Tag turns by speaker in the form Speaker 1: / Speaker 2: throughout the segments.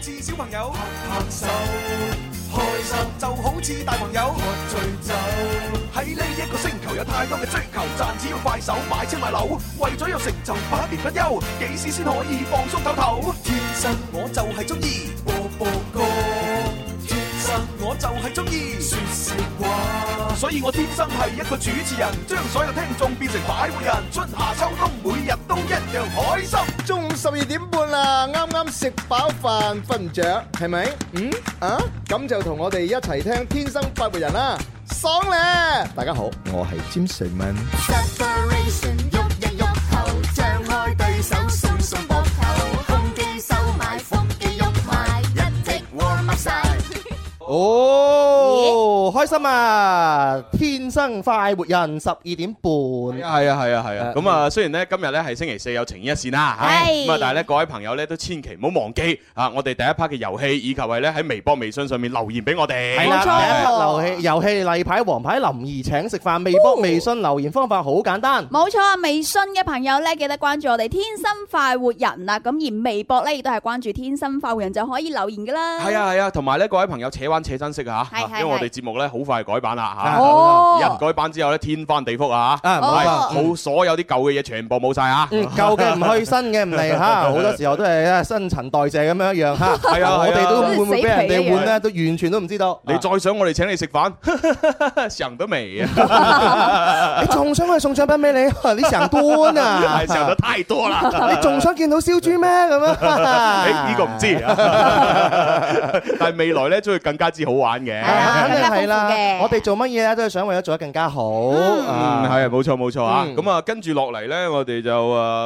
Speaker 1: 似小朋友拍拍手，開心就好似大朋友喝醉酒。喺呢一個星球有太多嘅追求，賺錢要快手買車買樓，為咗有成就百年不休，幾時先可以放鬆唞唞？天生我就係中意播播歌，天生我就係中意説笑話，所以我天生係一個主持人，將所有聽眾變成擺渡人，春夏秋冬每日都一樣開心。
Speaker 2: 中午十二點半啦，啱啱食飽飯，瞓唔着，係咪？嗯啊，咁就同我哋一齊聽《天生快活人》啦，爽咧！大家好，我係詹瑞文。
Speaker 3: Separation，喐一喐頭，張開對手，鬆鬆膊頭，胸肌收埋，腹肌喐埋，一直 warm up 晒。
Speaker 4: 哦，開心啊！天生快活人，十二點
Speaker 5: 係
Speaker 4: 半。
Speaker 5: 啊係啊係啊係啊！咁啊，雖然咧今日咧係星期四有情意一線啦，嚇
Speaker 6: 係
Speaker 5: 咁啊，但係咧各位朋友咧都千祈唔好忘記啊！我哋第一 part 嘅遊戲，以及係咧喺微博、微信上面留言俾我哋。
Speaker 4: 係啦，
Speaker 6: 冇
Speaker 4: 第
Speaker 6: 錯
Speaker 4: 一拍遊戲遊戲例牌黃牌林兒請食飯，微博、
Speaker 6: 哦
Speaker 4: 微信留言方法好簡單。
Speaker 6: 冇錯啊！微信嘅朋友咧，記得關注我哋天生快活人啦。咁而微博咧，亦都係關注天生快活人就可以留言噶啦。
Speaker 5: 係，啊係啊，同埋咧各位朋友扯彎扯真識啊嚇
Speaker 6: 係係
Speaker 5: 因為我哋節目咧好快改版啦啊嚇。
Speaker 6: 哦，
Speaker 5: 一改版之後咧，天翻地覆啊！
Speaker 4: 啊冇
Speaker 5: 係
Speaker 4: 錯
Speaker 5: 冇所有啲舊嘅嘢全部冇晒啊！
Speaker 4: 嗯，舊嘅唔去，新嘅唔嚟 嚇，好多時候都係啊新陳代謝咁樣一樣嚇。
Speaker 5: 係啊
Speaker 4: 我哋都會唔會俾人
Speaker 6: 死皮一
Speaker 4: 哋
Speaker 6: 樣
Speaker 4: 換咧？都完全都唔知道。
Speaker 5: 你再想我哋請你食飯， 想得美 啊！
Speaker 4: 你仲想我哋送獎品俾你？ 你成端啊！
Speaker 5: 係想得太多啦。
Speaker 4: 你仲想見到燒豬咩？咁樣
Speaker 5: 誒呢個 唔知啊，但係未來咧，將會更加之好玩嘅。
Speaker 6: 係啊
Speaker 4: 肯定係啦
Speaker 6: 更加豐富嘅。
Speaker 4: 我哋做乜嘢咧，都係想為咗做得更加好。
Speaker 5: 嗯，
Speaker 4: 啊
Speaker 5: 係冇錯冇錯啊！
Speaker 4: 嗯
Speaker 5: 咁啊，跟住落嚟咧，我哋就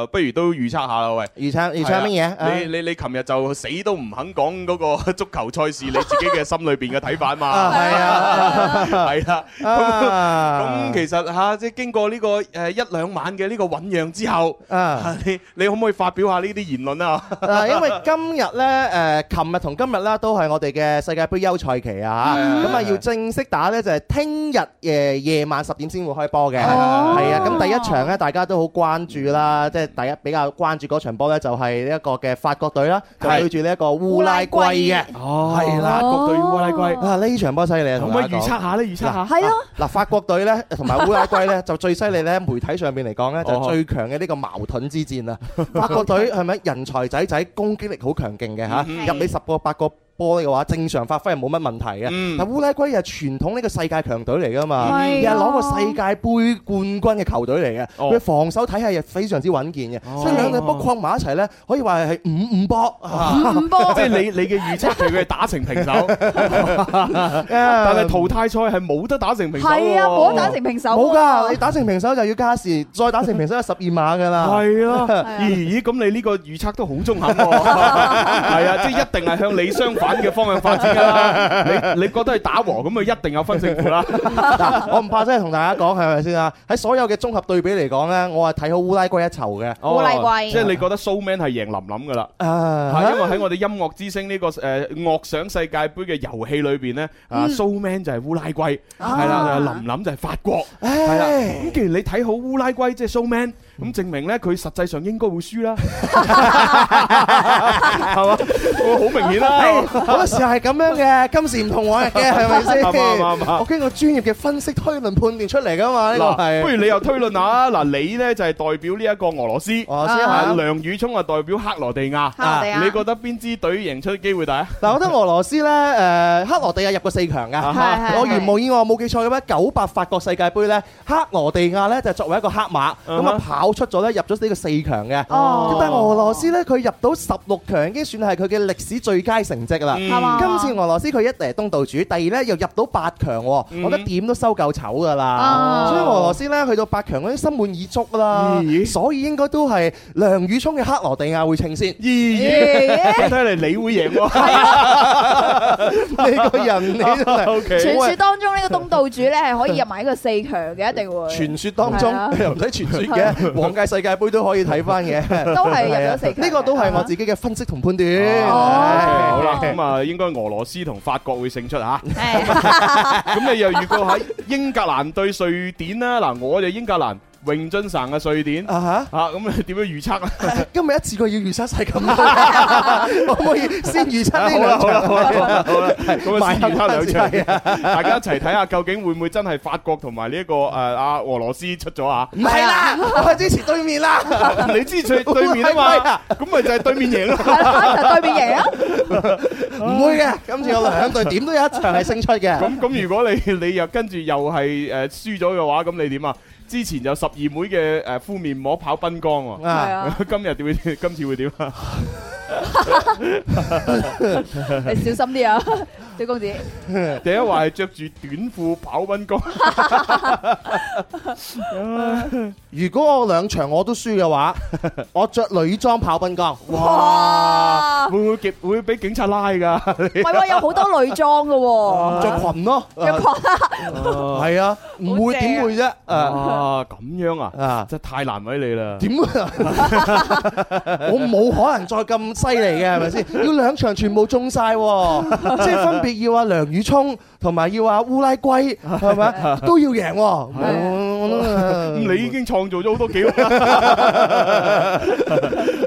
Speaker 5: 誒，不如都預測下啦，喂。
Speaker 4: 預測預測乜嘢
Speaker 5: 係啊你
Speaker 4: 啊？
Speaker 5: 你你琴日就死都唔肯講嗰個足球賽事你自己嘅心裏邊嘅睇法
Speaker 4: 啊，
Speaker 5: 嘛，
Speaker 4: 係啊，
Speaker 5: 係啦。 咁
Speaker 4: 啊
Speaker 5: 咁其實嚇，即係經過呢個誒一兩晚嘅呢個醖釀之後，
Speaker 4: 啊。
Speaker 5: 你你可唔可以發表下呢啲言論啊？
Speaker 4: 嗱，呃因為今日咧，誒，琴日同今日啦，都係我哋嘅世界盃休賽期啊，嚇，咁啊要正式打咧，就係聽日誒夜晚十點先會開波嘅，
Speaker 6: 哦
Speaker 4: 係啊，咁第一場咧，大家都好關注啦，即係大家比較關注嗰場波咧，就係呢一個嘅法國隊啦，就
Speaker 5: 係
Speaker 4: 對住呢一個烏拉圭嘅，
Speaker 7: 哦，
Speaker 4: 係啦
Speaker 7: 國對烏拉圭，
Speaker 4: 啊，呢場波犀利
Speaker 7: 可
Speaker 4: 啊，同
Speaker 7: 唔可以
Speaker 4: 大家
Speaker 7: 預
Speaker 4: 講
Speaker 7: 測下咧？預測下，
Speaker 6: 係咯，
Speaker 4: 嗱，法國隊咧同埋烏拉圭咧 就最犀利咧，媒體上面嚟講咧就
Speaker 5: 哦
Speaker 4: 係最強嘅呢個矛盾之戰啦。法國隊係咪人才仔仔，攻擊力好強勁嘅嚇？
Speaker 5: 嗯
Speaker 4: 入你十個八個波嘅話，正常發揮係冇乜問題嘅。
Speaker 5: 嗯
Speaker 4: 但烏拉圭又係傳統呢個世界強隊嚟噶嘛，
Speaker 6: 係啊
Speaker 4: 又係攞過世界盃冠軍嘅球隊嚟嘅，
Speaker 5: 哦
Speaker 4: 佢防守體系係非常之穩健嘅，所以兩隊波擴埋一齊咧，可以話係五五波。
Speaker 5: 啊
Speaker 4: 啊
Speaker 6: 五五波，
Speaker 5: 即係你你嘅預測係佢係打成 平手。 但係淘汰賽係冇得打成平手喎
Speaker 6: 係啊，冇得打成平手。
Speaker 4: 冇
Speaker 5: 啊
Speaker 4: 㗎，你，打成平手就要加時，再打成平手就十二碼㗎 啦。
Speaker 5: 係咯，
Speaker 6: 啊
Speaker 5: 咦咦，咁你呢個預測都好中肯喎， 係啊，即係一定係向你相反嘅方向發展㗎 啦。你你覺得係打和咁啊，一定有分勝負啦。
Speaker 4: 嗱，我唔怕真係同大家講係咪先啊？喺所有嘅綜合對比嚟講咧，我係睇好烏拉圭一籌嘅。
Speaker 6: 好麗
Speaker 5: 哦
Speaker 6: 貴
Speaker 5: 即係你覺得 So Man 係贏林林㗎啦。
Speaker 4: 啊
Speaker 5: 係，因為喺我哋音樂之星呢個誒樂賞世界盃嘅遊戲裏邊咧，啊 So Man 就係烏拉圭，係啦，林林就係法國，係啦。咁既然你睇好烏拉圭即係 So Man，咁證明咧佢實際上應該會輸啦，係嘛？好明顯啦。
Speaker 4: 好多哎時候係咁樣嘅，今時唔同往日嘅，係咪先？
Speaker 5: 啱啊啱啱啱
Speaker 4: 我經過專業嘅分析、推論、判斷出嚟㗎嘛，呢個
Speaker 5: 嗱，不
Speaker 4: 係。
Speaker 5: 如你又推論下啊！嗱，你咧就係代表呢一個俄羅斯，
Speaker 4: 我哦先
Speaker 5: 啊
Speaker 4: 嚇
Speaker 5: 梁宇聰啊代表克羅地亞。
Speaker 6: 克羅地亞
Speaker 5: 你覺得邊支隊贏出機會大啊？
Speaker 4: 嗱，我覺得俄羅斯咧，誒克羅地亞入過四強㗎。
Speaker 6: 係係
Speaker 4: 我如無意外冇記錯嘅話，九八法國世界盃咧，克羅地亞咧就作為一個黑馬，咁啊
Speaker 5: 嗯哼
Speaker 4: 跑出咗咧，入咗呢個四強嘅。
Speaker 6: 哦
Speaker 4: 咁但係俄羅斯咧，佢入到十六強已經算係佢嘅歷史最佳成績啦。
Speaker 5: 嗯
Speaker 6: 係嘛？
Speaker 5: 啊
Speaker 4: 今次俄羅斯佢一嚟係東道主，第二呢又入到八強喎，
Speaker 5: 嗯
Speaker 4: 我覺得點都收夠醜噶啦
Speaker 6: 啊。
Speaker 4: 所以俄羅斯呢去到八強嗰啲心滿意足啦，
Speaker 5: 咦。
Speaker 4: 所以應該都係梁宇聰嘅克羅地亞會稱先
Speaker 5: 咦，
Speaker 6: 耶
Speaker 5: 咁睇嚟你會贏喎。
Speaker 4: 呢個人你真 係
Speaker 5: O
Speaker 6: 傳
Speaker 5: K，
Speaker 6: 說當中呢個東道主咧係可以入埋呢個四強嘅，一定會
Speaker 4: 傳說當中
Speaker 6: 係啊
Speaker 4: 你 又唔使傳說 嘅，往屆世界盃都可以睇翻嘅。
Speaker 6: 都係入咗四強。
Speaker 4: 呢個都係我自己嘅分析同判斷。
Speaker 6: 哦
Speaker 5: 好啦，咁啊，應該俄羅斯同法國會勝出啊嚇。
Speaker 6: 係
Speaker 5: 咁你又預告下英格蘭對瑞典啦？嗱，我就英格蘭。榮津省嘅瑞典。
Speaker 4: 啊吓！
Speaker 5: 啊，咁你點樣預測啊？
Speaker 4: 今日一次過要預測晒 咁多，可唔可以先預測呢兩
Speaker 5: 好啦
Speaker 4: 場？
Speaker 5: 好啦好啦好啦，咁啊
Speaker 4: 埋
Speaker 5: 先預測兩場
Speaker 4: 係，
Speaker 5: 大家一齊睇下究竟會唔會真係法國同埋呢一個誒阿俄羅斯出咗 啊？
Speaker 4: 唔係啦，我係支持對面啦。
Speaker 5: 你知最對面啊
Speaker 4: 好威
Speaker 5: 嘛
Speaker 4: 啊，
Speaker 5: 咁咪就係對面贏 咯。
Speaker 6: 係啦，就對面贏啊！
Speaker 4: 唔會嘅，今次有兩隊點都有一場係勝出嘅。啊
Speaker 5: 咁咁，如果你你又跟住又係誒輸咗嘅話，咁你點啊？之前就十二妹嘅誒敷面膜跑濱江喎。
Speaker 6: 係
Speaker 4: 啊，
Speaker 6: 啊，
Speaker 5: 今日點會？今次會點啊？
Speaker 6: 你小心啲啊，小公子。
Speaker 5: 第一話係着住短褲跑濱 江，
Speaker 4: 如果我兩場我都輸嘅話，我着女裝跑濱江，
Speaker 6: 哇！
Speaker 5: 會唔會極會俾警察拉㗎？
Speaker 6: 唔係喎，有好多女裝嘅喎，
Speaker 4: 着裙咯，啊
Speaker 6: 有裙
Speaker 4: 係啊，唔會
Speaker 6: 好正啊
Speaker 4: 點會啫？啊
Speaker 5: 啊，咁樣 啊，
Speaker 4: 啊！
Speaker 5: 真係太難為你啦。
Speaker 4: 點會啊？我冇可能再咁犀利嘅係咪先？要兩場全部中晒喎，即係分別要阿梁宇聰同埋要阿烏拉圭係咪都要贏喎？嗯
Speaker 5: 咁
Speaker 4: 我
Speaker 5: 你已經創造咗好多記錄。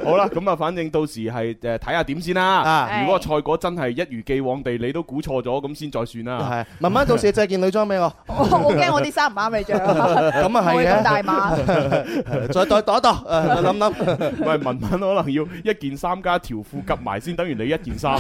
Speaker 5: 好啦，咁啊，反正到時係誒睇下點先 啦。
Speaker 4: 啊
Speaker 5: 如果個賽果真係一如既往地你都估錯咗，咁先再算啦。
Speaker 4: 係慢慢到時借件女裝俾我，
Speaker 6: 我我驚我啲衫唔啱你着啊，
Speaker 4: 咁啊
Speaker 6: 我
Speaker 4: 係
Speaker 6: 會咁大
Speaker 4: 嘅，
Speaker 6: 碼，
Speaker 4: 再度度一度，誒再諗諗。
Speaker 5: 唔係文文可能要一件衫加條褲夾埋先等於你一件 衫，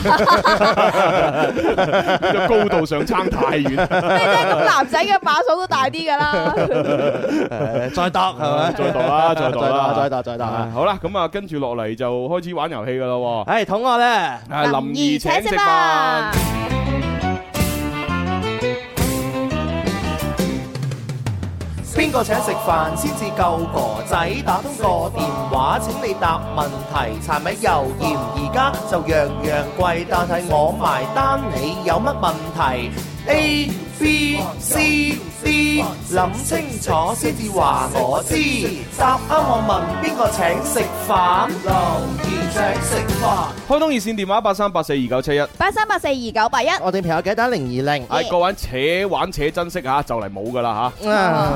Speaker 5: 個高度上差太遠。
Speaker 6: 你真係咁男仔嘅碼數都大啲㗎啦。
Speaker 4: 誒再度係咪？
Speaker 5: 再度啦再度啦
Speaker 4: 再度再度啊！
Speaker 5: 好啦，咁啊，跟住落嚟就開始玩遊戲噶啦喎。
Speaker 4: 誒，肚餓咧。
Speaker 5: 係林怡請食飯
Speaker 6: 飯。
Speaker 7: 邊個請食飯先至夠哥仔？打通個電話請你答問題，柴米油鹽而家就樣樣貴，但係我埋單，你有乜問題？A B C D，諗清楚先至話我知。答啱我問邊個請食飯？留言請食飯。
Speaker 5: 開通熱線電話八三八四二九七一。
Speaker 6: 八三八四二九八一，
Speaker 4: 我哋朋友記得打零二零。
Speaker 5: 係各位且玩且珍惜嚇，就嚟冇噶啦
Speaker 4: 啊，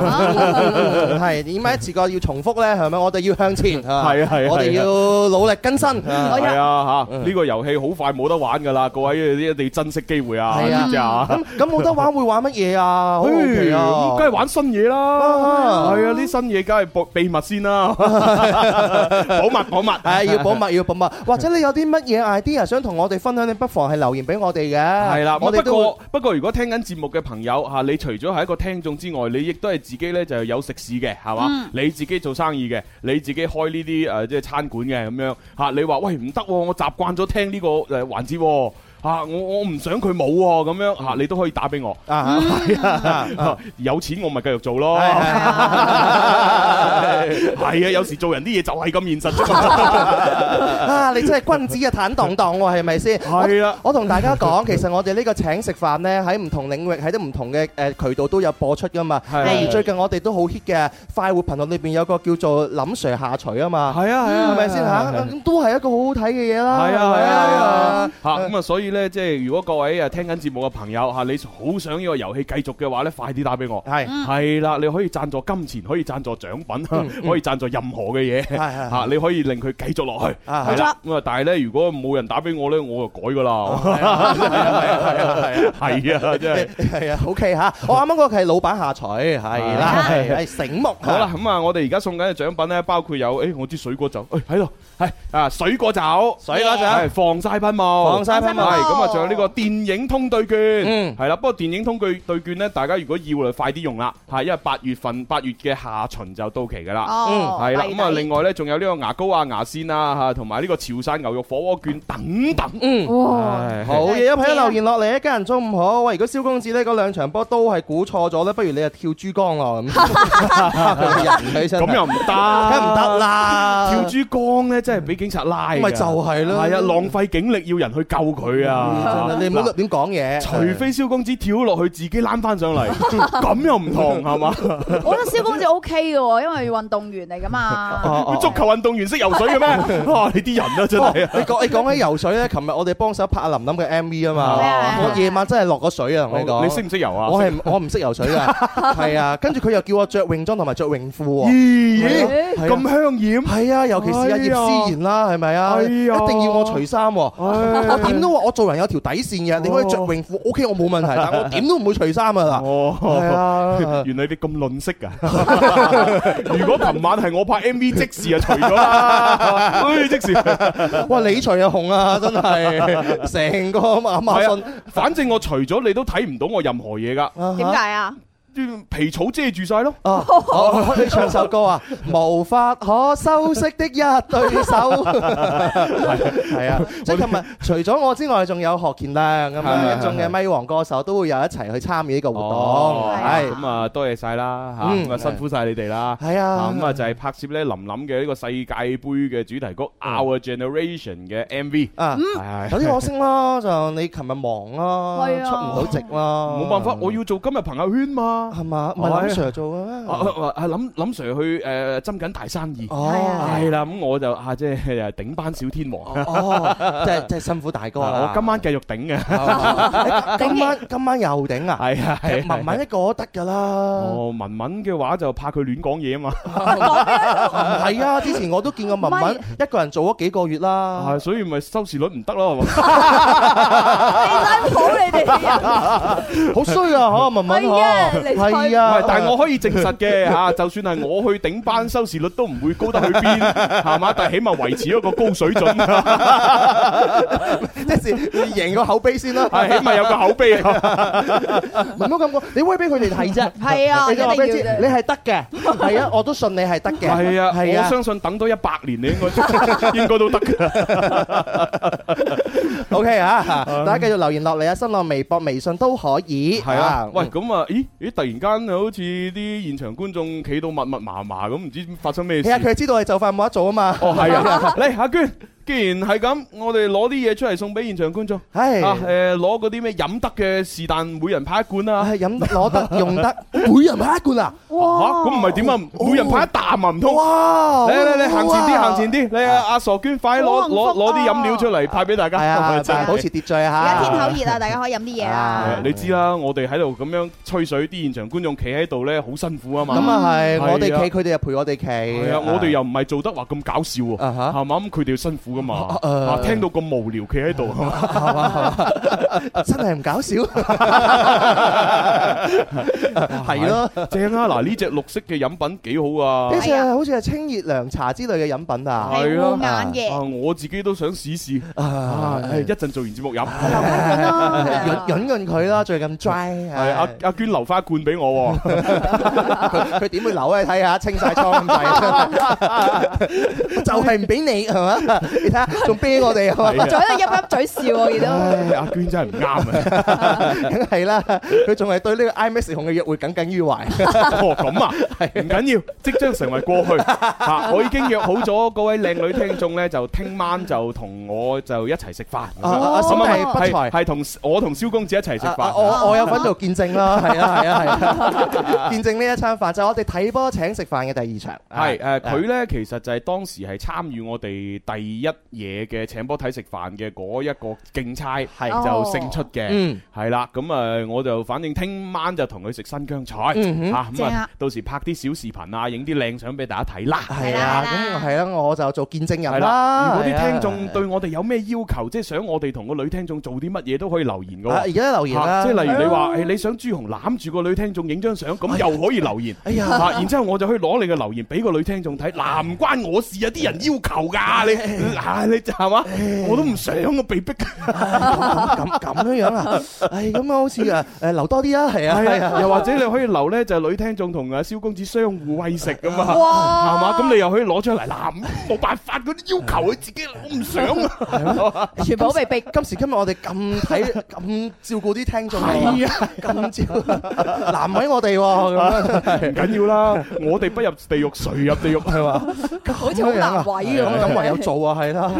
Speaker 4: 係點解一次過要重複咧？係咪？我哋要向前，係嘛
Speaker 5: 嗯係啊係啊
Speaker 4: 我哋要努力更新。
Speaker 5: 嚇，
Speaker 4: 係
Speaker 5: 係啊嚇，呢個遊戲好快冇得玩噶啦，各位一定要珍惜機會啊，知唔知啊？
Speaker 4: 咁咁冇得玩會玩乜嘢啊？好好奇啊！
Speaker 5: 咁梗係玩新嘢啦，
Speaker 4: 啊
Speaker 5: 係啊！啲新嘢梗係保秘密先 啦，保密保密。
Speaker 4: 係要保 密，要保密。或者你有啲乜嘢 idea 想同我哋分享，你不妨係留言俾我哋嘅。
Speaker 5: 係啦，
Speaker 4: 我
Speaker 5: 我
Speaker 4: 哋
Speaker 5: 不
Speaker 4: 都會
Speaker 5: 過不過，如果聽緊節目嘅朋友嚇，你除咗係一個聽眾之外，你亦都係自己呢就有食肆嘅，係嘛？你自己做生意嘅，你自己開呢啲誒即係餐館嘅咁樣嚇，你話喂唔得喎，我習慣咗聽呢個誒環節喎。啊！我我唔想佢冇喎，咁樣嚇你都可以打俾我。
Speaker 4: 啊，
Speaker 5: 有錢我咪繼續做咯。
Speaker 4: 係係
Speaker 5: 係啊，有時做人啲嘢就係咁現實啫嘛。
Speaker 4: 啊！ 你真係君子嘅坦蕩蕩喎，係咪 先？
Speaker 5: 係啊啦。
Speaker 4: 我同大家講，其實我哋呢個請食飯呢，喺唔同領域，喺啲唔同嘅誒渠道都有播出噶嘛。
Speaker 5: 係啊
Speaker 4: 例如最近我哋都好 hit 嘅快活頻道裏邊有個叫做林 Sir 下垂啊嘛，
Speaker 5: 係啊係啊，
Speaker 4: 係咪先嚇？咁都係一個好好睇嘅嘢
Speaker 5: 係啊係啊
Speaker 4: 啦。
Speaker 5: 係啊，吓
Speaker 4: 係
Speaker 5: 咁啊，所以咧，即係如果各位啊聽緊節目嘅朋友吓，你好想呢個遊戲繼續嘅話咧，快啲打俾我。
Speaker 4: 係
Speaker 5: 係啊嗯啦，你可以贊助金錢，可以贊助獎品， 可以贊助任何嘅嘢。
Speaker 4: 係係
Speaker 5: 吓，你可以令佢繼續落去。
Speaker 4: 啊
Speaker 5: 係啦，咁啊，但係咧，如果冇人打俾我咧，我就改噶啦。啊係啊， 係啊，真係。
Speaker 4: 係啊，OK 嚇。我啱啱嗰個係老闆下垂，係啦，係係醒目。
Speaker 5: 好啦，，咁啊，我哋而家送緊嘅獎品咧，包括有，誒，我支水果酒，誒，喺度，係啊，水果酒，
Speaker 4: 水果酒
Speaker 5: 係防曬噴霧，
Speaker 4: 防曬噴
Speaker 5: 係
Speaker 4: 霧
Speaker 5: 咁啊，仲有呢個電影通兌券
Speaker 4: 嗯，
Speaker 5: 係啦，不過電影通兌兌券咧，大家如果要就快啲用啦，嚇，因為八月份八月嘅下旬就到期㗎啦。
Speaker 6: 哦，
Speaker 5: 係啦，
Speaker 6: 弟弟
Speaker 5: 咁啊，另外咧，仲有呢個牙膏啊、牙線啊，嚇，同埋呢個潮汕牛肉火鍋券等等。
Speaker 4: 嗯。
Speaker 6: 哇，
Speaker 5: 唉
Speaker 4: 好嘢！有朋友留言落嚟，一家人中午好。喂，如果蕭公子呢嗰兩場波都係估錯咗咧，不如你就跳珠江咯 咁。人起身
Speaker 5: 咁又唔得，
Speaker 4: 梗唔得。啦，
Speaker 5: 跳珠江咧，真係俾警察拉㗎。啊
Speaker 4: 咪就係咯啊嗯
Speaker 5: 係啊，浪費警力要人去救佢會啊！
Speaker 4: 真係你唔好亂講嘢。
Speaker 5: 除非蕭公子跳落去自己攬翻上 嚟，咁又唔同係嘛？
Speaker 6: 我覺得蕭公子 O K 嘅喎，因為運動員嚟噶嘛。
Speaker 4: 哦
Speaker 5: 足球運動員識游水嘅咩？ 哇！你啲人啊，真
Speaker 4: 哦
Speaker 5: 係
Speaker 4: 你講你講起游水咧，琴日我哋幫手拍阿林琳嘅 M V 啊嘛，
Speaker 6: 係
Speaker 5: Dạ.
Speaker 6: 啊
Speaker 4: 我夜晚真係落咗水啊！同你
Speaker 5: 啊！
Speaker 4: 講，
Speaker 5: 你識唔識游啊？
Speaker 4: 我係唔我唔識游水㗎，係啊，跟住佢又叫我着泳裝同埋着泳褲喎。
Speaker 5: 咦
Speaker 4: 係啊
Speaker 5: 咁香艳，
Speaker 4: 係啊，尤其是阿
Speaker 5: 哎呀
Speaker 4: 葉思妍啦，係咪啊？
Speaker 5: 哎
Speaker 4: 一定
Speaker 5: 呀
Speaker 4: 要我除衫喎。我點都話我做人有條底線嘅，你可以着泳褲，OK，我冇問題，但我點都唔會除衫㗎啦。係
Speaker 5: 哦，
Speaker 4: 啊。
Speaker 5: 原來你咁吝嗇噶！ 如果琴晚係我拍 M V，即時就除咗 啦，哎即時。
Speaker 4: 哇！李翔又紅啊，真係成個亞馬
Speaker 5: 係
Speaker 4: 遜
Speaker 5: 啊，反正我除咗你都睇唔到我任何嘢噶，
Speaker 4: Ờ
Speaker 6: 點解啊？
Speaker 5: 啲皮草遮住晒咯。
Speaker 4: 啊！哦可以唱首 歌啊，無法可修飾的一對手，係啊！即係琴日除咗我之外，仲有何健亮咁樣一眾嘅咪王歌手都會有一齊去參與呢個活動，
Speaker 5: 係
Speaker 4: 係
Speaker 5: 咁啊，多謝晒啦吓，
Speaker 4: 嗯
Speaker 5: 咁啊辛苦晒你哋啦。
Speaker 4: 係啊
Speaker 5: 啊咁啊就係拍攝咧林林嘅呢個世界盃嘅主題曲《Our Generation》嘅 MV。
Speaker 4: 啊！有
Speaker 5: 係
Speaker 4: 啲可惜啦，就你琴日忙啦，
Speaker 6: 係啊
Speaker 4: 出唔到席啦，
Speaker 5: 冇辦法，我要做今日朋友圈嘛。
Speaker 4: 係嘛？唔係
Speaker 5: 係
Speaker 4: 林
Speaker 5: 啊
Speaker 4: Sir 做嘅咩？
Speaker 5: 啊啊啊！林林 Sir 去誒針緊大生意。
Speaker 6: 係啊
Speaker 5: 係啦，咁我就啊，即係頂班小天王。
Speaker 4: 哦，真係真係辛苦大哥
Speaker 5: 我
Speaker 4: 啦！
Speaker 5: 今晚繼續頂嘅。啊
Speaker 4: 今晚今晚又頂啊！
Speaker 5: 係啊，係啊。
Speaker 4: 文文一個都得㗎啦。
Speaker 5: 哦，文文嘅話就怕佢亂講嘢啊嘛。
Speaker 4: 唔係 啊！之前我都見過文文一個人做咗幾個月啦
Speaker 5: 啊，。所以咪收視率唔得咯，係嘛？
Speaker 6: 你真好你哋啲 人。
Speaker 4: 好衰啊！嗬，文文
Speaker 6: 係啊
Speaker 4: 嗬，
Speaker 6: 你衰
Speaker 4: 係
Speaker 5: 唔
Speaker 4: 啊
Speaker 5: 係，，但係我可以證實嘅嚇，就算係我去頂班，收視率都唔會高得去 邊，係嘛？但係起碼維持一個高水準，係
Speaker 4: 即是你贏個口碑先啦。
Speaker 5: 起碼有個口 碑。
Speaker 4: 啊文文咁講，你威俾佢哋 睇啫。
Speaker 6: 係啊
Speaker 4: 你就話俾佢
Speaker 6: 一定要
Speaker 4: 知
Speaker 6: 啫
Speaker 4: 你係得嘅。係啊，我都信你係得嘅。
Speaker 5: 係啊，
Speaker 4: 係
Speaker 5: 我
Speaker 4: 啊。
Speaker 5: 相信等多一百年，你應 該 應該都得嘅。
Speaker 4: O K 啊，大家繼續留言落嚟啊，新浪微博、微信都可以。
Speaker 5: 係啊，喂，
Speaker 4: 嗯
Speaker 5: 咁啊，咦咦，突然間好似啲現場觀眾企到密密麻麻咁，唔知發生咩事
Speaker 4: 係啊，。佢知道你就快冇得做啊嘛。
Speaker 5: 哦，係啊， 嚟阿娟，既然係咁，我哋攞啲嘢出嚟送俾現場觀眾。啊，
Speaker 4: 係。
Speaker 5: 誒，攞嗰啲咩飲得嘅是但，每人派一罐啊啦。
Speaker 4: 係飲得攞得用 得，每人派一罐啊！
Speaker 5: 吓，咁唔係點啊？每人派一啖啊，唔通？
Speaker 4: 哇！
Speaker 5: 嚟嚟嚟，行前啲，行前
Speaker 4: 啲。
Speaker 5: 啲，你啊阿傻娟，快攞
Speaker 6: 好幸福啊
Speaker 5: 攞攞啲飲料出嚟派俾大家。
Speaker 4: 係 啊，但係保持秩序啊！
Speaker 6: 而家天口熱啊，大家可以飲啲嘢
Speaker 5: 係啊
Speaker 6: 啦。
Speaker 5: 你知啦，我哋喺度咁樣吹水，啲現場觀眾企喺度咧，好辛苦啊嘛。
Speaker 4: 咁啊係，
Speaker 5: 嗯
Speaker 4: 我哋
Speaker 5: 係啊
Speaker 4: 企，佢哋又陪我哋企。
Speaker 5: 係啊，我哋又唔係做得話咁搞笑喎，
Speaker 4: 啊哈
Speaker 5: 係嘛？咁佢哋要辛苦噶嘛，
Speaker 4: 啊呃
Speaker 5: 啊聽到咁無聊企喺度，
Speaker 4: 係嘛係
Speaker 5: 啊
Speaker 4: 嘛真係唔搞 笑， 係咯。
Speaker 5: 正啊！嗱，呢只綠色嘅飲品幾好啊！
Speaker 4: 呢只好似係清熱涼茶之類嘅飲品啊。
Speaker 5: 係啊
Speaker 6: 護眼
Speaker 5: 啊，
Speaker 6: 嘅，
Speaker 5: 我自己都想試試，啊
Speaker 4: 啊，
Speaker 5: 唉一陣做完節目飲。
Speaker 6: 留翻佢
Speaker 4: 潤
Speaker 6: 啦。
Speaker 4: 潤潤佢啦，最近 dry
Speaker 5: 係啊阿阿娟留翻一罐俾我喎。
Speaker 4: 佢佢點會扭啊咧？睇下清晒倉咁滯， 就係唔俾你係嘛？你睇下仲啤我哋係
Speaker 5: 係
Speaker 4: 嘛？
Speaker 5: 啊
Speaker 6: 嘴喺度噏噏嘴笑喎，見到。
Speaker 5: 唉
Speaker 4: 啊
Speaker 5: 阿娟真係唔啱啊！
Speaker 4: 梗係啦，佢仲係對呢個 IMAX 紅嘅約會耿耿於懷。
Speaker 5: 哦，咁啊，唔緊要，即將成為過 去嚇。我已經約好咗嗰位靚女聽眾咧，就聽晚就同我就一齊食飯。
Speaker 4: 啊啊小弟不才
Speaker 5: 係係同我同蕭公子一齊食
Speaker 4: 啊啊
Speaker 5: 飯。
Speaker 4: 我我有份做見證啦，係啊係啊係啊，見證呢一餐飯就係我哋睇波請食飯嘅第二場。
Speaker 5: 係誒，佢
Speaker 4: 啊
Speaker 5: 咧其實就係當時係參與我哋第一夜嘅請波睇食飯嘅嗰一個競猜，係就勝出嘅。
Speaker 4: 哦嗯
Speaker 5: 係啦，咁誒我就反正聽晚就同佢食新疆菜嚇，
Speaker 4: 嗯哼
Speaker 5: 咁
Speaker 6: 正
Speaker 5: 啊
Speaker 6: 啊
Speaker 5: 到時拍啲小視頻啊，影啲靚相俾大家睇啦。
Speaker 4: 係
Speaker 6: 係啦
Speaker 4: 啊，咁
Speaker 6: 係啦
Speaker 4: 係啦，我就做見證
Speaker 5: 係
Speaker 4: 人
Speaker 5: 啦，
Speaker 4: 啦。
Speaker 5: 如果啲
Speaker 4: 係啊
Speaker 5: 聽眾對我哋有咩要求，即係想我哋同個女聽眾做啲乜嘢，都可以留言噶
Speaker 4: 啊而
Speaker 5: 喎。
Speaker 4: 家留言
Speaker 5: 嚇
Speaker 4: 啦，
Speaker 5: 即係例如你話誒，你想朱紅攬住個女聽眾影張 相，咁又可以留言。
Speaker 4: 哎呀
Speaker 5: 嚇然之後我就可以攞你嘅留言俾個女聽眾睇。嗱，唔關我事啊，啲人要求㗎，你嗱你係嘛？我都唔想我被逼。
Speaker 4: 咁咁樣樣啊，唉，咁啊好似啊誒留多啲啦，係啊係啊，
Speaker 5: 又或者你可以留呢，就係女聽眾同阿蕭公子相互喂食㗎嘛。
Speaker 6: 哇
Speaker 5: 係嘛？咁你又可以攞出嚟嗱，冇辦法，嗰啲要求佢自己，我唔想啊。
Speaker 6: 全部都被逼。
Speaker 4: 今時今日我哋咁睇 咁照顧啲聽眾喎，咁照難為我哋喎，咁
Speaker 5: 唔緊要啦，我哋不入地獄，誰入地獄？
Speaker 4: 係嘛？
Speaker 6: 好似好難為咁
Speaker 4: 咁咁唯有做啊，係啦。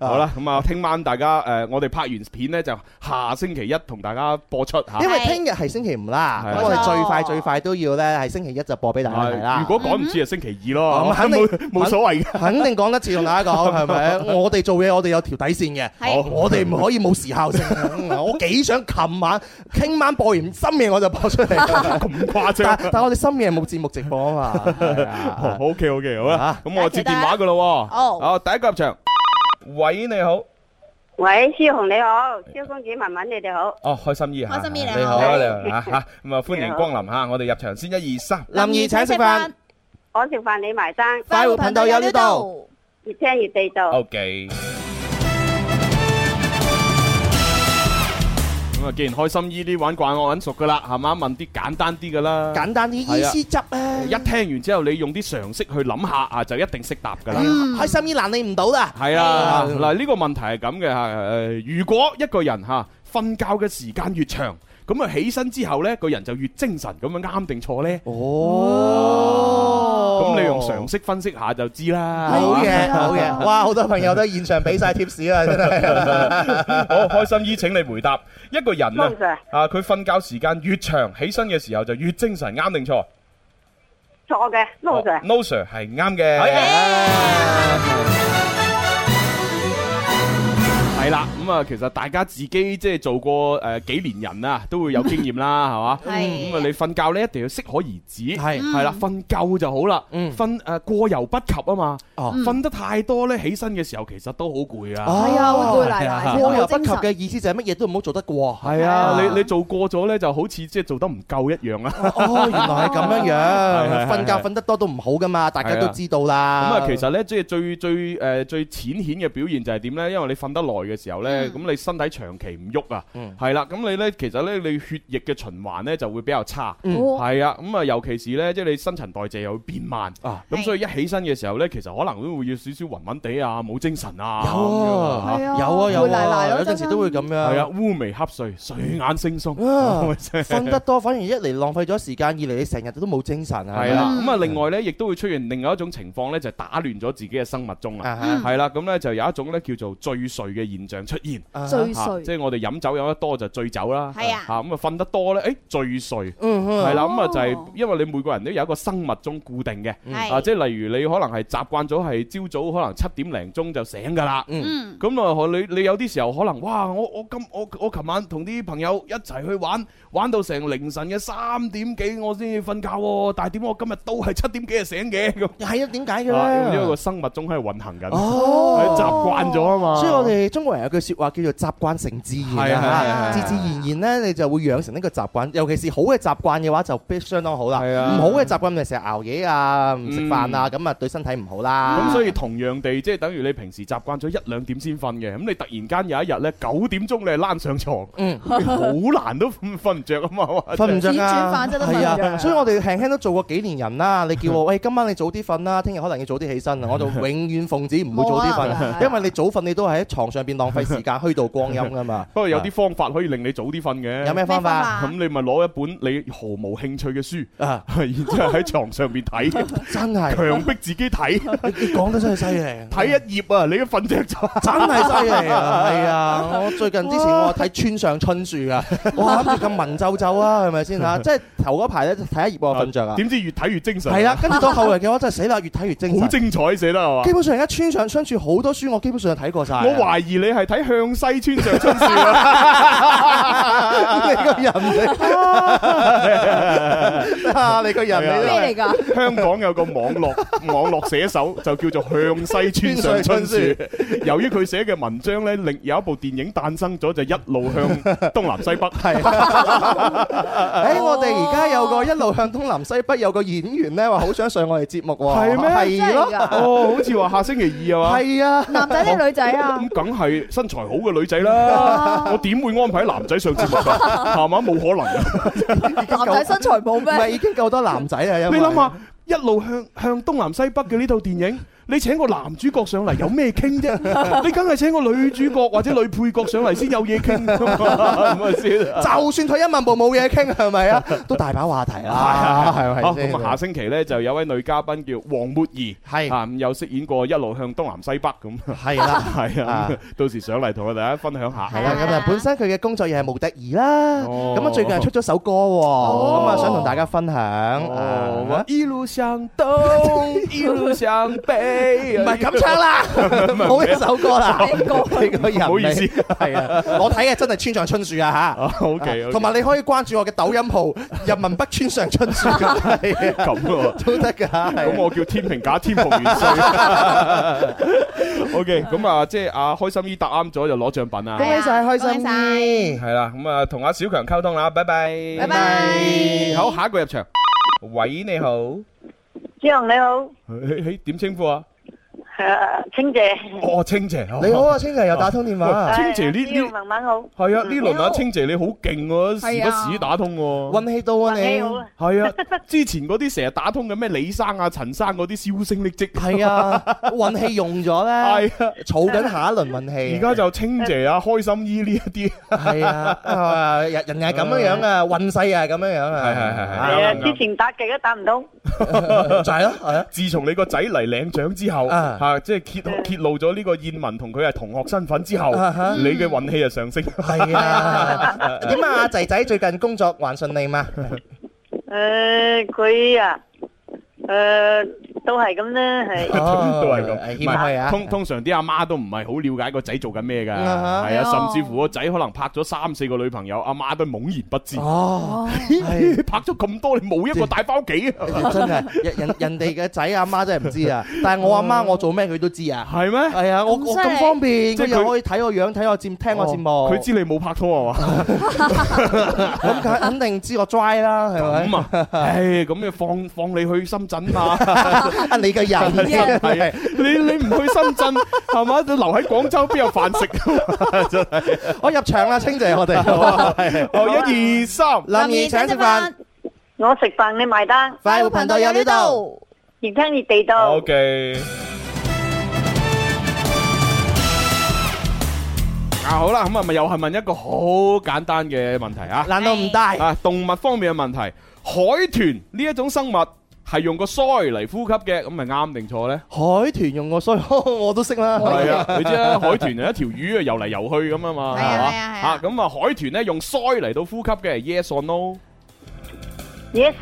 Speaker 5: 好啦，咁啊，聽晚大家誒，我哋拍完片咧，就下星期一同大家播出嚇。
Speaker 4: 因為聽日係星期五啦，
Speaker 5: 係
Speaker 4: 咁我哋最快最快都要咧係星期一就播俾大家睇啦。
Speaker 5: 如果趕唔切就星期二咯，
Speaker 4: 嗯肯定
Speaker 5: 冇冇所 謂嘅。
Speaker 4: 肯定講得切，同大 家講係咪？我哋做嘢，我哋有條底線嘅，
Speaker 6: 係
Speaker 4: 我哋唔可以冇時效 性嘅。嗯我幾想琴晚、聽晚播完，深夜我就播出 嚟。
Speaker 5: 咁誇張
Speaker 4: 但。但我哋深夜冇節目直播啊 嘛係啊。
Speaker 5: O K O K，好啦
Speaker 4: 啊，
Speaker 5: 咁我接電話噶咯。
Speaker 6: 好
Speaker 5: 好，第一個入場，喂，你好。
Speaker 8: 喂，萧红你好，萧公子文文你哋好，
Speaker 5: 哦，開心姨嚇
Speaker 6: 開心姨你好
Speaker 5: 你好，你好嚇嚇咁啊，歡迎光臨嚇，我哋入場先，一二三。
Speaker 4: 林怡請食飯，
Speaker 8: 我食饭你埋单，
Speaker 4: 快活頻道有呢度。
Speaker 8: 越听越地道。
Speaker 5: O K。咁啊，既然開心姨呢玩慣我揾熟噶啦，係嘛？問啲簡單啲噶啦。
Speaker 4: 簡單啲
Speaker 5: 係
Speaker 4: 意
Speaker 5: 啊
Speaker 4: 思執啊！
Speaker 5: 一聽完之後，你用啲常識去諗下啊，就一定識答噶啦。
Speaker 4: 嗯開心啲難你唔到啦。
Speaker 5: 係啊，嗱呢個問題係咁嘅嚇，誒如果一個人嚇瞓覺嘅時間越長，咁啊起身之後呢，個人就越精神，咁樣啱定錯呢？
Speaker 4: 哦
Speaker 5: 咁你用常識分析下就知啦。
Speaker 4: 好
Speaker 5: 係嘛
Speaker 4: 嘢，好嘢！哇，好多朋友都喺現場俾晒貼士啊，真係。
Speaker 5: 好開心姨，請你回答一個人
Speaker 8: 冇錯
Speaker 5: 啊，啊佢瞓覺時間越長，起身嘅時候就越精神，啱定錯哦
Speaker 8: 错嘅，no sir，
Speaker 5: ？No sir 係啱嘅。係啦，咁啊，其實大家自己即係做過誒幾年人 啊，都會有經驗啦， 係嘛？
Speaker 6: 係
Speaker 5: 咁啊，你瞓覺咧一定要適可而止，
Speaker 4: 係
Speaker 5: 係嗯啦，瞓夠就好啦。
Speaker 4: 嗯
Speaker 5: 瞓誒過猶不及啊嘛，
Speaker 4: 哦
Speaker 5: 瞓得太多咧，起身嘅時候其實都好攰啊。
Speaker 6: 係啊，好攰嚟
Speaker 5: 係啊
Speaker 6: 嚟，
Speaker 4: 過猶不
Speaker 6: 精
Speaker 4: 及
Speaker 6: 神
Speaker 4: 嘅意思就係乜嘢都唔好做得過。
Speaker 5: 係
Speaker 6: 啊
Speaker 5: 啊，你你做過咗咧，就好似即係做得唔夠一樣啦。啊
Speaker 4: 哦，原來係咁樣樣，
Speaker 5: 係
Speaker 4: 瞓覺瞓得多都唔好噶嘛，大家都知道
Speaker 5: 咁
Speaker 4: 啦。
Speaker 5: 啊，其實咧，即係最最誒最淺顯嘅表現就係點咧？因為你瞓得耐嘅時候咧，咁你身體長期唔喐啊，係啦，咁你咧其實咧你血液嘅循環咧就會比較差，
Speaker 6: 哦
Speaker 5: 係啊，咁啊尤其是咧即係你新陳代謝又會變慢
Speaker 4: 啊，
Speaker 5: 咁
Speaker 6: 係
Speaker 5: 所以一起身嘅時候咧，其實可能都會有少少暈暈地啊，冇精神啊，
Speaker 4: 有
Speaker 5: 咁樣啊
Speaker 4: 啊，
Speaker 6: 係
Speaker 4: 有
Speaker 6: 啊
Speaker 4: 啊有
Speaker 6: 會賴賴
Speaker 4: 啊，
Speaker 6: 咯
Speaker 4: 有陣
Speaker 6: 真
Speaker 4: 時
Speaker 6: 心
Speaker 4: 都會咁樣。
Speaker 5: 係啊，烏眉瞌睡，睡眼惺忪，
Speaker 4: 啊
Speaker 5: 係咪先
Speaker 4: 瞓得多反而一嚟浪費咗時間，二嚟你成日都冇精神 啊。
Speaker 5: 係啦，咁啊，另外咧，亦都會出現另外一種情況咧，就係打亂咗自己嘅生物鐘啊。
Speaker 4: 啊
Speaker 5: 係啦，咁咧就有一種咧叫做醉睡嘅現象出現。
Speaker 4: 哈，
Speaker 6: 醉
Speaker 5: 嚇即
Speaker 6: 睡，
Speaker 5: 係我哋飲酒飲得多就醉酒啦，
Speaker 6: 係啊
Speaker 5: 嚇咁啊瞓得多咧，誒醉睡，
Speaker 4: 嗯哼
Speaker 5: 係啦，咁啊
Speaker 6: 哦
Speaker 5: 就係因為你每個人都有一個生物鐘固定嘅，啊
Speaker 6: 係
Speaker 5: 即係例如你可能係習慣咗係朝早可能七點零鐘就醒㗎啦。
Speaker 4: 嗯
Speaker 6: 嗯
Speaker 5: 咁啊，你你有啲時候可能，哇！我我今我我琴晚同啲朋友一齊去玩，玩到成凌晨嘅三點幾，我先至瞓覺喎。但係點解我今日都係七點幾就醒嘅咁？
Speaker 4: 係啊，點解嘅
Speaker 5: 啊因為個
Speaker 4: 咧？
Speaker 5: 生物鐘喺度運行緊，係
Speaker 4: 哦。
Speaker 5: 習慣咗啊嘛。
Speaker 4: 所以我哋中國人有句説話叫做習慣成自
Speaker 5: 係啊
Speaker 4: 然
Speaker 5: 係
Speaker 4: 啊
Speaker 5: 啊係
Speaker 4: 嚇，自
Speaker 5: 啊
Speaker 4: 自然然咧你就會養成呢個習慣，尤其是好嘅習慣嘅話就必相當好啦。
Speaker 5: 係啊嗯
Speaker 4: 唔好嘅習慣咪成日熬夜啊，唔食飯啊，咁啊對身體唔好啦。
Speaker 5: 咁所以同樣地，即係等於你平時習慣咗一兩點先瞓嘅，咁你突然間有一日咧九點鐘你係躝上 床，
Speaker 4: 嗯
Speaker 5: 好難都瞓唔着啊嘛，
Speaker 4: 瞓唔着啊，
Speaker 6: 輾轉反側都瞓唔着
Speaker 4: 所以我哋輕輕都做過幾年人啦。你叫
Speaker 5: 嗯
Speaker 4: 我喂，今晚你早啲瞓啦，聽日可能要早啲起身啊， 我就永遠奉旨唔會早啲
Speaker 6: 冇可能啊
Speaker 4: 瞓，因為你早瞓你都係喺床上邊浪費時間，虛度光陰噶 嘛。啊
Speaker 5: 不過有啲方法可以令你早啲瞓嘅。
Speaker 4: 有咩方法？
Speaker 5: 咁你咪攞一本你毫無興趣嘅書，
Speaker 4: 啊，
Speaker 5: 然之後喺床上邊睇，
Speaker 4: 真係
Speaker 5: 強迫自己睇，
Speaker 4: 你你講得真係犀利。
Speaker 5: 睇一頁啊，你都瞓着咗。
Speaker 4: 真係犀利 啊！係啊，我最近之前我睇《村上春樹》啊，我諗住咁文縐縐啊，係咪 先嚇？即係頭嗰排咧睇一頁我就瞓着啊，
Speaker 5: 點知越睇越精神。
Speaker 4: 係啦，，跟啊住到後嚟嘅話真係死啦，越睇越精
Speaker 5: 好
Speaker 4: 神。
Speaker 5: 精啊彩寫得係嘛
Speaker 4: 基？本上而家村上春樹好多書我基本上睇過晒。
Speaker 5: 我懷疑你係睇向西村上春樹啊。
Speaker 4: 你個人嚟，啊你個人嚟真 係
Speaker 6: 咩嚟㗎？
Speaker 5: 香港有個網 絡網絡寫手就叫做向西村上春樹。由於佢寫嘅文章呢，令有一部電影誕生咗，就一路向東南西 北。
Speaker 4: 係，誒哎我哋而家有個一路向東南西北有個演員咧，話好想上我哋節目喎，
Speaker 5: 係咩
Speaker 4: 係
Speaker 6: 真係
Speaker 4: 咯，
Speaker 6: 㗎？
Speaker 5: 哦，好似話下星期二啊嘛。
Speaker 4: 係啊，
Speaker 6: 男仔定女仔啊？
Speaker 5: 咁梗係身材好嘅女仔 啦，我點會安排男仔上節目㗎？ 係嘛，冇可能啊㗎。
Speaker 6: 男仔身材冇
Speaker 4: 唔係
Speaker 6: 咩？
Speaker 4: 已經夠多男仔啦，因為
Speaker 5: 你諗下，一路向向東南西北嘅呢套電影，你請個男主角上嚟有咩傾啫？ 你梗係請個女主角或者女配角上嚟先有嘢 傾㗎嘛，係咪啊先？
Speaker 4: 就算退一萬步冇嘢傾，係 咪啊？都大把話題啦，係
Speaker 5: 好
Speaker 4: 咪先
Speaker 5: 咁啊，下星期咧就有位女嘉賓叫黃沫儀，
Speaker 4: 係
Speaker 5: 啊咁有飾演過一路向東南西北咁，
Speaker 4: 係啦。
Speaker 5: 係啊
Speaker 4: 啊，
Speaker 5: 咁到時上嚟同我哋大家分享下。
Speaker 4: 係啦，咁啊，本身佢嘅工作又係模特兒啦，
Speaker 5: 哦
Speaker 4: 咁啊最近又出咗首歌喎，咁啊想同大家分享。
Speaker 5: 哦，
Speaker 4: 啊
Speaker 5: 我一路向東，一路向北，
Speaker 4: 唔係咁 唱啦，冇一首歌啦，你個人
Speaker 5: 唔好意思
Speaker 4: 係啊，我睇嘅真係村上春樹啊
Speaker 5: 啊
Speaker 4: 嚇。
Speaker 5: ，OK，OK
Speaker 4: 同埋你可以關注我嘅抖音號「人民北村上春 樹」㗎， 係啊
Speaker 5: 咁喎。
Speaker 4: 都得㗎。係
Speaker 5: 咁我叫天平假天蓬元 帥。O K，咁啊，即係啊，開心姨答啱咗就攞獎品
Speaker 4: 恭
Speaker 5: 啦。
Speaker 4: 喜晒開
Speaker 6: 恭喜
Speaker 4: 心啲，
Speaker 5: 係啦，咁啊，同阿小強溝通啦，拜拜。
Speaker 6: 拜拜
Speaker 5: 好，下一個入場。喂，你好。
Speaker 8: 朱紅你好，
Speaker 5: 誒誒點稱呼啊？
Speaker 8: 誒清姐，
Speaker 5: 哦，清姐。
Speaker 4: 你好啊，嗯清晨又打通 電話，
Speaker 5: 清 姐呢
Speaker 8: 朱
Speaker 5: 呢
Speaker 8: 紅文文好，
Speaker 5: 係啊，呢輪啊，清姐你好勁喎，
Speaker 6: 係
Speaker 5: 時
Speaker 6: 啊
Speaker 5: 不時打通喎。
Speaker 4: 運氣到啊
Speaker 8: 你
Speaker 4: 你。
Speaker 8: 好啊，
Speaker 5: 係啊，之前嗰啲成日打通嘅咩李生啊、陳生嗰啲銷聲匿 跡。
Speaker 4: 係啊，運氣用咗咧，
Speaker 5: 係啊，
Speaker 4: 儲緊下一輪運氣。
Speaker 5: 而家就清姐啊、開心姨呢一啲。
Speaker 4: 係啊，啊人人係咁樣 樣啊，運勢啊係咁樣樣啊，
Speaker 5: 係係係係
Speaker 4: 啊
Speaker 8: 係啊，
Speaker 5: 啱啱
Speaker 8: 之前打極都打唔到，
Speaker 4: 就係咯，係啊。
Speaker 5: 自從你個仔嚟領獎之後，
Speaker 4: 啊
Speaker 5: 嚇即係揭揭露咗呢個燕文同佢係同學身份之後，
Speaker 4: 啊哈
Speaker 5: 你嘅運氣就上升。
Speaker 4: 係啊，點啊，阿仔仔最近工作還順 利嘛？
Speaker 8: 誒佢啊，誒都係咁 啦，係
Speaker 4: 哦
Speaker 5: 都係咁，
Speaker 4: 係
Speaker 5: 唔
Speaker 4: 謙虛
Speaker 5: 係
Speaker 4: 啊
Speaker 5: 通通常啲阿媽都唔係好了解個仔做緊咩㗎，
Speaker 4: 啊哈
Speaker 5: 係啊，
Speaker 6: 哦
Speaker 5: 甚至乎個仔可能拍咗三四個女朋友，阿媽都懵然不知。
Speaker 4: 哦， 係
Speaker 5: 拍咗咁多，你冇一個帶翻屋企啊？
Speaker 4: 真係人人人哋嘅仔阿媽真係唔知啊，但係我阿媽我做咩佢都知啊。
Speaker 5: 係咩？
Speaker 4: 係啊，我
Speaker 6: 咁
Speaker 4: 我
Speaker 6: 犀利
Speaker 4: 咁方
Speaker 5: 即
Speaker 4: 便，
Speaker 5: 係
Speaker 4: 佢
Speaker 5: 佢
Speaker 4: 又可以睇我樣，睇我節，聽我節目。
Speaker 5: 佢知你冇拍拖啊嘛？
Speaker 4: 咁佢肯定知我 dry 啦，係咪？
Speaker 5: 咁啊，唉，咁就放放你去深圳 嘛？
Speaker 4: 啊，你嘅人
Speaker 6: 係
Speaker 5: 係啊你你唔去 深圳係嘛？留喺廣州邊有飯食？
Speaker 4: 我入場啦，清姐，我 哋
Speaker 5: 哦，一二三。
Speaker 4: 林兒請食飯，
Speaker 8: 我食飯你埋單，
Speaker 4: 快活頻道有料到。
Speaker 8: 越聽越地道
Speaker 5: O。K。啊好啦，咁啊咪又係問一個好簡單嘅問題啊，
Speaker 4: 難度唔大。
Speaker 5: 啊動物方面嘅問題，海豚呢一種生物係用個鰓嚟呼吸嘅，咁咪啱定錯呢？
Speaker 4: 海豚用我衰， 我都識啦。
Speaker 5: 係啊，你知啦，海豚係一條魚啊，游嚟游去咁啊嘛，
Speaker 6: 係啊
Speaker 5: 係嘛
Speaker 6: 係啊係啊
Speaker 5: 啊咁啊海豚咧用鰓嚟到呼吸嘅，yes or no？yes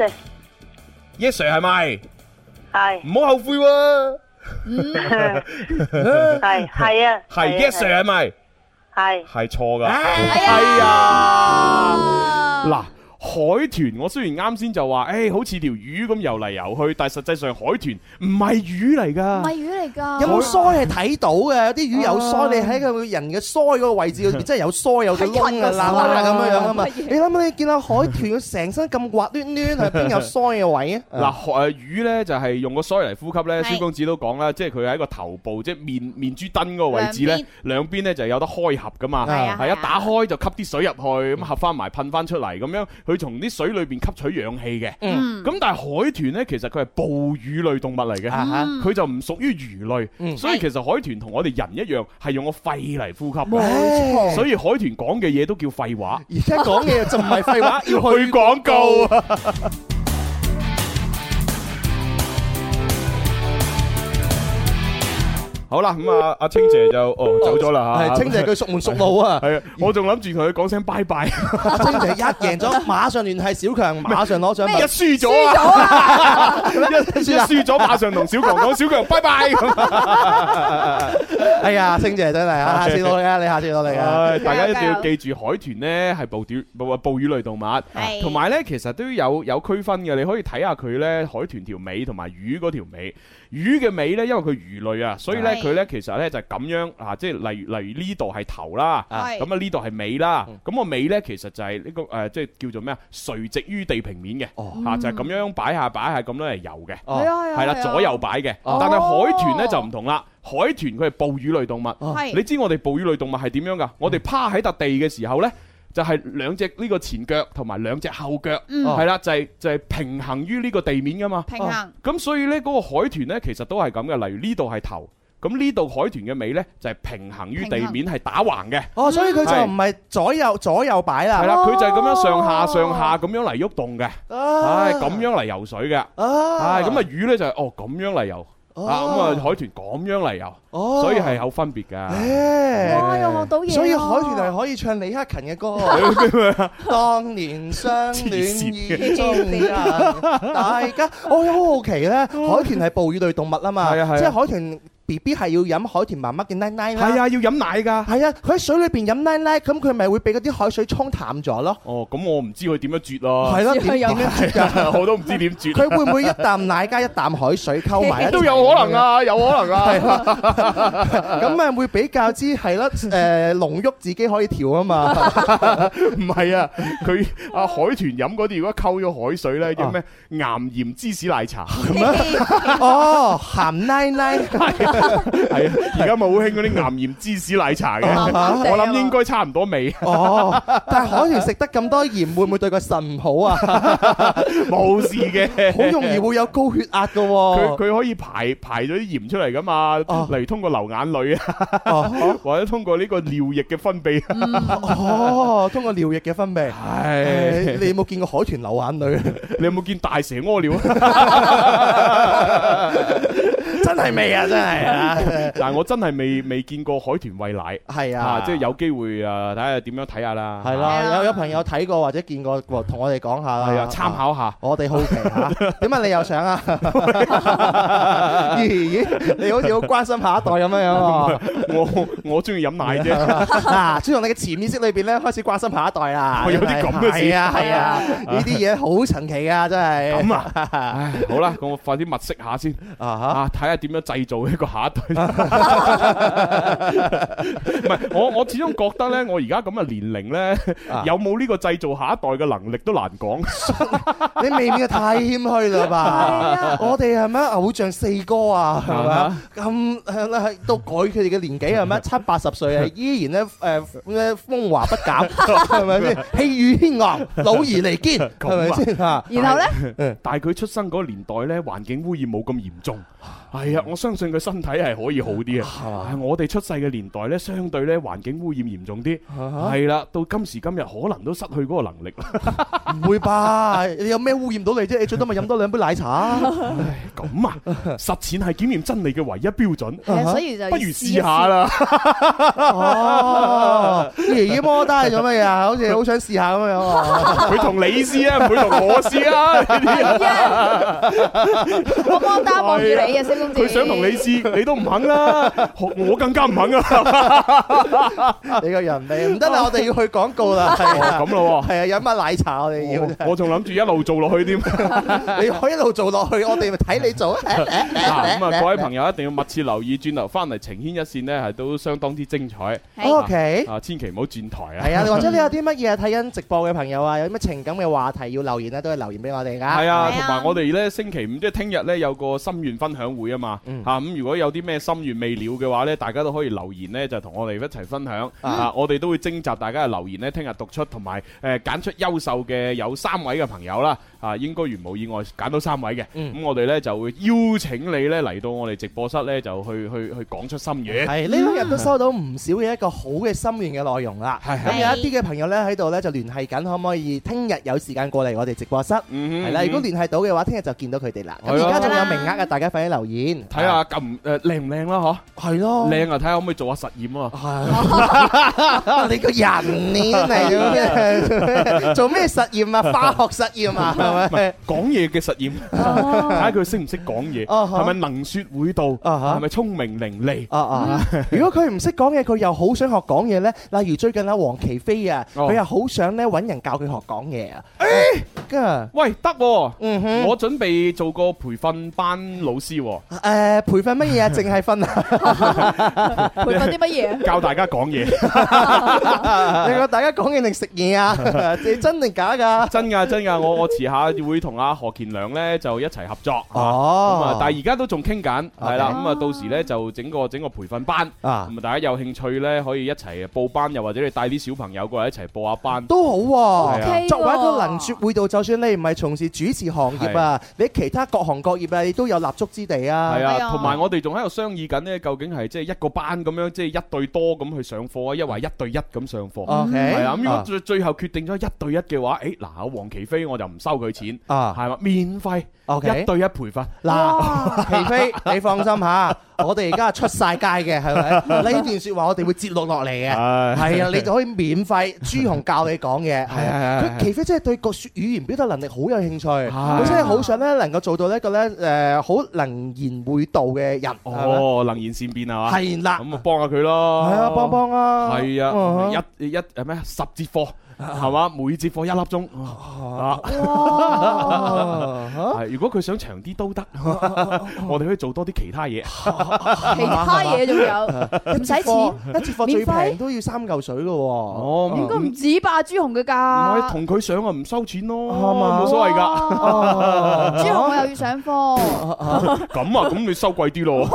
Speaker 8: Yes，
Speaker 5: sir 係咪？
Speaker 8: 係
Speaker 5: 唔好後悔喎，
Speaker 8: 係係啊，
Speaker 5: 係 yes sir 係咪？
Speaker 8: 係
Speaker 5: 係錯噶。
Speaker 6: 哎
Speaker 5: 啊！
Speaker 6: 啊
Speaker 5: 嗱，海豚我雖然啱先就話，誒好似條魚咁游嚟游去，但係實際上海豚唔係魚嚟
Speaker 6: 唔係
Speaker 5: 㗎。
Speaker 6: 魚嚟 㗎，
Speaker 4: 有冇腮係睇到嘅？有啲魚有腮，你喺佢人嘅腮嗰個位 置裏邊，真係有腮有個窿啊，
Speaker 6: 係
Speaker 4: 罅罅咁樣樣 啊嘛。
Speaker 6: 乜嘢
Speaker 4: 你諗下，你見到海豚佢成身咁滑攣攣，係邊有腮嘅位啊？
Speaker 5: 嗱，海魚咧就係用個鰓嚟呼吸咧，
Speaker 6: 係
Speaker 5: 蕭公子都講啦，即係佢喺個頭部，即係面面珠墩嗰個位置咧，兩邊咧就有得開合噶嘛，
Speaker 4: 係啊嗯
Speaker 5: 係
Speaker 6: 係
Speaker 5: 一
Speaker 6: 啊
Speaker 5: 打開就吸啲水入去，咁合翻埋噴翻出嚟，咁樣佢從啲水裏邊吸取氧氣嘅。
Speaker 6: 嗯
Speaker 5: 咁但係海豚咧，其實佢係哺乳類動物嚟嘅，
Speaker 4: 啊哈
Speaker 5: 佢就唔屬於魚類，
Speaker 4: 嗯
Speaker 5: 所以其實海豚同我哋人一樣，係用個肺嚟呼吸嘅。
Speaker 4: 唉
Speaker 5: 所以海豚講嘅嘢都叫廢話。
Speaker 4: 而家講嘢就唔係 廢話，
Speaker 5: 去
Speaker 4: 要
Speaker 5: 廣告啊！好啦，咁啊，阿清姐就哦走咗啦嚇。
Speaker 4: 係清姐佢熟門熟路啊！
Speaker 5: 係啊，我仲諗住同佢講聲拜拜，一
Speaker 4: 清姐一贏咗，馬上聯繫小強，馬上攞獎 品。
Speaker 5: 輸咗啊！一
Speaker 4: 輸啦
Speaker 5: 輸咗，馬上同小強講，小強拜拜咁。
Speaker 4: 哎呀，清姐真係 啊，下次努力啊，你下次努力啊！
Speaker 5: 唉大家一定要記住，海豚呢係哺乳哺哺乳類動物，
Speaker 6: 係
Speaker 5: 同埋呢其實都有有區分嘅。你可以睇下佢呢海豚條尾同埋魚嗰條尾。魚嘅尾呢，因為佢魚類啊，所以呢，
Speaker 6: 係
Speaker 5: 佢呢其實呢就係咁樣啊，即係例如例如呢度係頭啦，
Speaker 6: 係嗯
Speaker 5: 咁啊呢度係尾啦，咁個尾呢，其實就係呢個誒即係叫做咩啊，垂直於地平面嘅，
Speaker 6: 哦
Speaker 5: 嚇就係咁樣擺下擺下咁樣嚟游嘅。
Speaker 6: 係
Speaker 4: 哦
Speaker 6: 啊係啊，
Speaker 5: 哦係啦，
Speaker 6: 係啊
Speaker 5: 左右擺嘅，但係海豚呢就唔同啦。海豚佢係哺乳類動物，
Speaker 6: 係
Speaker 5: 你知我哋哺乳類動物係點樣噶？我哋趴喺笪地嘅時候呢，就係兩隻呢個前腳同埋兩隻後腳，
Speaker 6: 嗯
Speaker 5: 係啦，就係就係平衡於呢個地面噶嘛。
Speaker 6: 平衡
Speaker 5: 咁所以呢嗰個海豚呢，其實都係咁嘅。例如呢度係頭，咁呢度海豚嘅尾呢，就係平衡於地面，係打橫嘅。
Speaker 4: 哦，所以佢就唔係左右左右擺啦，
Speaker 5: 係啦，佢就係咁樣上下上下咁樣嚟喐動嘅，
Speaker 4: 哦
Speaker 5: 唉，咁樣嚟游水嘅，
Speaker 4: 啊
Speaker 5: 唉，咁啊魚呢，就係哦咁樣嚟游，啊咁啊海豚咁樣嚟游，
Speaker 4: 哦
Speaker 5: 所以係有分別㗎。哦
Speaker 4: 誒
Speaker 6: 哇，又學到嘢啊喎。
Speaker 4: 所以海豚係可以唱李克勤 嘅歌，當年相戀意中人，大家我好好奇 咧，海豚係哺乳類動物啊嘛，
Speaker 5: 係啊係啊
Speaker 4: 即係海豚 B B 係要飲海豚媽媽嘅奶奶啦，
Speaker 5: 係啊，要飲奶㗎。
Speaker 4: 係啊，佢喺水裏邊飲奶奶，咁佢咪會俾嗰啲海水沖淡咗咯，
Speaker 5: 哦，咁我唔知佢點樣啜咯。
Speaker 4: 係咯，點點樣啜㗎？
Speaker 5: 我都唔知點啜。
Speaker 4: 佢會唔會一啖奶加一啖海水溝埋一 齊
Speaker 5: 都有可能啊，有可能啊。
Speaker 4: 係啦，咁咪會比較之係 啦，誒濃郁自己可以調啊嘛，
Speaker 5: 唔係啊，佢啊海豚飲嗰啲，如果溝咗海水咧，叫咩岩鹽芝士奶茶，
Speaker 4: 哦鹹奶奶。
Speaker 5: 係啊，而家咪好興嗰啲岩鹽芝士奶茶嘅，
Speaker 6: 鹹地啊
Speaker 5: 我諗應該差唔多味，
Speaker 4: 哦，但係海豚食得咁多鹽，會唔會對個腎唔好 啊？
Speaker 5: 冇事嘅，
Speaker 4: 好容易。會有高血壓噶
Speaker 5: 佢
Speaker 4: 喎。
Speaker 5: 佢可以排排咗啲鹽出嚟噶嘛，
Speaker 4: 哦
Speaker 5: 例如通過流眼淚啊，
Speaker 4: 哦
Speaker 5: 或者通過呢個尿液嘅分泌啊，
Speaker 4: 哦，通過尿液嘅 分泌。誒
Speaker 5: 係
Speaker 4: 你有冇見過海豚流眼 淚？
Speaker 5: 你有冇見大蛇屙尿啊？
Speaker 4: 真係未啊！真 係啊！
Speaker 5: 但係我真係未未見過海豚喂奶，
Speaker 4: 係
Speaker 5: 啊，
Speaker 4: 啊，
Speaker 5: 即係有機會啊，睇下點樣睇下啦。
Speaker 4: 係
Speaker 6: 係
Speaker 4: 啦，
Speaker 6: 啊
Speaker 4: 有有朋友睇過或者見過，同我哋講下啦。
Speaker 5: 係啊，參。考下。
Speaker 4: 我哋好奇嚇， 點解你又想啊？ 咦咦，你好似好關心下一代咁樣樣喎。
Speaker 5: 我我中意飲 奶啫。
Speaker 4: 嗱，朱從你嘅潛意識裏邊咧，開始關心下一代啦。
Speaker 5: 我有啲咁嘅事
Speaker 4: 係啊係啊，呢啲嘢好神奇噶，真係。
Speaker 5: 咁啊，唉，好啦，咁我快啲物色下先，
Speaker 4: 啊
Speaker 5: 啊，睇下點樣製造一個下 一代。唔係，我我始終覺得咧，我而家咁嘅年齡咧，
Speaker 4: 啊
Speaker 5: 有冇呢個製造下一代嘅能力都難講。
Speaker 4: 嚇， 你未免就太謙虛啦吧？我哋係咩偶像四哥啊，係咪啊咁誒到改佢哋嘅年紀係 咪七八十歲啊，依然咧誒咧風華不減， 係咪先？ 氣宇軒昂，老而彌堅，係咪先啊嚇？
Speaker 6: 然後咧，
Speaker 5: 但係佢出生嗰個年代咧，環境污染冇咁嚴重。係啊，我啊相信佢身體係可以好啲嘅。係我哋出世嘅年代咧，相對咧環境污染嚴重啲。
Speaker 4: 啊
Speaker 5: 係啦，到今時今日可能都失去嗰個能力啦。
Speaker 4: 唔會吧？你有咩污染到你啫？你最多咪飲多兩杯奶 茶。
Speaker 5: 咁啊，實踐係檢驗真理嘅唯一標準。
Speaker 6: 所以就
Speaker 5: 啊不如試下。啦。
Speaker 4: 哦，爺爺摩打係做乜嘢啊？好似好想試下咁樣 啊！
Speaker 5: 佢同你試啊，唔會同我試啊。呢啲
Speaker 6: 係啊 我幫單望住你啊，蕭公子。
Speaker 5: 佢想同你試，你都唔肯啦，學我更加唔肯啊。
Speaker 4: 你個人嚟唔得啦，我哋要去廣告 啦，係啊，
Speaker 5: 哦咁咯
Speaker 4: 係啊，飲下奶茶我哋要，
Speaker 5: 喎，我我仲諗住一路做落去添。
Speaker 4: 你可以一路做落去，我哋咪睇 你做啊！
Speaker 5: 嗱 咁啊，各位朋
Speaker 4: 友
Speaker 5: 友一定要密切留意，轉頭翻嚟情牽一線呢，係都相當之精彩。
Speaker 6: 係
Speaker 4: ，OK。
Speaker 5: 啊，千祈唔好轉台啊。
Speaker 4: 係啊，或者你有啲乜嘢睇緊直播嘅朋友啊，有啲乜情感嘅話題要留言咧，都係留言俾我哋噶。
Speaker 5: 係啊，
Speaker 6: 係
Speaker 5: 同
Speaker 6: 啊
Speaker 5: 埋我哋咧星期五即係聽日咧有個心願分享會啊嘛，
Speaker 4: 嗯
Speaker 5: 嚇咁如果有啲咩心願未了嘅話咧，大家都可以留言咧就同我哋一齊分享啊！我哋都會徵集大家嘅留言咧，聽日讀出同埋誒揀出優秀嘅有三位嘅朋友啦，啊應該如無意外揀到三位嘅，
Speaker 4: 嗯
Speaker 5: 咁我哋咧就會邀請你咧嚟到我哋直播室咧就去去去講出心願。
Speaker 4: 係呢兩日都收到唔少嘅一個好嘅心願嘅內容啦。
Speaker 5: 係
Speaker 4: 咁有一啲嘅朋友咧喺度咧就聯繫緊，可唔可以聽日有時間過嚟我哋直播室？
Speaker 5: 嗯哼
Speaker 4: 係啦，
Speaker 5: 嗯哼
Speaker 4: 如果聯繫到嘅話，聽日就見到佢哋啦。咁
Speaker 5: 係啊
Speaker 4: 而家仲有名額啊，大家快啲留言
Speaker 5: 睇下夠唔誒靚唔靚啦
Speaker 4: 係咯
Speaker 5: 嗬，，靚啊睇下可唔可以做下實驗 啊！
Speaker 4: 係啊你個人你真 係做 咩做咩實驗啊？化學實驗啊，係咪？
Speaker 5: 講嘢嘅實驗，
Speaker 6: 哦
Speaker 5: 睇下佢識唔識講嘢，
Speaker 4: 啊哈
Speaker 5: 係咪能說會道，
Speaker 4: 啊哈
Speaker 5: 係咪聰明伶俐？
Speaker 4: 啊啊！如果佢唔識講嘢，佢又好想學講嘢咧。例如最近阿黃琪飛啊，
Speaker 5: 哦
Speaker 4: 佢又好想咧揾人教佢學講嘢 啊。誒，
Speaker 5: 喂，得喎，
Speaker 4: 嗯哼，
Speaker 5: 我準備做個培訓班老師 喎，
Speaker 4: 誒培訓乜嘢啊？淨係瞓啊！
Speaker 6: 培訓啲乜嘢？
Speaker 5: 教大家講 嘢，
Speaker 4: 你覺得大家講嘢定食嘢啊？你真定假㗎？
Speaker 5: 真㗎真㗎，我我遲下啊會同阿何健良咧就一齊合作。
Speaker 4: 哦
Speaker 5: 咁啊，但係而家都仲傾緊，係啦，
Speaker 4: OK
Speaker 5: 咁啊到時咧就整個整個培訓班，
Speaker 4: 啊
Speaker 5: 咁啊大家有興趣咧可以一齊報班，又或者你帶啲小朋友過嚟一齊報下班。
Speaker 4: 都好
Speaker 5: 係
Speaker 4: 喎、
Speaker 5: 啊
Speaker 6: OK 喎
Speaker 4: 作為一個能説會道，就算你唔係從事主持行業啊，你其他各行各業啊，你都有立足之地啊。
Speaker 5: 係
Speaker 6: 係
Speaker 5: 啊，
Speaker 6: 啊
Speaker 5: 同埋我哋仲喺度商議緊呢，究竟係即係一個班咁樣，即係一對多咁去上課啊，抑或一對一咁上課。
Speaker 4: OK，
Speaker 5: 係啊，咁如果
Speaker 4: 啊
Speaker 5: 最最後決定咗一對一嘅話，誒嗱，阿黃琪飛我就唔收佢錢，
Speaker 4: 啊
Speaker 5: 係嘛，免費
Speaker 4: OK
Speaker 5: 一對一培訓。
Speaker 4: 嗱， 皮飛，你放心嚇，我哋而家係出晒街嘅，係 咪？呢段説話我哋會節錄落嚟嘅，
Speaker 5: 係
Speaker 4: 係啊，你就可以免 費朱紅教你講嘢，係
Speaker 5: 係係
Speaker 4: 啊。
Speaker 5: 係
Speaker 4: 佢皮飛真係對個説語言表達能力好有興趣，
Speaker 5: 係
Speaker 4: 佢真係好想咧能夠做到一個咧誒好能言會道嘅人，係咪
Speaker 5: 哦，能言善辯係嘛？
Speaker 4: 係啦，
Speaker 5: 咁啊，幫下佢咯。
Speaker 4: 係啊，幫幫啊，
Speaker 5: 係啊，
Speaker 4: 嗯
Speaker 5: 一一誒咩十節課係嘛，每節課一粒鐘。啊，
Speaker 4: 啊哇
Speaker 5: 係如果佢想長啲都 得，我哋可以做多啲其他嘢。
Speaker 6: 其他嘢 仲有，唔使錢，
Speaker 4: 一節課最
Speaker 6: 免費
Speaker 4: 平都要三嚿水咯
Speaker 5: 哦，
Speaker 6: 應該
Speaker 5: 唔
Speaker 6: 唔止吧？朱紅嘅
Speaker 5: 唔係
Speaker 6: 價，
Speaker 5: 同佢上啊，唔收錢咯，
Speaker 4: 係嘛
Speaker 5: 冇所謂㗎。
Speaker 6: 㗎。
Speaker 4: 嗯喎。
Speaker 6: 朱紅我又要上課，
Speaker 5: 咁啊，咁你收貴啲 咯。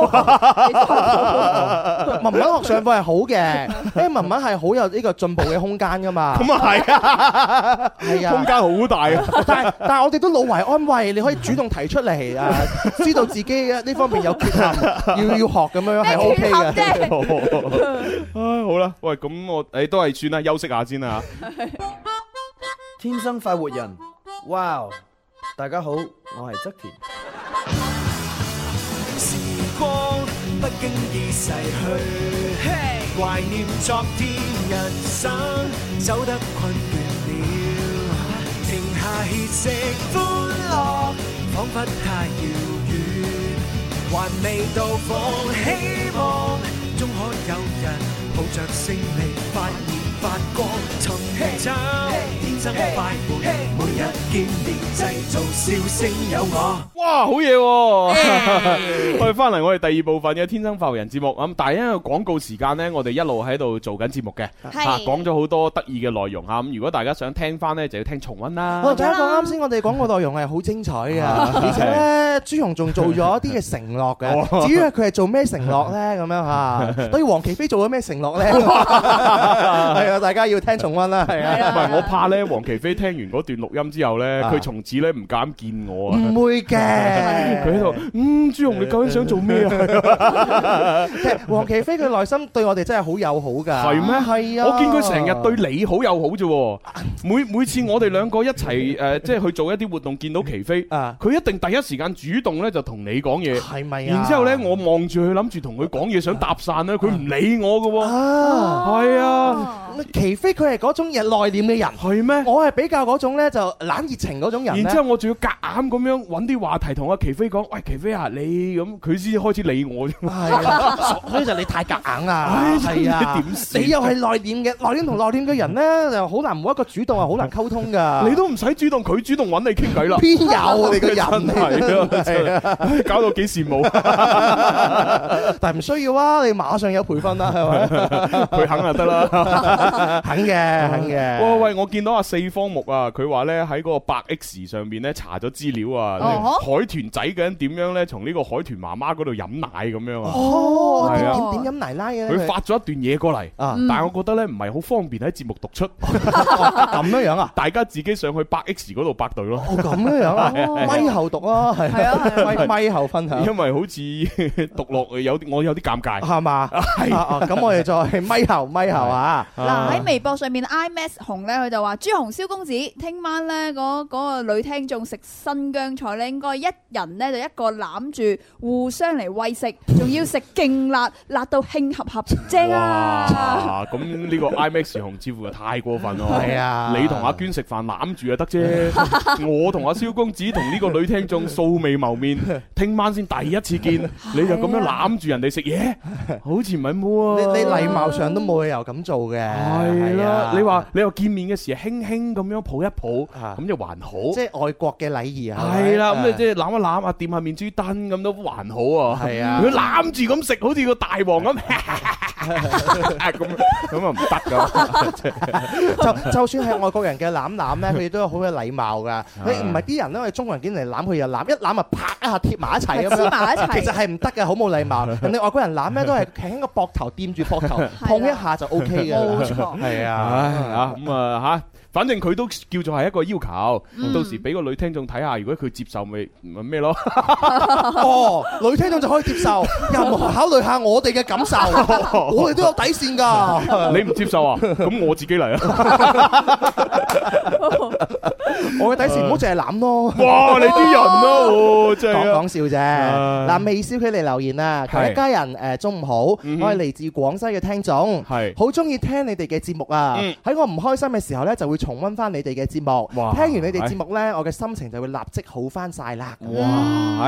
Speaker 4: 文文學上課係好 嘅，因為文文係好有呢個進步嘅空間噶嘛。
Speaker 5: 咁啊係啊，
Speaker 4: 係
Speaker 5: 空
Speaker 4: 啊，
Speaker 5: 間好大啊。
Speaker 4: 但係但係我哋都老懷安慰，你可以主動提出 嚟啊，知道自己呢方面有缺陷，要要學咁樣係
Speaker 6: 咩
Speaker 4: OK
Speaker 6: 缺陷
Speaker 4: 嘅。
Speaker 6: 啫？
Speaker 5: 哦唉，好啦，喂，咁我誒都係算啦，休息下先 啦。
Speaker 7: 天生快活人，哇！大家好，我係側田。
Speaker 1: 時光不經意逝去，懷念昨天，人生走得困倦了，停下歇息，歡樂彷彿太遙遠，還未到訪，希望終可有人抱着勝利發現發光，尋找天生快活，每日見面製造笑聲有我。
Speaker 5: 哇，好嘢喎！我哋翻嚟我哋第二部分嘅《天生浮人》節目咁，但係因為廣告時間呢，我哋一路喺度做緊節目嘅，
Speaker 6: 係
Speaker 5: 嚇講咗好多得意嘅內容嚇。咁如果大家想聽翻呢，就要聽重温啦。
Speaker 4: 我第一講啱先，我哋講個內容係好精彩嘅，
Speaker 5: 啊
Speaker 4: 而且咧朱紅仲做咗一啲嘅承 諾嘅。
Speaker 5: 哦
Speaker 4: 至於佢係做咩承諾咧，咁樣嚇，對於黃琪飛做咗咩 承諾咧，係啊，大家要聽重温啦，係啊。
Speaker 5: 唔 係，我怕呢，黃琪飛聽完嗰段錄音之後呢，佢從此呢唔敢見我啊！
Speaker 4: 唔會嘅，
Speaker 5: 佢喺度，嗯，朱紅，你究竟想做咩啊？
Speaker 4: 其實黃琪飛佢內心對我哋真係好友好㗎。
Speaker 5: 係咩
Speaker 4: 係啊！
Speaker 5: 我見佢成日對你好友好啫喎，每每次我哋兩個一齊誒、呃即係去做一啲活動，見到琪飛，
Speaker 4: 啊
Speaker 5: 佢一定第一時間主動咧就同你講嘢，
Speaker 4: 係咪啊？
Speaker 5: 然之後咧我望住佢，諗住同佢講嘢，想搭訕咧，佢唔理我嘅喎，
Speaker 4: 啊，
Speaker 5: 係啊，
Speaker 4: 琪飛佢係嗰種嘢內斂嘅人，
Speaker 5: 係咩？
Speaker 4: 我係比較嗰種咧就冷熱情嗰種人咧。
Speaker 5: 然之後我仲要夾硬咁樣揾啲話題同阿琪飛講，喂琪飛啊，你咁佢先開始理我啫嘛，
Speaker 4: 係啊，所以就你太夾硬啦，
Speaker 5: 唉
Speaker 4: 係
Speaker 5: 真
Speaker 4: 啊
Speaker 5: 係點，算
Speaker 4: 你又係內斂嘅，內斂同內斂嘅人咧就好難冇一個主動，係好難溝通㗎。
Speaker 5: 你都唔使主動，佢主動揾你傾偈啦。
Speaker 4: 邊有 你個人？
Speaker 5: 真係啊，真係唉搞到幾羨慕，啊
Speaker 4: 但係唔需要啊，你馬上有培訓啦，係咪？
Speaker 5: 佢肯就得啦。
Speaker 4: 肯嘅，肯嘅。
Speaker 5: 喂喂，我見到阿四方木啊，佢話咧喺嗰個百 X 上面咧查咗資料啊，
Speaker 6: 哦
Speaker 5: 海豚仔究竟點樣咧從呢個海豚媽媽嗰度飲奶咁樣啊？
Speaker 4: 哦，
Speaker 5: 係
Speaker 6: 啊
Speaker 4: 點點點飲奶奶嘅咧
Speaker 5: 佢發咗一段嘢過嚟，
Speaker 4: 啊
Speaker 6: 嗯
Speaker 5: 但係我覺得咧唔係好方便喺節目讀 出，
Speaker 4: 咁樣樣啊？
Speaker 5: 大家自己上去百 X 嗰度百度咯。
Speaker 4: 哦，咁樣樣啊，咪後讀咯，係
Speaker 6: 係啊 係啊
Speaker 4: 咪咪後分享。
Speaker 5: 因為好似 讀落有啲我有啲尷尬，
Speaker 4: 係嘛？係啊，咁我哋再咪後咪後啊！
Speaker 6: 嗱喺微博上面，IMAX 紅咧，佢就話朱紅蕭公子，聽晚咧嗰嗰個女聽眾食新疆菜咧，應該一人咧就一個攬住，互相嚟喂食，仲要食勁辣，辣到興合合，
Speaker 4: 哎
Speaker 6: 正啊！
Speaker 5: 哇！咁呢個 IMAX 紅似乎太過分咯。
Speaker 4: 係啊
Speaker 5: 你同阿娟食飯攬住就得啫， 我同阿蕭公子同呢個女聽眾素未謀面， 聽晚先第一次
Speaker 4: 啊
Speaker 5: 見，你就咁樣攬住人哋食嘢，好似唔係
Speaker 4: 你
Speaker 5: 麼啊？
Speaker 4: 你禮貌上都冇理由咁做嘅，
Speaker 5: 係啦
Speaker 4: 啊，
Speaker 5: 你話你話見面嘅時候輕輕咁樣抱一抱
Speaker 4: 啊，
Speaker 5: 咁就還好。
Speaker 4: 即係外國嘅禮儀啊？咪
Speaker 5: 係啦，咁你即
Speaker 4: 啊
Speaker 5: 係攬一攬啊，掂下面珠燈咁都還好啊。
Speaker 4: 係啊
Speaker 5: 佢攬住咁食，好似個大王咁， 咁咁啊唔得噶，
Speaker 4: 就就算係外國人嘅攬攬 咧，佢哋都有好嘅禮貌㗎。你唔係啲人咧，我哋中國人竟然嚟攬佢又攬，一攬啊啪一下貼埋一齊咁
Speaker 6: 黐
Speaker 4: 樣。
Speaker 6: 埋一
Speaker 4: 其實
Speaker 6: 齊，
Speaker 4: 係唔得嘅，好冇禮貌。人哋外國人攬咧都 係輕輕個膊頭掂住膊頭，碰一下就 O K 嘅。
Speaker 6: 冇錯。
Speaker 4: 係
Speaker 5: 唉
Speaker 4: 啊，
Speaker 5: 啊咁啊吓。嗯反正佢都叫做係一個要求，到時俾個女聽眾睇下，如果佢接受咪咪咩咯？
Speaker 4: 哦，女聽眾就可以接受，又唔考慮下我哋嘅 感受，我哋都有底線㗎。
Speaker 5: 你唔接受啊？咁我自己嚟 啊！
Speaker 4: 我嘅底線唔好淨係 攬咯。
Speaker 5: 哇！你啲人咯，真係
Speaker 4: 講
Speaker 5: 啊
Speaker 4: 講笑啫，
Speaker 5: 唉
Speaker 4: 嗱微笑佢嚟留言啊，佢
Speaker 5: 係
Speaker 4: 一家人誒中午好，我係嚟自廣西嘅聽眾，
Speaker 5: 係
Speaker 4: 好中意聽你哋嘅節目啊
Speaker 5: 嗯！
Speaker 4: 喺我唔開心嘅時候呢，就會重温翻你哋嘅節目，
Speaker 5: 哇
Speaker 4: 聽完你哋節目呢，我嘅心情就會立即好翻晒啦！
Speaker 5: 哇！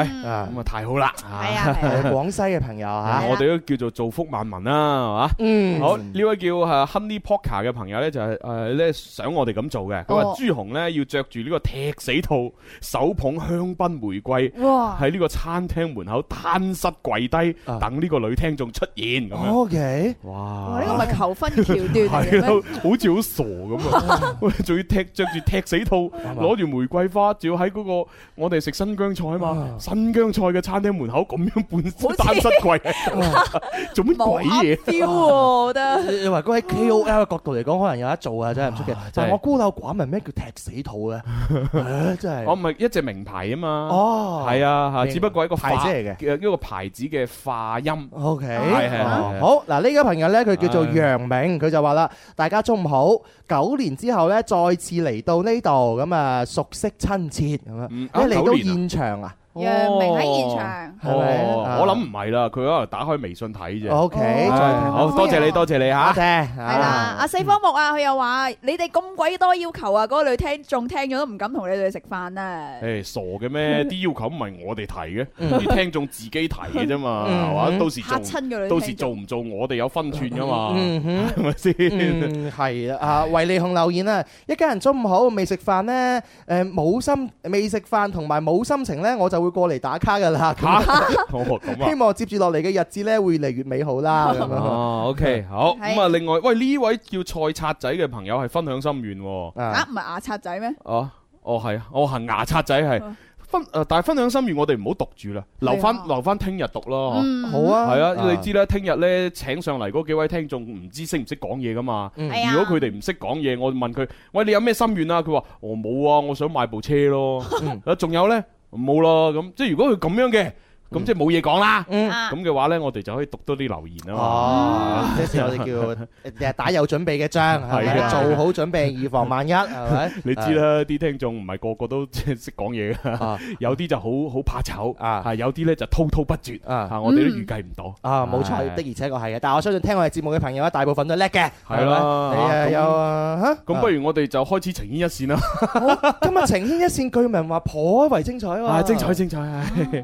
Speaker 5: 係
Speaker 4: 啊，
Speaker 5: 咁啊，太好啦！
Speaker 6: 嗯係啊，係啊，
Speaker 4: 係廣西嘅朋友嚇
Speaker 5: 啊，，我哋都叫做造福萬民啦，係嘛？
Speaker 4: 嗯，
Speaker 5: 好，呢位叫誒 Honey Poker 嘅朋友咧，就係誒咧想我哋咁做嘅。佢話
Speaker 6: 哦
Speaker 5: 朱紅咧要着住呢個踢死套，手捧香檳玫瑰，
Speaker 6: 哇，
Speaker 5: 喺呢個餐廳門口單膝跪低，
Speaker 4: 啊
Speaker 5: 等呢個女聽眾出現咁樣。
Speaker 4: ，OK，
Speaker 6: 哇呢
Speaker 5: 哇！
Speaker 6: 個咪 求婚橋段
Speaker 5: 係
Speaker 6: 嚟嘅
Speaker 5: 啊，
Speaker 6: 咩？
Speaker 5: 好似好傻咁啊！喂仲要踢着住踢死套，攞住玫瑰花，仲要喺嗰個我哋食新疆菜啊嘛，新疆菜嘅餐廳門口咁樣
Speaker 6: 好
Speaker 5: 半
Speaker 6: 似
Speaker 5: 單膝跪，做乜
Speaker 6: 冇
Speaker 5: 鬼嘢？
Speaker 6: feel 喎，我覺
Speaker 5: 啊
Speaker 6: 得。
Speaker 4: 你話嗰喺 KOL 嘅角度嚟講，可能有得做啊，真係唔出奇。但係我孤陋寡聞，咩叫踢死 肚咧？唉真
Speaker 5: 我哦
Speaker 4: 係，
Speaker 5: 唔係一隻名牌啊嘛，
Speaker 4: 哦，
Speaker 5: 係啊，嚇
Speaker 4: 明
Speaker 5: 只不過係一個
Speaker 4: 牌子嚟嘅
Speaker 5: 嘅，一個牌子嘅化音。
Speaker 4: O K，
Speaker 5: 係係
Speaker 4: 哦
Speaker 5: 係
Speaker 4: 好嗱，呢個朋友呢，佢叫做
Speaker 5: 唉
Speaker 4: 楊明，佢就話啦：大家中午好，九年之後呢，再次嚟到呢度，咁啊熟悉親切咁樣，
Speaker 5: 嗯啊
Speaker 4: 你嚟到
Speaker 5: 九年啊
Speaker 4: 現場啊
Speaker 6: 楊明喺現
Speaker 5: 哦
Speaker 6: 場，
Speaker 4: 係咪
Speaker 5: 哦
Speaker 4: 啊
Speaker 5: 我諗唔係啦，佢可能打開微信睇啫。
Speaker 4: ？O K，
Speaker 5: 唉
Speaker 4: 再聽
Speaker 5: 好多謝你，多謝你
Speaker 4: 下
Speaker 5: 嚇。
Speaker 4: 啫，係
Speaker 6: 係啦，阿四方木啊，佢又話：你哋咁鬼多要求啊，嗰個女聽眾聽咗都唔敢同你哋食飯啊！
Speaker 5: 誒傻嘅咩？啲要求唔係我哋提嘅，啲聽眾自己提嘅啫嘛，
Speaker 4: 嗯
Speaker 5: 係嘛？到時
Speaker 6: 嚇
Speaker 5: 做，
Speaker 6: 親個女聽眾
Speaker 5: 到時做唔做，我哋有分寸噶嘛，
Speaker 4: 嗯哼。
Speaker 5: 係咪先？
Speaker 4: 嗯，係啦啊，維利紅留言啊，一家人中午好，未食飯呢，誒冇心未食飯同埋冇心情呢，我就會過嚟打卡噶啦。
Speaker 5: 嚇，哦咁
Speaker 4: 希
Speaker 5: 啊。
Speaker 4: 望接住落嚟嘅日子呢，會越嚟越美好啦。咁樣
Speaker 5: 哦，OK，好
Speaker 6: 係
Speaker 5: 咁啊！另外，喂呢位叫菜刷仔嘅朋友係分享心願喎。
Speaker 6: 啊，唔係牙刷仔咩？
Speaker 5: 哦，哦係啊，我行牙刷仔係
Speaker 6: 嗯
Speaker 5: 分誒，但係分享心願我哋唔好讀住啦，留翻
Speaker 6: 係啊
Speaker 5: 留翻聽日讀咯。嗬
Speaker 6: 嗯，
Speaker 4: 好啊，
Speaker 5: 係啊，你知啦，聽日咧請上嚟嗰幾位聽眾唔知識唔識講嘢噶嘛？
Speaker 4: Dạ.
Speaker 6: 係啊，
Speaker 5: 如果佢哋唔識講嘢，我問佢：喂，你有咩心願啊？佢話：我冇啊，我想買部車咯。 啊仲有呢？冇啦。咁即係如果佢咁樣嘅，咁即係冇嘢講啦。
Speaker 4: 嗯
Speaker 6: 啊
Speaker 5: 咁嘅話呢，我哋就可以讀多啲留言啊嘛。
Speaker 4: 哦，即是我哋叫誒打有準備嘅仗，係
Speaker 5: 係
Speaker 4: 咪
Speaker 5: 啊
Speaker 4: 做好準備，以防 萬一，係咪？
Speaker 5: 你知啦，啲聽眾唔係個個都 即係識講嘢
Speaker 4: 啊
Speaker 5: 噶，有啲就好好怕醜，
Speaker 4: 啊
Speaker 5: 係有啲呢就滔滔不絕，
Speaker 4: 啊
Speaker 5: 啊我哋都預計唔到。
Speaker 4: 啊，冇錯，
Speaker 5: 唉
Speaker 4: 的而且確係嘅。但係我相信聽我哋節目嘅朋友咧，大部分都叻嘅，
Speaker 5: 係啦
Speaker 4: 係咪
Speaker 5: 啊
Speaker 4: 你誒
Speaker 5: 咁
Speaker 4: 有啊嚇
Speaker 5: 咁不如我哋就開始情牽一線啦。
Speaker 4: 好今日晴天一線，據聞話頗為精彩
Speaker 5: 啊，
Speaker 4: 喎，
Speaker 5: 精彩精 彩！唉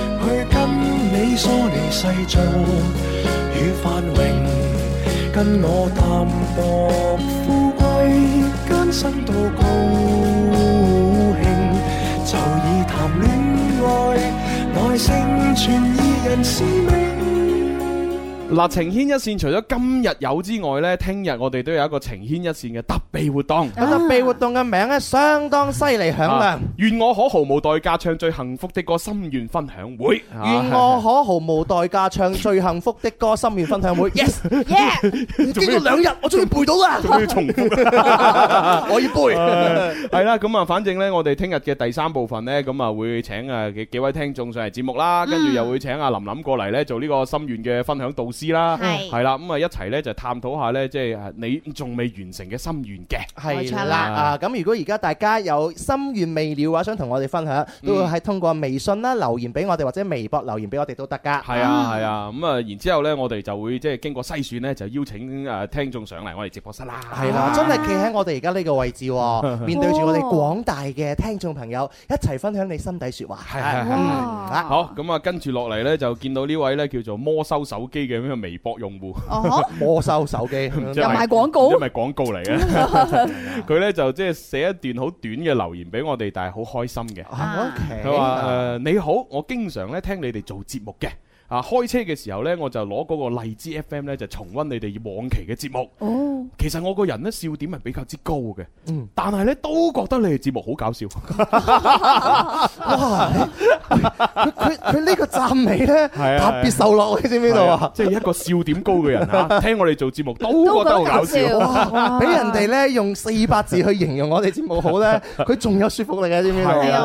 Speaker 9: 去跟你梳理世俗與繁榮，跟我淡薄富貴艱辛到高興，就以談戀愛耐性全二人使命。
Speaker 5: 嗱，情牽一線除咗今日有之外呢，聽日我哋都有一個情牽一線嘅特備活動。
Speaker 4: 咁特備活動嘅名咧，相當犀利響亮
Speaker 5: 啊。願我可毫無代價唱最幸福的歌心願分享會。
Speaker 4: 願我可毫無代價唱最幸福的歌，心願分 享會。Yes，
Speaker 6: Yeah，
Speaker 4: 經過兩日，我終於背到啦，
Speaker 5: 要重複
Speaker 4: 我要背。
Speaker 5: 係啦，咁啊，反正呢，我哋聽日嘅第三部分呢，咁啊會請啊幾幾位聽眾上嚟節目啦，跟住又會請阿林林過嚟呢做呢個心願嘅分享導師師啦，
Speaker 10: 係
Speaker 5: 係啦，咁啊一齊咧就探討下咧，即係你仲未完成嘅心願嘅，
Speaker 4: 係啦，啊咁如果而家大家有心願未了嘅話，想同我哋分享，
Speaker 5: 嗯
Speaker 4: 都會係通過微信啦留言俾我哋，或者微博留言俾我哋都得噶。
Speaker 5: 係啊係啊，咁啊然之後咧，我哋就會即係經過篩選咧，就邀請誒聽眾上嚟我哋直播室啦。
Speaker 4: 係啦，真係企喺我哋而家呢個位 置喎，面對住我哋廣大嘅聽眾朋友，一齊分享你心底説話。哎
Speaker 5: 係係好，咁啊跟住落嚟咧就見到呢位咧叫做魔修手機嘅咁嘅微博用戶
Speaker 6: 哦呵，
Speaker 4: 魔修 手機啊
Speaker 6: 又賣廣告
Speaker 5: 因為廣告嚟嘅。 佢咧就即係寫一段好短嘅留言俾我哋，但係好開心嘅。
Speaker 4: OK
Speaker 5: 啊佢話呃誒你好，我經常咧聽你哋做節目嘅。啊！開車嘅時候呢，我就攞嗰個荔枝 FM 呢，就重温你哋往期嘅節目。
Speaker 6: 哦，
Speaker 5: 其實我個人呢，笑點係比較之高嘅，但係呢，都覺得你哋節目好搞笑。
Speaker 4: 佢佢呢個讚美咧，
Speaker 5: 係啊
Speaker 4: 特別受落，你知唔知道
Speaker 5: 係
Speaker 4: 啊？
Speaker 5: 即係一個笑點高嘅人 啊，聽我哋做節目都覺得好搞笑。
Speaker 4: 哇！俾人哋咧用四百字去形容我哋節目好咧，佢仲有說服力嘅，知唔知道
Speaker 5: 係
Speaker 4: 啊？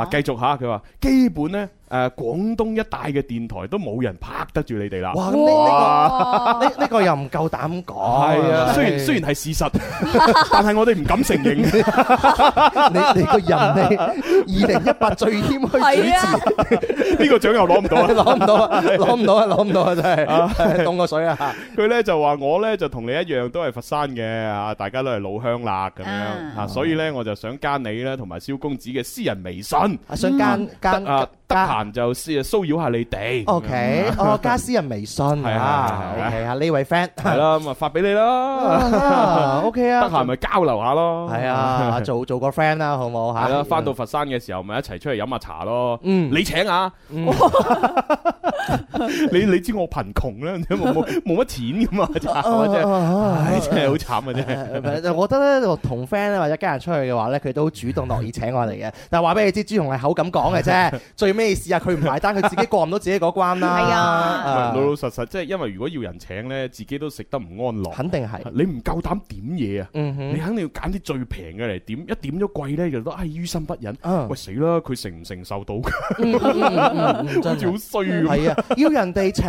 Speaker 5: 啊，繼續嚇佢話，基本呢，誒廣東一帶嘅電台都冇人拍得住你哋啦。
Speaker 4: 哇！咁呢呢個呢呢個又唔夠膽講。
Speaker 5: 係啊，雖然雖然係事實， 但係我哋唔敢承認。
Speaker 4: 你你個人你二零一八最謙虛主持。
Speaker 5: 呢個獎又攞唔到啊，
Speaker 4: 攞唔到啊攞唔到啊攞唔到啊真係凍過水啊！
Speaker 5: 佢咧就話我咧就同你一樣都係佛山嘅啊，大家都係老鄉啦咁樣啊，所以咧我就想加你咧同埋蕭公子嘅私人微信，
Speaker 4: 啊想加加
Speaker 5: 得啊得閒就私騷擾下你哋。
Speaker 4: OK，哦加私人微信
Speaker 5: 係啊
Speaker 4: 啊
Speaker 5: 係啊
Speaker 4: ，OK 啊呢位 friend
Speaker 5: 係啦，咁啊發俾你啦
Speaker 4: 啊。，OK 啊，
Speaker 5: 得閒咪交流下咯。
Speaker 4: 係 啊，做做個 friend 啦，好冇嚇？
Speaker 5: 係啦，翻到佛山嘅時候咪一齊出嚟飲下茶咯。
Speaker 4: 嗯
Speaker 5: 你請啊！ 你你知我貧窮啦， 冇冇冇乜錢 噶嘛，真
Speaker 4: 哦
Speaker 5: 係，唉真係好慘啊！真係。
Speaker 4: 誒我覺得咧，同 friend 咧或者家人出去嘅話咧，佢都主動樂意請我嚟嘅。但係話俾你知，朱紅係口咁講嘅啫， 最尾試下佢唔埋單，佢自己過唔到自己嗰關啦。
Speaker 5: 係
Speaker 4: 啊
Speaker 5: 老老實實，即係因為如果要人請呢，自己都食得唔安樂。
Speaker 4: 肯定係
Speaker 5: 你唔夠膽點嘢啊！
Speaker 4: 嗯哼
Speaker 5: 啊你肯定要揀啲最平嘅嚟點，一點咗貴呢，就都唉於心不忍
Speaker 4: 啊。
Speaker 5: 喂死啦！佢承唔承受到？
Speaker 4: 嗯嗯嗯嗯
Speaker 5: 好
Speaker 4: 真
Speaker 5: 似
Speaker 4: 係
Speaker 5: 好衰咁。
Speaker 4: 係啊，要人哋請，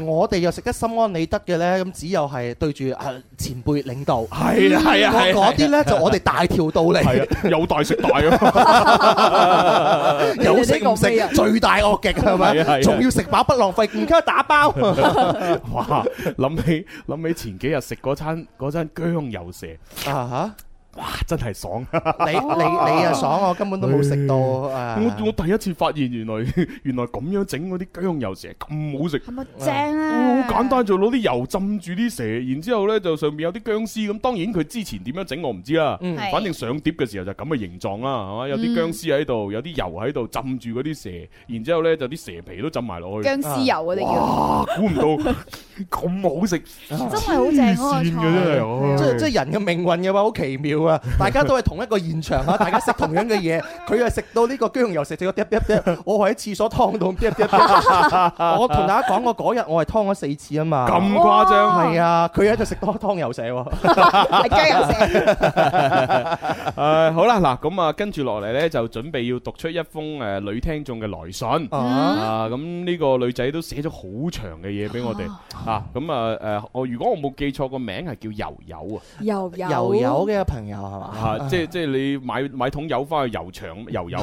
Speaker 4: 而我哋又食得心安理得嘅咧，咁只有係對住啊前輩領導，
Speaker 5: 係啊係啊
Speaker 4: 嗰
Speaker 5: 係啊
Speaker 4: 嗰啲咧就我哋大條道理，
Speaker 5: 係啊，有大食大啊！
Speaker 4: 有食唔食最大惡極係
Speaker 5: 係啊係啊
Speaker 4: 咪？仲要食飽不浪費，唔該打 包。 啊
Speaker 5: 哇！諗起諗起前幾日食嗰餐嗰餐姜油蛇
Speaker 4: 啊
Speaker 5: 哇！真係爽。
Speaker 4: 你你 你啊爽，我根本都冇食到啊！
Speaker 5: 我我第一次發現原來 原來咁樣整嗰啲姜油蛇咁好食，係
Speaker 6: 咪正
Speaker 5: 好
Speaker 6: 啊！
Speaker 5: 簡單就攞啲油浸住啲蛇，然之後呢就上面有啲僵屍咁。當然佢之前點樣整我唔知啦
Speaker 6: 嗯，
Speaker 5: 反正上碟嘅時候就咁嘅形狀啦，係嘛？有
Speaker 6: 嗯
Speaker 5: 啲僵屍喺度，有啲油喺度浸住嗰啲蛇，然之後呢就啲蛇皮都浸埋落去。
Speaker 6: 僵屍油嗰啲
Speaker 5: 哇
Speaker 6: 叫，
Speaker 5: 估唔到 咁好食，
Speaker 6: 真係好正嗰個
Speaker 5: 黐線嘅真係
Speaker 4: 即
Speaker 5: 唉
Speaker 4: 係即係人嘅命運嘅話，好奇妙 啊！大家都係同一個現場啊，大家食同樣嘅 嘢，佢係食到呢個姜油食咗啲啲 啲，我係喺廁所湯到啲啲 啲。我同大家講，我嗰日我係湯咗四次啊嘛。
Speaker 5: 咁誇張
Speaker 4: 係啊，佢喺度食多湯油蛇喎。
Speaker 6: 係姜油蛇。
Speaker 5: 诶，好啦，嗱，咁啊，跟住落嚟呢，就準備要讀出一封诶女聽眾嘅來信
Speaker 4: 啊
Speaker 5: 啊，咁呢個女仔都寫咗好長嘅嘢俾我哋啊，咁啊诶，誒我如果我冇記錯個名係叫油油
Speaker 6: 油油
Speaker 4: 油油嘅朋友係嘛？
Speaker 5: 啊，啊，即 係即係你買買桶油翻去油場油 油，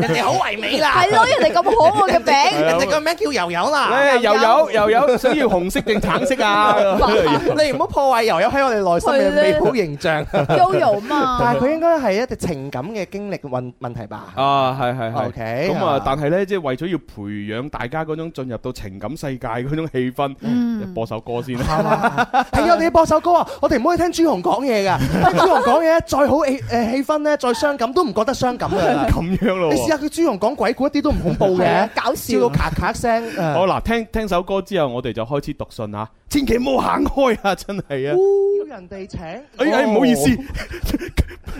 Speaker 4: 人哋好唯美啦，
Speaker 6: 係咯人哋咁可愛嘅餅
Speaker 4: 人哋個名叫油油啦。
Speaker 5: 咧哎油油油 油，需要紅色定橙色 啊？
Speaker 4: 你唔好破壞油油喺我哋內心嘅美好形象。
Speaker 6: Yoyo 嘛
Speaker 4: 但係佢應該係一啲情感嘅經歷問問題吧？
Speaker 5: 啊，係係係
Speaker 4: OK，
Speaker 5: 咁啊
Speaker 4: 啊，
Speaker 5: 但係呢，即係為咗要培養大家嗰種進入到情感世界嗰種氣氛，就播首歌先啦。
Speaker 4: 係啊，你播首歌啊，我哋唔可以聽朱紅 講嘢㗎。聽朱紅講嘢，再好氣誒氣氛咧，再傷感都唔覺得傷 感㗎。
Speaker 5: 咁樣咯
Speaker 4: 你
Speaker 5: 喎。
Speaker 4: 試下佢朱紅講鬼故一啲都唔恐怖
Speaker 6: 係啊
Speaker 4: 嘅，
Speaker 6: 搞笑
Speaker 4: 笑到咔咔聲。誒
Speaker 5: 好嗱，聽聽首歌之後，我哋就開始讀信啊！千祈唔好行開啊，真係啊！
Speaker 4: 要人哋請，
Speaker 5: 哎哎，唔好意思，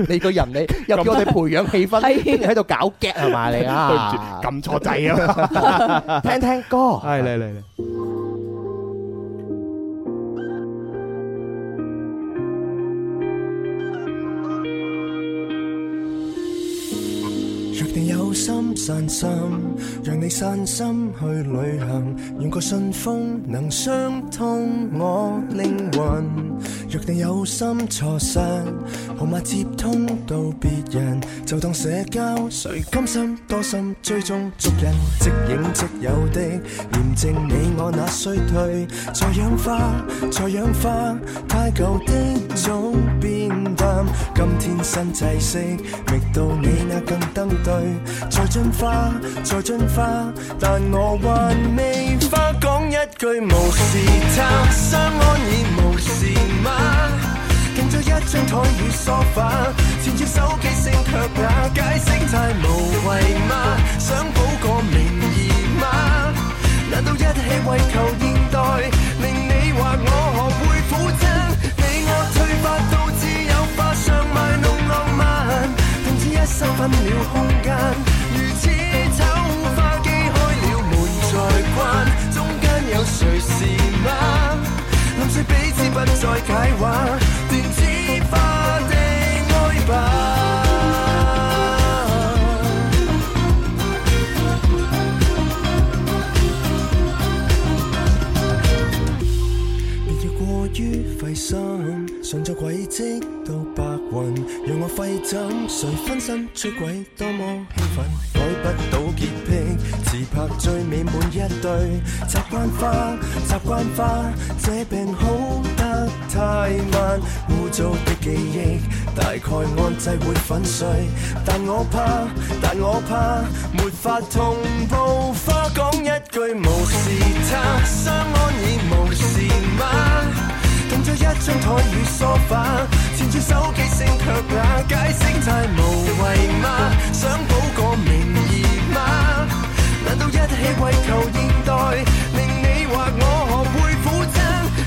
Speaker 4: 你個人你又叫我哋培養氣氛，跟住喺度搞 get 係嘛你啊？
Speaker 5: 對唔住，撳錯掣啊！
Speaker 4: 聽聽歌。
Speaker 5: 係嚟嚟嚟，
Speaker 9: 若定有心散心，讓你散心去旅行，用個信封能相通我靈魂。若你有心錯失，號碼接通到別人，就當社交，誰甘心多心追蹤足印，即影即有的驗證你我那衰退，再氧化，再氧化，太舊的早變淡，今天新制式，覓到你那更登對，再進化，再進化，但我還未花講一句無視他，相安已無事嗎？定咗一張台與梳化，纏住手機聲卻也解釋太無謂嗎？想補個名義嗎？難道一起為求現代，令你話我學會苦爭？你我退化到只有化上賣弄浪漫，停止一生分了空間，如此醜化機開了門再關，中間有誰是嗎？臨睡彼此不再解話，電子化地愛吧。別要過於費心，順着軌跡到白雲，讓我費枕，誰分身出軌，多麼興奮，改不到潔癖，自拍最美滿一對，習慣化，習慣化，這病好得太慢，污糟的記憶大概按掣會粉碎，但我怕，但我怕，沒法同步花講一句無視他，相安已無事嗎？定咗一張台與梳化，纏住手機聲卻也解釋太無謂嗎？想補個名義嗎？難道一起為求現代，令你話我學會苦爭？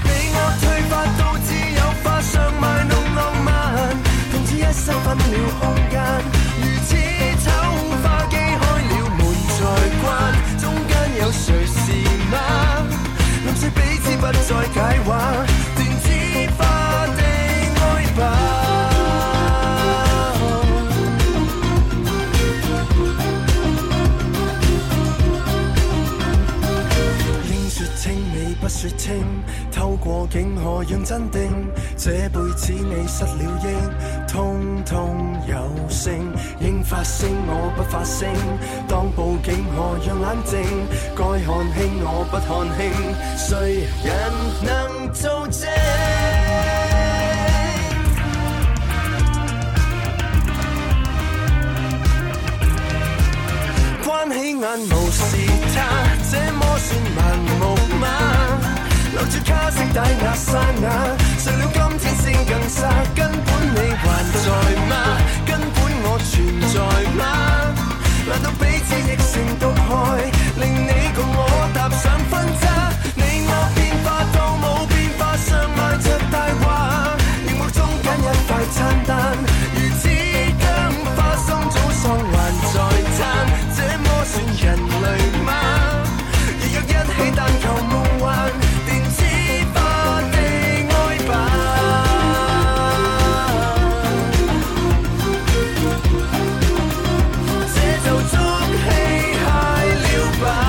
Speaker 9: 你我退化到只有花上賣弄浪漫，停止一生分了空間，如此醜化機開了門再關，中間有誰是嗎？臨睡彼此不再解話，電子化地愛吧。應說清你不說清，透過境何樣真定？這輩子你失了憶，通通有聲。應發聲我不發聲，當報警何樣冷靜？該看輕我不看輕，誰人能做證？關起眼無視他，這麼算盲目嗎？留住卡式帶那剎那，誰料啊今天先更沙，根本你還在嗎？根本我存在嗎？難道彼此亦成毒害，令你共我踏上分岔？你我變化到冇變化，上賣着大話，熒幕中間一塊餐單，如此僵化，心早喪還在撐。這麼算人類嗎？日日一起但求夢幻，電子化地愛吧。這就足器械了吧。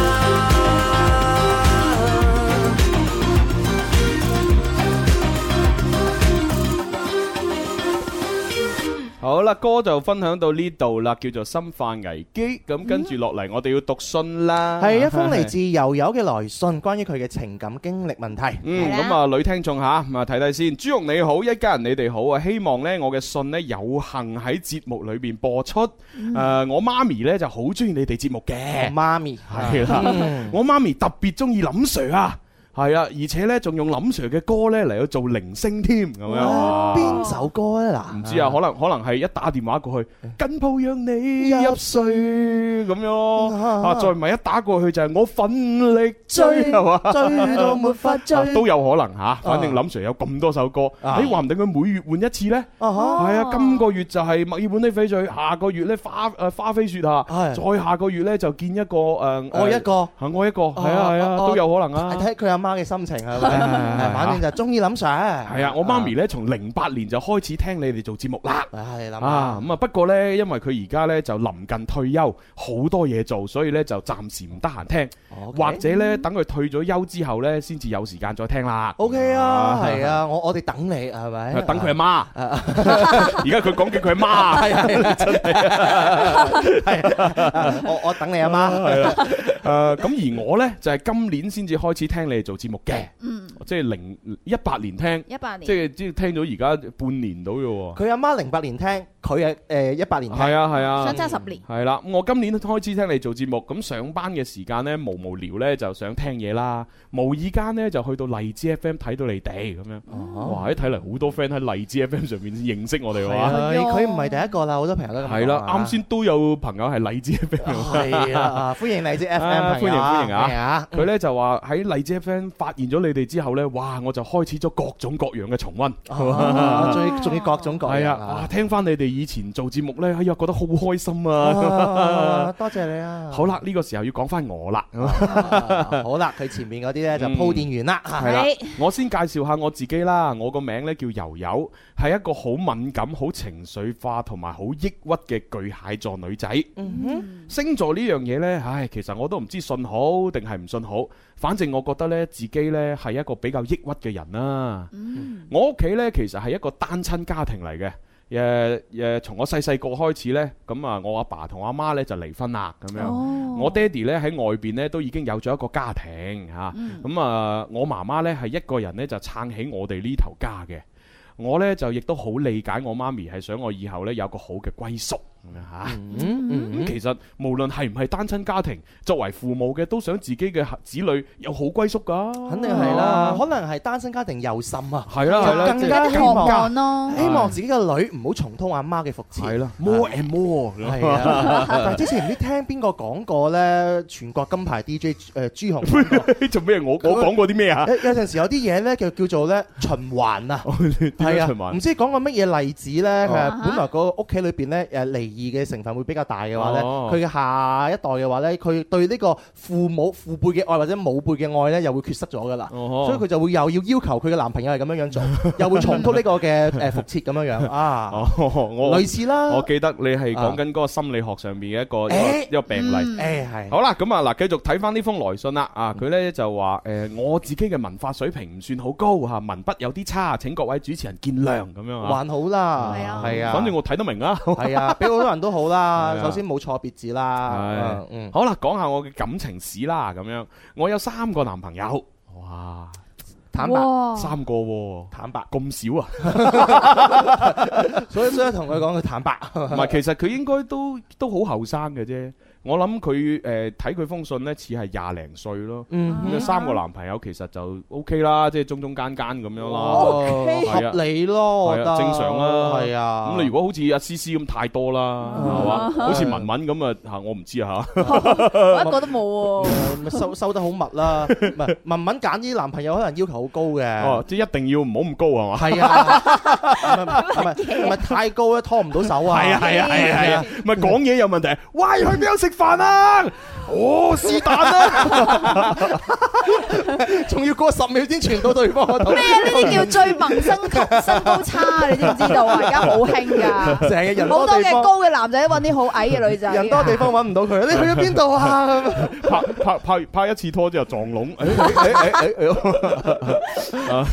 Speaker 5: 好啦，歌就分享到呢度啦，叫做《深化危機》。咁跟住落嚟，我哋要讀信啦。
Speaker 4: 係一封嚟自友友嘅來信，關於佢嘅情感經歷問題。
Speaker 5: 嗯，
Speaker 6: 係啦
Speaker 5: 咁啊，女聽眾吓，咁啊睇睇先。朱紅你好，一家人你哋好啊！希望呢，我嘅信呢，有幸喺節目裏邊播出。誒、我媽咪呢就好中意你哋節目嘅，
Speaker 4: 媽咪
Speaker 5: 係啦，我媽咪特別中意林 Sir 啊，係啊，而且呢，仲用林 Sir 嘅歌呢嚟去做鈴聲添，咁樣。哇
Speaker 4: 邊首歌咧？嗱，
Speaker 5: 唔知啊，可能可能係一打電話過去，緊抱讓你入睡咁樣咯，啊，再唔係一打過去就係我奮力追係嘛。
Speaker 4: 追到沒法追。
Speaker 5: 啊都有可能吓，反正林 Sir 有咁多首歌，
Speaker 4: 啊
Speaker 5: 誒話唔定佢每月換一次呢。
Speaker 4: 啊哈
Speaker 5: 係啊，今個月就係墨爾本的翡翠，下個月呢花誒花飛雪下，
Speaker 4: 係
Speaker 5: 再下個月呢就見一個誒呃
Speaker 4: 愛一個
Speaker 5: 係愛一個，係啊係啊，
Speaker 4: 哦哦
Speaker 5: 都有可能
Speaker 4: 睇
Speaker 5: 啊。
Speaker 4: 睇佢阿媽嘅心情係咪？反正就中意林 Sir。
Speaker 5: 係啊，我媽咪咧從零八年就開始聽你哋做節目啦。
Speaker 4: 唉，諗
Speaker 5: 啊，咁啊，不過呢，因為佢而家呢就臨近退休，好多嘢做，所以呢就暫時唔得閒聽，或者呢等佢退咗休之後呢，先至有時間再聽啦。
Speaker 4: O K 啊，係啊，我我哋等你係咪？
Speaker 5: 等佢阿媽， 而家佢講緊佢阿媽，
Speaker 4: 我我等你阿媽。
Speaker 5: 係啦，誒咁而我呢，就係今年先至開始聽你哋做節目嘅，
Speaker 6: 嗯，
Speaker 5: 即係零一八年聽，
Speaker 6: 18年
Speaker 5: 即係即係聽咗而家半年到嘅喎。
Speaker 4: 佢阿媽零八年聽，佢誒誒一八年聽。
Speaker 5: 係啊係啊，
Speaker 6: 相差十年。
Speaker 5: 係啦，咁我今年開始聽你做節目，咁上班嘅時間呢，無無聊呢就想聽嘢啦，無意間呢就去到荔枝 FM 睇到你哋咁樣，哇！一睇嚟好多 friend 喺荔枝 FM 上面認識我哋
Speaker 4: 哦係
Speaker 5: 喎，
Speaker 4: 啊，佢唔係第一個啦，好多朋友都咁講
Speaker 5: 係啦，
Speaker 4: 啊
Speaker 5: 啱先都有朋友係荔枝 FM，
Speaker 4: 係啊，歡迎荔枝 FM
Speaker 5: 啊歡
Speaker 4: 朋
Speaker 5: 迎
Speaker 4: 友
Speaker 5: 歡迎啊
Speaker 4: 係啊！
Speaker 5: 佢呢就話喺荔枝 FM 發現咗你哋之後呢，哇！我就開始咗各種各樣嘅重温。
Speaker 4: 啊最仲要各種各
Speaker 5: 係
Speaker 4: 樣
Speaker 5: 啊，哇！
Speaker 4: 啊！
Speaker 5: 聽翻你哋以前做節目呢，哎呀，覺得好開心
Speaker 4: 啊
Speaker 5: 啊！
Speaker 4: 多謝你啊！
Speaker 5: 好啦，呢個時候要講翻我啦。
Speaker 4: 啊好啦，佢前面嗰啲咧就鋪墊嗯完啦。
Speaker 5: 係啦，
Speaker 6: 哎
Speaker 5: 我先介紹下我自己啦。我個名咧叫柔柔，係一個好敏感、好情緒化同埋好抑鬱嘅巨蟹座女仔。星座呢樣嘢呢，唉，其實我都唔知信好定係唔信好。反正我覺得呢，自己呢係一個比較抑鬱嘅人啦。
Speaker 6: 嗯
Speaker 5: 我屋企呢，其實係一個單親家庭嚟嘅。誒誒，從我細細個開始呢，咁啊，我阿爸同我阿媽呢就離婚啦，
Speaker 4: 嗯
Speaker 5: 咁樣。
Speaker 6: 哦
Speaker 5: 我爹哋咧喺外邊咧都已經有咗一個家庭嚇，咁啊、我媽媽咧係一個人咧就撐起我哋呢頭家嘅。我咧就亦都好理解我媽咪係想我以後咧有個好嘅歸宿咁樣嚇。
Speaker 4: 嗯
Speaker 5: 咁其實無論係唔係單親家庭，作為父母嘅都想自己嘅子女有好歸宿噶。
Speaker 4: 肯定係啦，哦可能係單身家庭又心啊，
Speaker 5: 係啦係啦，
Speaker 4: 更
Speaker 5: 即係
Speaker 4: 加希
Speaker 6: 學
Speaker 4: 望
Speaker 6: 案咯，
Speaker 4: 希望自己嘅女唔好重蹈阿媽嘅覆轍。
Speaker 5: 係啦，more and more 咁
Speaker 4: 係啊， 但係之前唔知聽邊個講過咧，全國金牌 DJ 誒朱紅講 過。
Speaker 5: 做咩？我我講過啲咩啊？
Speaker 4: 有有陣時有啲嘢咧，叫叫做咧循環啊，
Speaker 5: 點
Speaker 4: 係
Speaker 5: 樣
Speaker 4: 啊
Speaker 5: 循環，
Speaker 4: 唔知講個乜嘢例子咧？佢
Speaker 6: 哦
Speaker 4: 係本來個屋企裏邊咧誒離異嘅成分會比較大嘅話咧，
Speaker 5: 哦
Speaker 4: 佢嘅下一代嘅話咧，佢對呢個父母父輩嘅愛或者母輩嘅愛咧，又會缺失咗噶啦，
Speaker 5: 哦
Speaker 4: 所以佢就會又要要求佢嘅男朋友係咁樣樣做， 又會重複呢個嘅誒復切咁樣樣啊，
Speaker 5: 哦，我
Speaker 4: 類似啦
Speaker 5: 我，記得你係講緊嗰個心理學上面嘅一個一個
Speaker 4: 誒
Speaker 5: 一個病例。
Speaker 4: 誒係。
Speaker 5: 好啦，咁啊嗱，繼續睇翻呢封來信啦。啊，佢呢就話誒、呃我自己嘅文化水平唔算好高嚇、文筆有啲差，請各位主持人見諒咁樣啊。
Speaker 4: 還好啦，
Speaker 6: 係啊
Speaker 4: 係啊，
Speaker 5: 反正我睇得明啊。
Speaker 4: 係啊，俾好多人都好啦
Speaker 5: 係。啊
Speaker 4: 首先冇錯別字啦
Speaker 5: 係，
Speaker 4: 嗯，
Speaker 5: 好啦，講下我嘅感情史啦，咁樣我有三個男朋友，哇，
Speaker 4: 坦白
Speaker 6: 哇
Speaker 5: 三個喎、
Speaker 4: 坦白。
Speaker 5: 咁少 啊？
Speaker 4: 所以所以同佢講佢坦白，
Speaker 5: 唔係，其實佢應該都都好後生嘅啫。我諗佢誒睇佢封信呢，似係廿零歲咯。
Speaker 4: 嗯，
Speaker 5: 咁啊，三個男朋友其實就 O K 啦，即係中中間間咁樣啦。
Speaker 4: 哦 OK，
Speaker 5: 係啊
Speaker 4: 合理咯，我覺
Speaker 5: 係啊
Speaker 4: 得
Speaker 5: 正常啦
Speaker 4: 係啊。
Speaker 5: 咁你如果好似阿思思咁太多啦，係嘛？好似文文咁啊嚇，我唔知啊嚇。
Speaker 6: 我一個都冇喎。
Speaker 4: 咪收收得好密啦，唔係文文揀啲男朋友可能要求好高
Speaker 5: 哦
Speaker 4: 嘅，，
Speaker 5: 即係一定要唔好咁高係嘛？
Speaker 4: 係啊，唔係唔係唔係太高咧，拖唔到手啊，
Speaker 5: 係啊係啊係啊係啊，唔係講嘢有問題。喂，去邊度食飯啊？哦，是但啦。
Speaker 4: 仲要過十秒先傳到對 方嗰度
Speaker 6: 咩，啊？呢啲叫最萌身 高身高差，你知唔知道啊？而家好興㗎，
Speaker 4: 成日人
Speaker 6: 好
Speaker 4: 多
Speaker 6: 多
Speaker 4: 地
Speaker 6: 嘅
Speaker 4: 方，
Speaker 6: 高嘅男仔揾啲好矮嘅女仔。啊
Speaker 4: 人多地方揾唔到佢，你去咗邊 度啊？
Speaker 5: 拍拍拍拍一次拖之後撞 聾，誒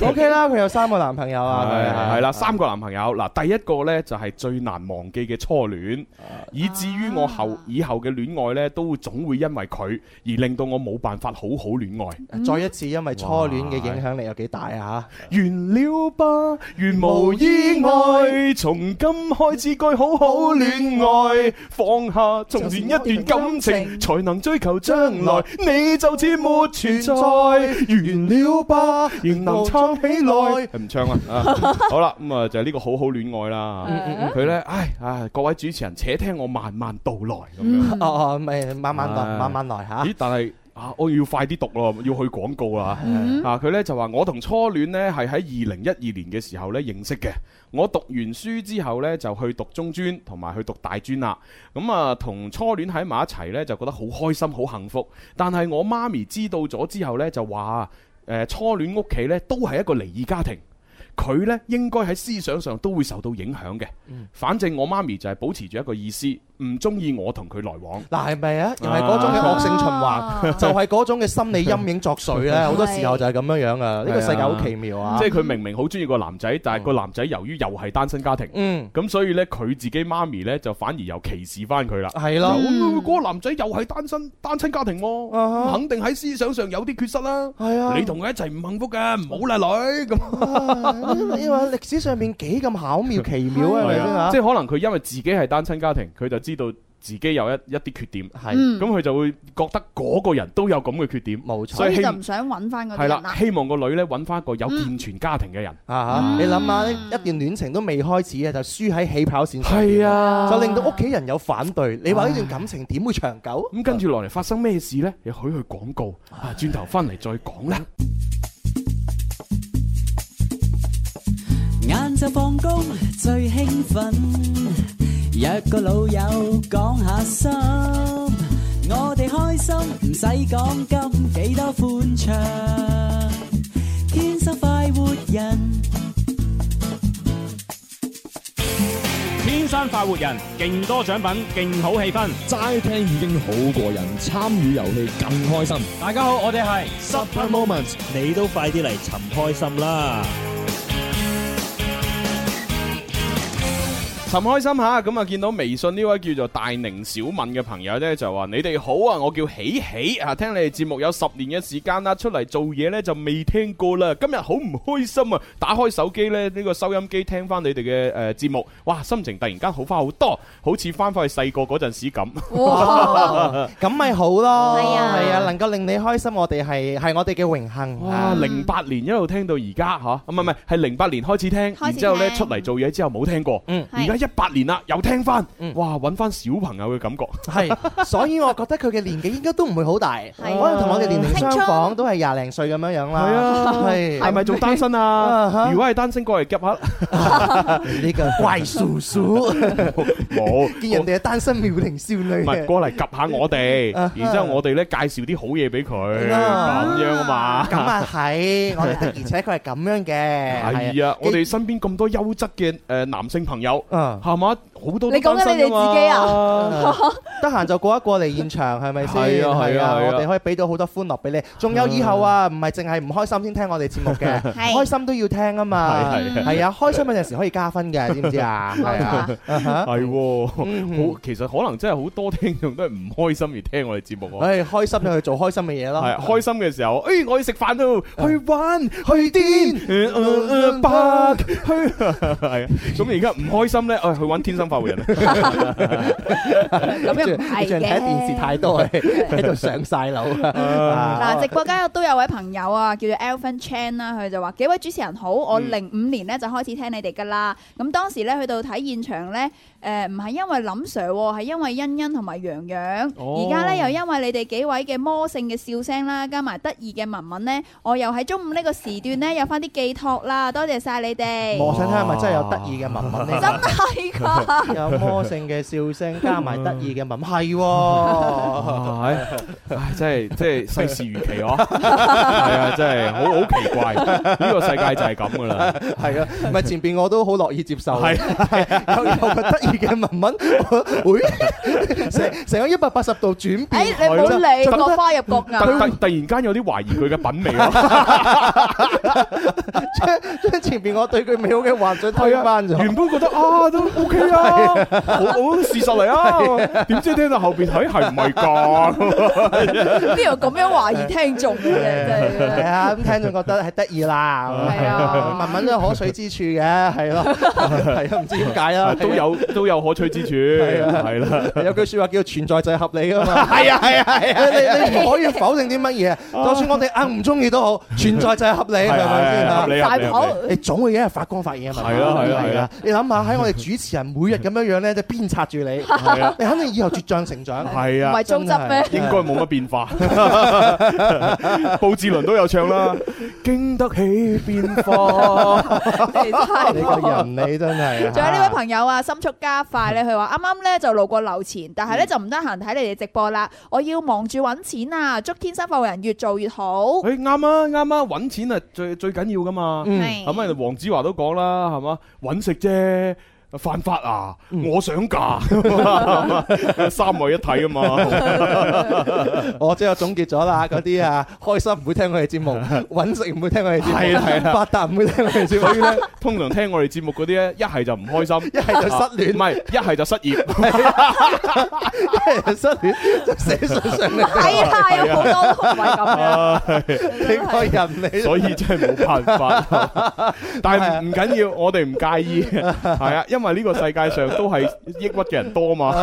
Speaker 4: O K 啦，佢有三個男朋友啊，
Speaker 5: 係
Speaker 4: 係
Speaker 5: 哎係啦，三個男朋友嗱，第一個呢就係最難忘記嘅初戀，以至於我後以後嘅戀愛呢，都總會因為佢而令到我冇辦法好好戀愛。
Speaker 4: 再一次因為初戀嘅影響力有幾大啊？
Speaker 5: 完了吧，如無意外，從今開始該好好戀愛，放下從前一段感情，才能追求將來。你就似沒存在，完了吧，仍能撐起來。唔唱啦，啊好啦，咁啊就係呢個好好戀愛啦。
Speaker 6: 嗯
Speaker 5: 佢呢，唉唉，各位主持人，且聽我慢慢道來咁樣。
Speaker 4: 哦哦，咪慢慢
Speaker 5: 唉
Speaker 4: 來，慢慢來嚇。
Speaker 5: 咦，但係啊，我要快啲讀咯，要去廣告啦。
Speaker 6: 嗯
Speaker 4: 嗯
Speaker 5: 啊，佢呢就話我同初戀呢係喺二零一二年嘅時候呢認識嘅。我讀完書之後呢，就去讀中專同埋去讀大專啦。咁啊，同初戀喺埋一齊呢，就覺得好開心、好幸福。但係我媽咪知道咗之後呢，就話。誒、誒初戀屋企呢，都係一個離異家庭。佢呢應該喺思想上都會受到影響嘅。反正我媽咪就係保持住一個意思，唔中意我同佢來往。
Speaker 4: 嗱係咪啊？又係嗰種嘅惡性循
Speaker 6: 啊
Speaker 4: 環，就 係嗰種嘅心理陰影作祟咧。好多時候就係咁樣樣啊！呢個世界好奇妙啊！
Speaker 5: 即係佢明明好中意個男仔，但係個男仔由於又係單身家庭，
Speaker 4: 嗯
Speaker 5: 咁所以呢，佢自己媽咪呢，就反而又歧視翻佢啦。
Speaker 4: 係咯
Speaker 5: 就哦嗰個男仔又係單身單親家庭喎，
Speaker 4: 啊哈
Speaker 5: 肯定喺思想上有啲缺失啦。
Speaker 4: 係啊，
Speaker 5: 你同佢一齊唔幸福嘅，唔好啦女咁。
Speaker 4: 啊你話歷史上面幾咁巧妙奇妙啊？係咪
Speaker 5: 係
Speaker 4: 先啊
Speaker 5: 啊，即？係可能佢因為自己係單親家庭，佢就知道自己有一一啲缺點，
Speaker 4: 係
Speaker 6: 嗯
Speaker 5: 咁佢就會覺得嗰個人都有咁嘅缺點，
Speaker 4: 冇錯
Speaker 5: 所
Speaker 6: 所
Speaker 5: 以
Speaker 6: 以
Speaker 5: 希
Speaker 6: 就唔想揾翻嗰
Speaker 5: 係
Speaker 6: 啲人啊
Speaker 5: 啦，
Speaker 6: 啦。
Speaker 5: 希望個女呢揾翻一個有
Speaker 4: 嗯
Speaker 5: 健全家庭嘅人。
Speaker 4: 啊！你諗下，一段戀情都未開始嘅，就輸喺起跑線上面，
Speaker 5: 係啊
Speaker 4: 就令到屋企人有反對。你話呢段感情點會長久？
Speaker 5: 咁跟住落嚟發生咩事呢？你許去廣告啊，轉頭翻嚟再講啦。
Speaker 10: 晏晝放工最興奮，約個老友講下心，我哋開心唔使講金，幾多歡暢，天生快活人。
Speaker 11: 天生快活人，勁多獎品，勁好氣氛，
Speaker 12: 齋聽已經好過癮，參與遊戲更開心。
Speaker 11: 大家好，我哋係 Super Moments，你都快啲嚟尋開心啦！
Speaker 5: 尋開心吓，咁啊見到微信呢位叫做大寧小敏嘅朋友呢，就話：你哋好啊，我叫喜喜啊，聽你哋節目有十年嘅時間啦，出嚟做嘢呢就未聽過啦。今日好唔開心啊！打開手機呢，呢個收音機聽翻你哋嘅誒節目，哇，心情突然間好翻好多，好似翻返去細個嗰陣時咁。
Speaker 4: 哇咁咪好咯，
Speaker 5: 係啊
Speaker 4: 係啊，能夠令你開心，我哋係係我哋嘅榮幸
Speaker 5: 啊，
Speaker 4: 啊！
Speaker 5: 零八年一路聽到而家吓，啊唔係唔係，係零八年開始聽，然之後咧出嚟做嘢之後冇聽過，而家一八年啦又聽翻，哇，揾翻小朋友嘅感覺，
Speaker 4: 係，所以我覺得佢嘅年紀應該都唔會好大，可能同我哋年齡相仿，都係廿零歲咁樣樣啦。
Speaker 5: 係啊
Speaker 4: 係
Speaker 5: 係咪仲單身啊？如果係單身過嚟夾下，
Speaker 4: 呢個怪叔叔，
Speaker 5: 冇
Speaker 4: 見人哋係單身妙齡少
Speaker 5: 唔
Speaker 4: 女
Speaker 5: 係
Speaker 4: 嘅，
Speaker 5: 過嚟夾下我哋，然之後我哋咧介紹啲好嘢俾佢，
Speaker 4: 啊
Speaker 5: 咁樣啊嘛。
Speaker 4: 咁啊係，我哋的而且確係咁樣嘅。
Speaker 5: 係啊，我哋身邊咁多優質嘅誒男性朋友，
Speaker 4: 啊
Speaker 5: 係嘛，好多都
Speaker 6: 你講緊
Speaker 5: 單
Speaker 6: 你哋自己
Speaker 5: 身㗎嘛
Speaker 6: 啊？
Speaker 4: 得閒就過一過嚟現場，係咪先？
Speaker 5: 係啊係啊嗯係啊
Speaker 4: 我哋可以俾到好多歡樂俾你。仲有以後啊，唔係淨係唔開心先聽我哋節目嘅，
Speaker 6: 係
Speaker 4: 開心都要聽啊嘛。
Speaker 5: 係係係
Speaker 4: 係啊，開心嗰陣時可以加分嘅，知唔 知啊？係啊，
Speaker 5: 係喎，好其實可能真係好多聽眾都係唔開心而聽我哋節目喎。
Speaker 4: 唉，開心就去做開心嘅嘢咯。
Speaker 5: 係啊開心嘅時候，誒我要食飯咯，去玩
Speaker 4: 去
Speaker 5: 癲，呃呃呃北去 係啊。咁而家唔開心咧，誒去揾天生發活人。
Speaker 6: 咁又唔係
Speaker 4: 最近睇電視
Speaker 6: 嘅。
Speaker 4: 太多，喺度上晒 樓啊
Speaker 6: 嗱，直播間都有位朋友啊，叫做 Alvin Chan 啦，佢就話：幾位主持人好，我零五年咧就開始聽你哋噶啦。咁當時咧去到睇現場咧，誒唔係因為林 Sir，喎係因為欣欣同埋洋洋。
Speaker 13: 哦
Speaker 6: 而家咧又因為你哋幾位嘅魔性嘅笑聲啦，加埋得意嘅文文咧，我又喺中午呢個時段咧有翻啲寄託啦，多謝晒你哋。
Speaker 4: 我想睇下係咪真係有得意嘅文文呢？
Speaker 6: 真係 㗎。
Speaker 4: 有魔性嘅笑聲，加埋得意嘅文， 係喎。
Speaker 5: 唉，啊唉真係即係世事如棋 啊！係啊，真係好好奇怪，呢個世界就係咁噶啦。
Speaker 4: 係啊，唔係前邊我都好樂意接受，係啊有有個得意嘅文文，我會成成個一百八十度轉變。
Speaker 6: 誒，哎你唔好理，
Speaker 4: 係咯
Speaker 6: 各花入啊各
Speaker 5: 突突
Speaker 6: 眼。
Speaker 5: 突然間有啲懷疑佢嘅品味喎，
Speaker 4: 將將前邊我對佢美好嘅幻想推翻咗。
Speaker 5: 原本覺得啊都 OK 啊，好好事實嚟啊，點知聽到後邊睇係唔係㗎？
Speaker 6: 邊有咁樣懷疑聽眾嘅啫，真 係。
Speaker 4: 係啊，咁聽眾覺得係得意啦，
Speaker 6: 係啊
Speaker 4: 文文都有可取之 處嘅，係咯，係啊，唔知啊點解啦，
Speaker 5: 都有都有可取之處，係啦。
Speaker 4: 有句説話叫存在就係合理噶 嘛，
Speaker 5: 係啊係啊係啊啊
Speaker 4: 你你你唔可以否定啲乜嘢，就算我哋硬唔中意都好，存在就係合理，係咪
Speaker 5: 係係係合啊
Speaker 4: 先啊
Speaker 5: 理
Speaker 4: 嚇
Speaker 5: 合理合理
Speaker 4: 你總會有一日發光發現啊嘛，
Speaker 5: 係啦係啦
Speaker 4: 係
Speaker 5: 係啦
Speaker 4: 啊，你諗下喺我哋主持人每日咁樣樣咧，就鞭策住你
Speaker 5: 係啊，
Speaker 4: 你肯定以後茁壯成長。
Speaker 5: 係啊，應該冇乜變 化。布志倫都有唱啦，經得起變化。
Speaker 4: 你個人啊你真係。
Speaker 6: 仲有呢位朋友啊，心速加快咧，佢話啱啱咧就路過樓前，但係
Speaker 4: 嗯
Speaker 6: 咧就唔得閒睇你哋直播啦，我要忙住揾錢啊！祝天生發人越做越好。
Speaker 5: 誒啱啊啱啊，揾錢啊最最緊要噶嘛。
Speaker 6: 嗯係
Speaker 5: 咁啊，黃子華都講啦，係嘛，揾食啫。犯法啊！
Speaker 4: 嗯
Speaker 5: 我想嫁， 三位一體啊嘛。
Speaker 4: 我即係總結咗啦，嗰啲啊開心唔會聽我哋節目，揾食唔會聽我哋節目，
Speaker 5: 係啦係啦
Speaker 4: 發達唔 會聽我哋節
Speaker 5: 所以
Speaker 4: 目
Speaker 5: 咧，通常聽我哋節目嗰啲咧，一係就唔開心，一啊
Speaker 4: 係就失戀
Speaker 5: 唔係一係就失業。
Speaker 4: 失戀，寫信上嚟。
Speaker 5: 係啊有好多都
Speaker 4: 係樣。你個人你
Speaker 5: 所以真係冇辦法。但係唔唔緊要，我哋唔介意，係啊，因為呢個世界上都係抑鬱嘅人多嘛。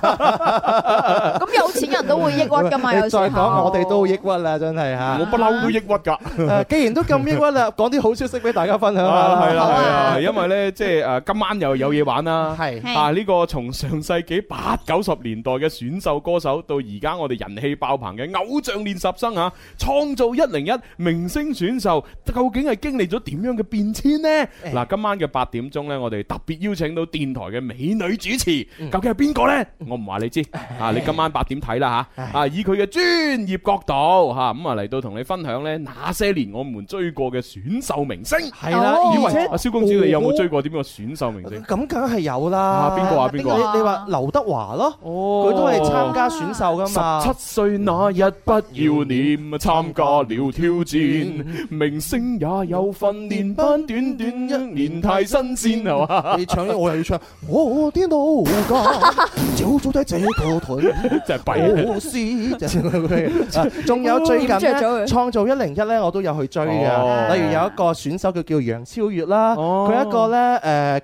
Speaker 6: 咁有錢人都會抑鬱噶嘛，有
Speaker 4: 你
Speaker 6: 時
Speaker 4: 再講
Speaker 6: 候
Speaker 4: 我。哋都抑鬱啦，真係嚇。
Speaker 5: 我不嬲都抑鬱㗎。
Speaker 4: 誒，既然都咁抑鬱啦，講啲好消息俾大家分享下啦。
Speaker 5: 啊，係啦，係啦，因為咧，即係誒，今晚又有嘢玩啦。
Speaker 4: 係
Speaker 5: 啊，呢個從上世紀八九十年代嘅選秀歌手，到而家我哋人氣爆棚嘅偶像練習生啊，創造一零一明星選秀，究竟係經歷咗點樣嘅變遷呢？嗱，今晚嘅八點鐘呢，我哋特別邀請到電台嘅美女主持，
Speaker 4: 嗯
Speaker 5: 究竟係邊個呢？我唔話你知，啊，你今晚八點睇啦嚇，啊，以佢嘅專業角度嚇，咁啊嚟到同你分享呢，那些年我們追過嘅選秀明星。
Speaker 4: 係啦
Speaker 5: 以
Speaker 4: 而且
Speaker 5: 為阿蕭
Speaker 4: 哦
Speaker 5: 公子你有冇追過點個選秀明星？
Speaker 4: 咁梗係有啦
Speaker 5: 啊，。邊個啊？邊個啊？
Speaker 4: 你你話劉德華咯，哦佢都係參加選秀噶啊嘛。
Speaker 5: 十七歲那日不要臉，參加了挑戰，明星也有訓練班，短短一年太新鮮 係嘛？
Speaker 4: 你唱我又要唱，我的老家就住在這個屯，
Speaker 5: 就係弊啊
Speaker 4: 我是就係仲有最近
Speaker 5: 點
Speaker 4: 咧，
Speaker 5: 着咗佢
Speaker 4: 創造一零一咧，我都有去追
Speaker 5: 哦
Speaker 4: 嘅。例如有一個選手佢叫楊超越啦，哦
Speaker 5: 哦
Speaker 4: 佢一個咧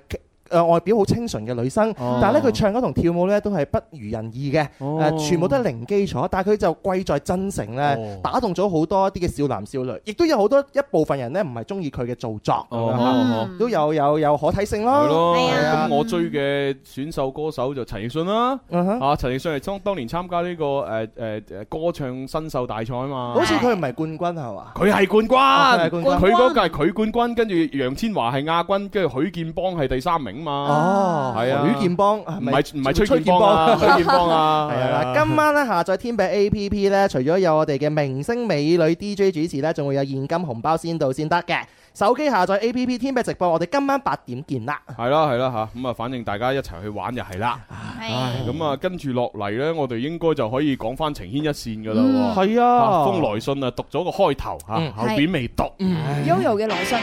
Speaker 4: 誒。誒外表好清純嘅女生，
Speaker 5: 哦
Speaker 4: 但係咧佢唱歌同跳舞咧都係不如人意嘅，誒全部都係零基礎，但係佢就貴在真誠
Speaker 5: 哦
Speaker 4: 咧，打動咗好多一啲嘅少男少女，亦都有好多一部分人咧唔係中意佢嘅造作咁樣
Speaker 5: 哦
Speaker 4: 啦，都有有有可睇性
Speaker 5: 係
Speaker 4: 咯，
Speaker 5: 咯，
Speaker 4: 係啊
Speaker 5: 咁我追嘅選秀歌手就陳奕迅啦，
Speaker 4: 嗯哼
Speaker 5: 啊陳奕迅係當當年參加呢個誒誒誒歌唱新秀大賽啊嘛，
Speaker 4: 好似佢唔係冠軍係嘛？
Speaker 5: 佢係
Speaker 4: 哦佢
Speaker 5: 啊冠
Speaker 4: 係
Speaker 5: 軍，
Speaker 4: 冠軍
Speaker 5: 佢嗰個係佢冠軍，跟住楊千嬅係亞軍，跟住許建邦係第三名嘛。
Speaker 4: 哦
Speaker 5: 係啊，
Speaker 4: 許建邦係
Speaker 5: 唔
Speaker 4: 咪
Speaker 5: 係唔係崔建邦啊，崔
Speaker 4: 崔建
Speaker 5: 建
Speaker 4: 邦
Speaker 5: 邦啊，
Speaker 4: 係啊！今晚咧下載天幣 A P P 咧，除咗有我哋嘅明星美女 D J 主持咧，仲會有現金紅包先到先得嘅。手機下載 A P P 天幣直播，我哋今晚八點見啦。
Speaker 5: 係啦係啦吓，咁啊，反正大家一齊去玩就係啦。唉，咁啊，跟住落嚟呢，我哋應該就可以講翻情牽一線噶啦
Speaker 4: 嗯
Speaker 5: 喎。
Speaker 4: 係啊嗯
Speaker 5: 封來信啊，讀咗個開頭吓，後邊未讀。
Speaker 6: Yoyo 嘅來信，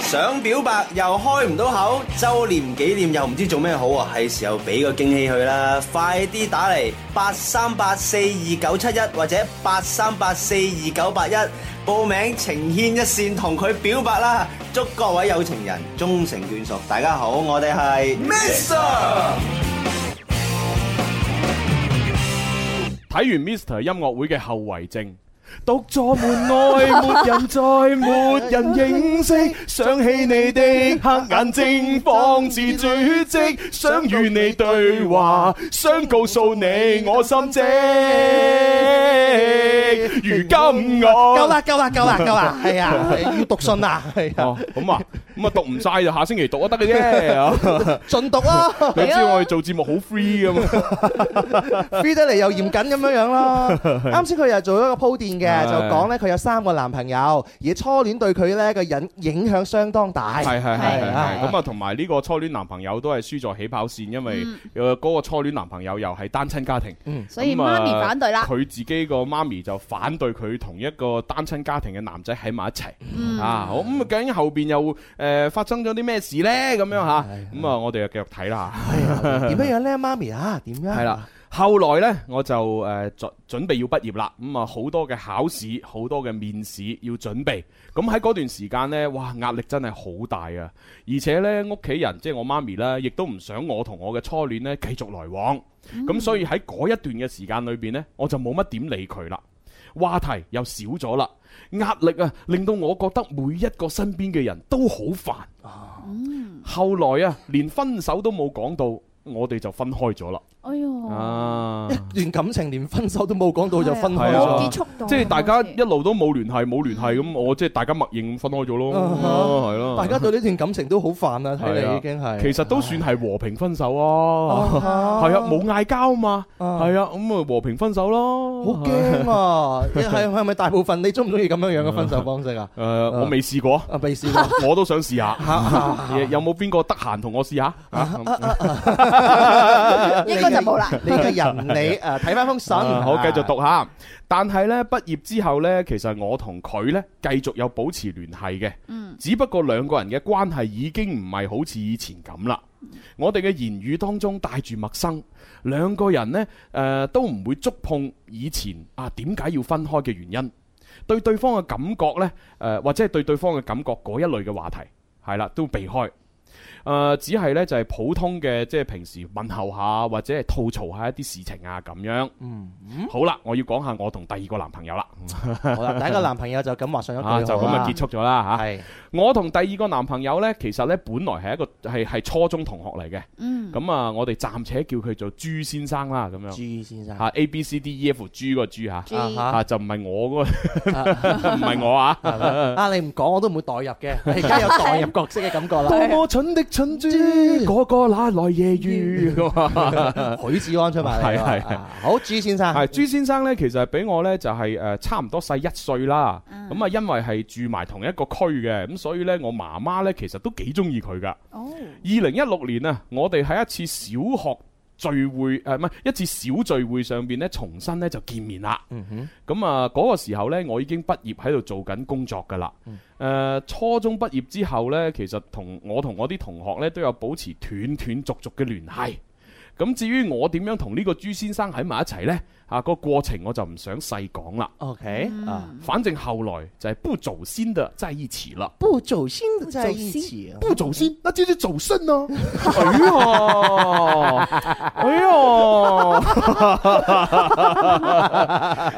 Speaker 13: 想表白又開唔到口，周年紀念又唔知做咩好啊！係時候俾個驚喜佢啦，快啲打嚟八三八四二九七一或者八三八四二九八一報名情牽一線同佢表白啦！祝各位有情人終成眷屬！大家好，我哋係 Mr。
Speaker 5: 睇完 Mr 音樂會嘅後遺症。獨坐門外，沒人在，沒人認 識。想起你的黑眼睛，仿似絕迹。想與你對話，想告訴你我心迹。如今我
Speaker 4: 夠啦夠啦夠啦夠啦，係啊，要讀信啊，係啊，
Speaker 5: 哦，咁啊，咁啊讀唔晒就下星期讀都得 嘅啫。
Speaker 4: 盡讀啦。
Speaker 5: 你知我哋做節目好 free 噶嘛？
Speaker 4: free 得嚟又嚴謹咁樣 樣啦。
Speaker 5: Ờ.
Speaker 4: 啱先佢又做咗一個鋪墊嘅，
Speaker 5: 係
Speaker 4: 就講咧佢有三個男朋友，而初戀對佢咧個影影響相當大。
Speaker 5: 係係係係
Speaker 4: 啊
Speaker 5: 係咁啊，同埋呢個初戀男朋友都係輸在起跑線，因為誒嗰個初戀男朋友又係單親家庭，
Speaker 6: 嗯所以
Speaker 5: 咁啊
Speaker 6: 媽咪反對啦
Speaker 5: 佢自己個媽咪就反對佢同一個單親家庭嘅男仔喺埋一齊
Speaker 6: 嗯
Speaker 5: 啊。好咁啊，究竟後邊又誒發生咗啲咩事呢？咁樣吓，咁啊，我哋就繼續睇啦。
Speaker 4: 點樣樣咧，媽咪啊？點樣？
Speaker 5: 係啦。後來呢，我就誒準準備要畢業啦，咁啊好多嘅考試，好多嘅面試要準備。咁喺嗰段時間呢，哇壓力真係好大啊！而且呢，屋企人即係我媽咪啦，亦都唔想我同我嘅初戀
Speaker 4: 嗯
Speaker 5: 呢繼續來往。咁所以喺嗰一段嘅時間裏邊呢，我就冇乜點理佢啦。話題又少咗啦，壓力啊令到我覺得每一個身邊嘅人都好煩。
Speaker 4: 哦
Speaker 5: 後來啊，連分手都冇講到，我哋就分開咗啦。
Speaker 6: 哎呦，
Speaker 5: 啊！
Speaker 4: 段感情連分手都冇講到就分
Speaker 5: 係
Speaker 4: 開
Speaker 5: 啊
Speaker 4: 咗，
Speaker 6: 結束到
Speaker 5: 即
Speaker 4: 哦
Speaker 5: 係大家一路都冇聯繫，冇聯繫咁，我即係大家默認咁分開咗咯，
Speaker 4: 嗯啊哈
Speaker 5: 係咯。
Speaker 4: 大家對呢段感情都好煩啊，睇
Speaker 5: 係啊
Speaker 4: 嚟已經係。
Speaker 5: 其實都算係和平分手啊，
Speaker 4: 啊
Speaker 5: 係啊，冇嗌交嘛，係啊，咁啊和平分手咯。
Speaker 4: 好 驚啊！係係咪大部分你中唔中意咁樣樣嘅分手方 式啊？
Speaker 5: 誒，我未試過，
Speaker 4: 未 試過，
Speaker 5: 我都想試
Speaker 4: 啊
Speaker 5: 下。有冇邊個得閒同我試下？啊
Speaker 4: 應該就冇啦你嘅人你誒睇翻封信
Speaker 5: 啊好，繼續讀下。但係呢，畢業之後呢，其實我同佢呢繼續有保持聯繫嘅，
Speaker 6: 嗯
Speaker 5: 只不過兩個人嘅關係已經唔係好似以前咁啦。我哋嘅言語當中帶住陌生，兩個人呢誒、呃都唔會觸碰以前啊點解要分開嘅原因，對對方嘅感覺呢，誒、或者係對對方嘅感覺嗰一類嘅話題，係啦都避開。誒、只係呢，就係、普通嘅，即係平時問候下或者係吐槽下一啲事情啊咁樣。
Speaker 4: 嗯，
Speaker 5: 好啦，我要講下我同第二個男朋友啦。
Speaker 4: 好啦，第一個男朋友就咁畫上一句
Speaker 5: 啊，
Speaker 4: 號
Speaker 5: 就咁
Speaker 4: 啦
Speaker 5: 啊結束咗啦嚇。我同第二個男朋友呢，其實呢，本來係一個係係初中同學嚟嘅。
Speaker 4: 嗯
Speaker 5: 咁啊，我哋暫且叫佢做朱啊先生啦，咁樣。
Speaker 4: 朱先生
Speaker 5: 嚇，A B C D E F G 個朱嚇，
Speaker 4: G
Speaker 5: 嚇就唔係我 嗰個，唔係我啊。
Speaker 4: 啊，你唔講我都唔會代入 嘅，你而家有代入角色嘅感覺啦。
Speaker 5: 多麼蠢的蠢豬，個個哪來夜遇？
Speaker 4: 許志安出埋嚟
Speaker 5: 係
Speaker 4: 喎
Speaker 5: 係係
Speaker 4: 啊好，朱先 生
Speaker 5: 係朱先生呢，其實比我呢就係誒差唔多細一歲啦。咁啊，因為係住埋同一個區嘅，咁所以呢，我媽媽呢其實都幾中意佢噶。
Speaker 6: 哦，
Speaker 5: 二零一六年啊，我哋喺一次小學聚會誒，唔係一次小聚會上邊呢，重新呢就見面啦。咁啊，嗰個時候呢，我已經畢業喺度做緊工作㗎啦。誒、初中畢業之後呢，其實同我同我啲同學呢都有保持斷斷續續嘅聯繫。咁至於我點樣同呢個朱先生喺埋一齊呢？啊、個過程我就唔想細講啦。
Speaker 4: OK
Speaker 5: 啊，反正後來就係不走先的在一起啦。
Speaker 4: 不走心的在一起，不走心，那就是走肾咯。
Speaker 5: 哎呦，哎呦，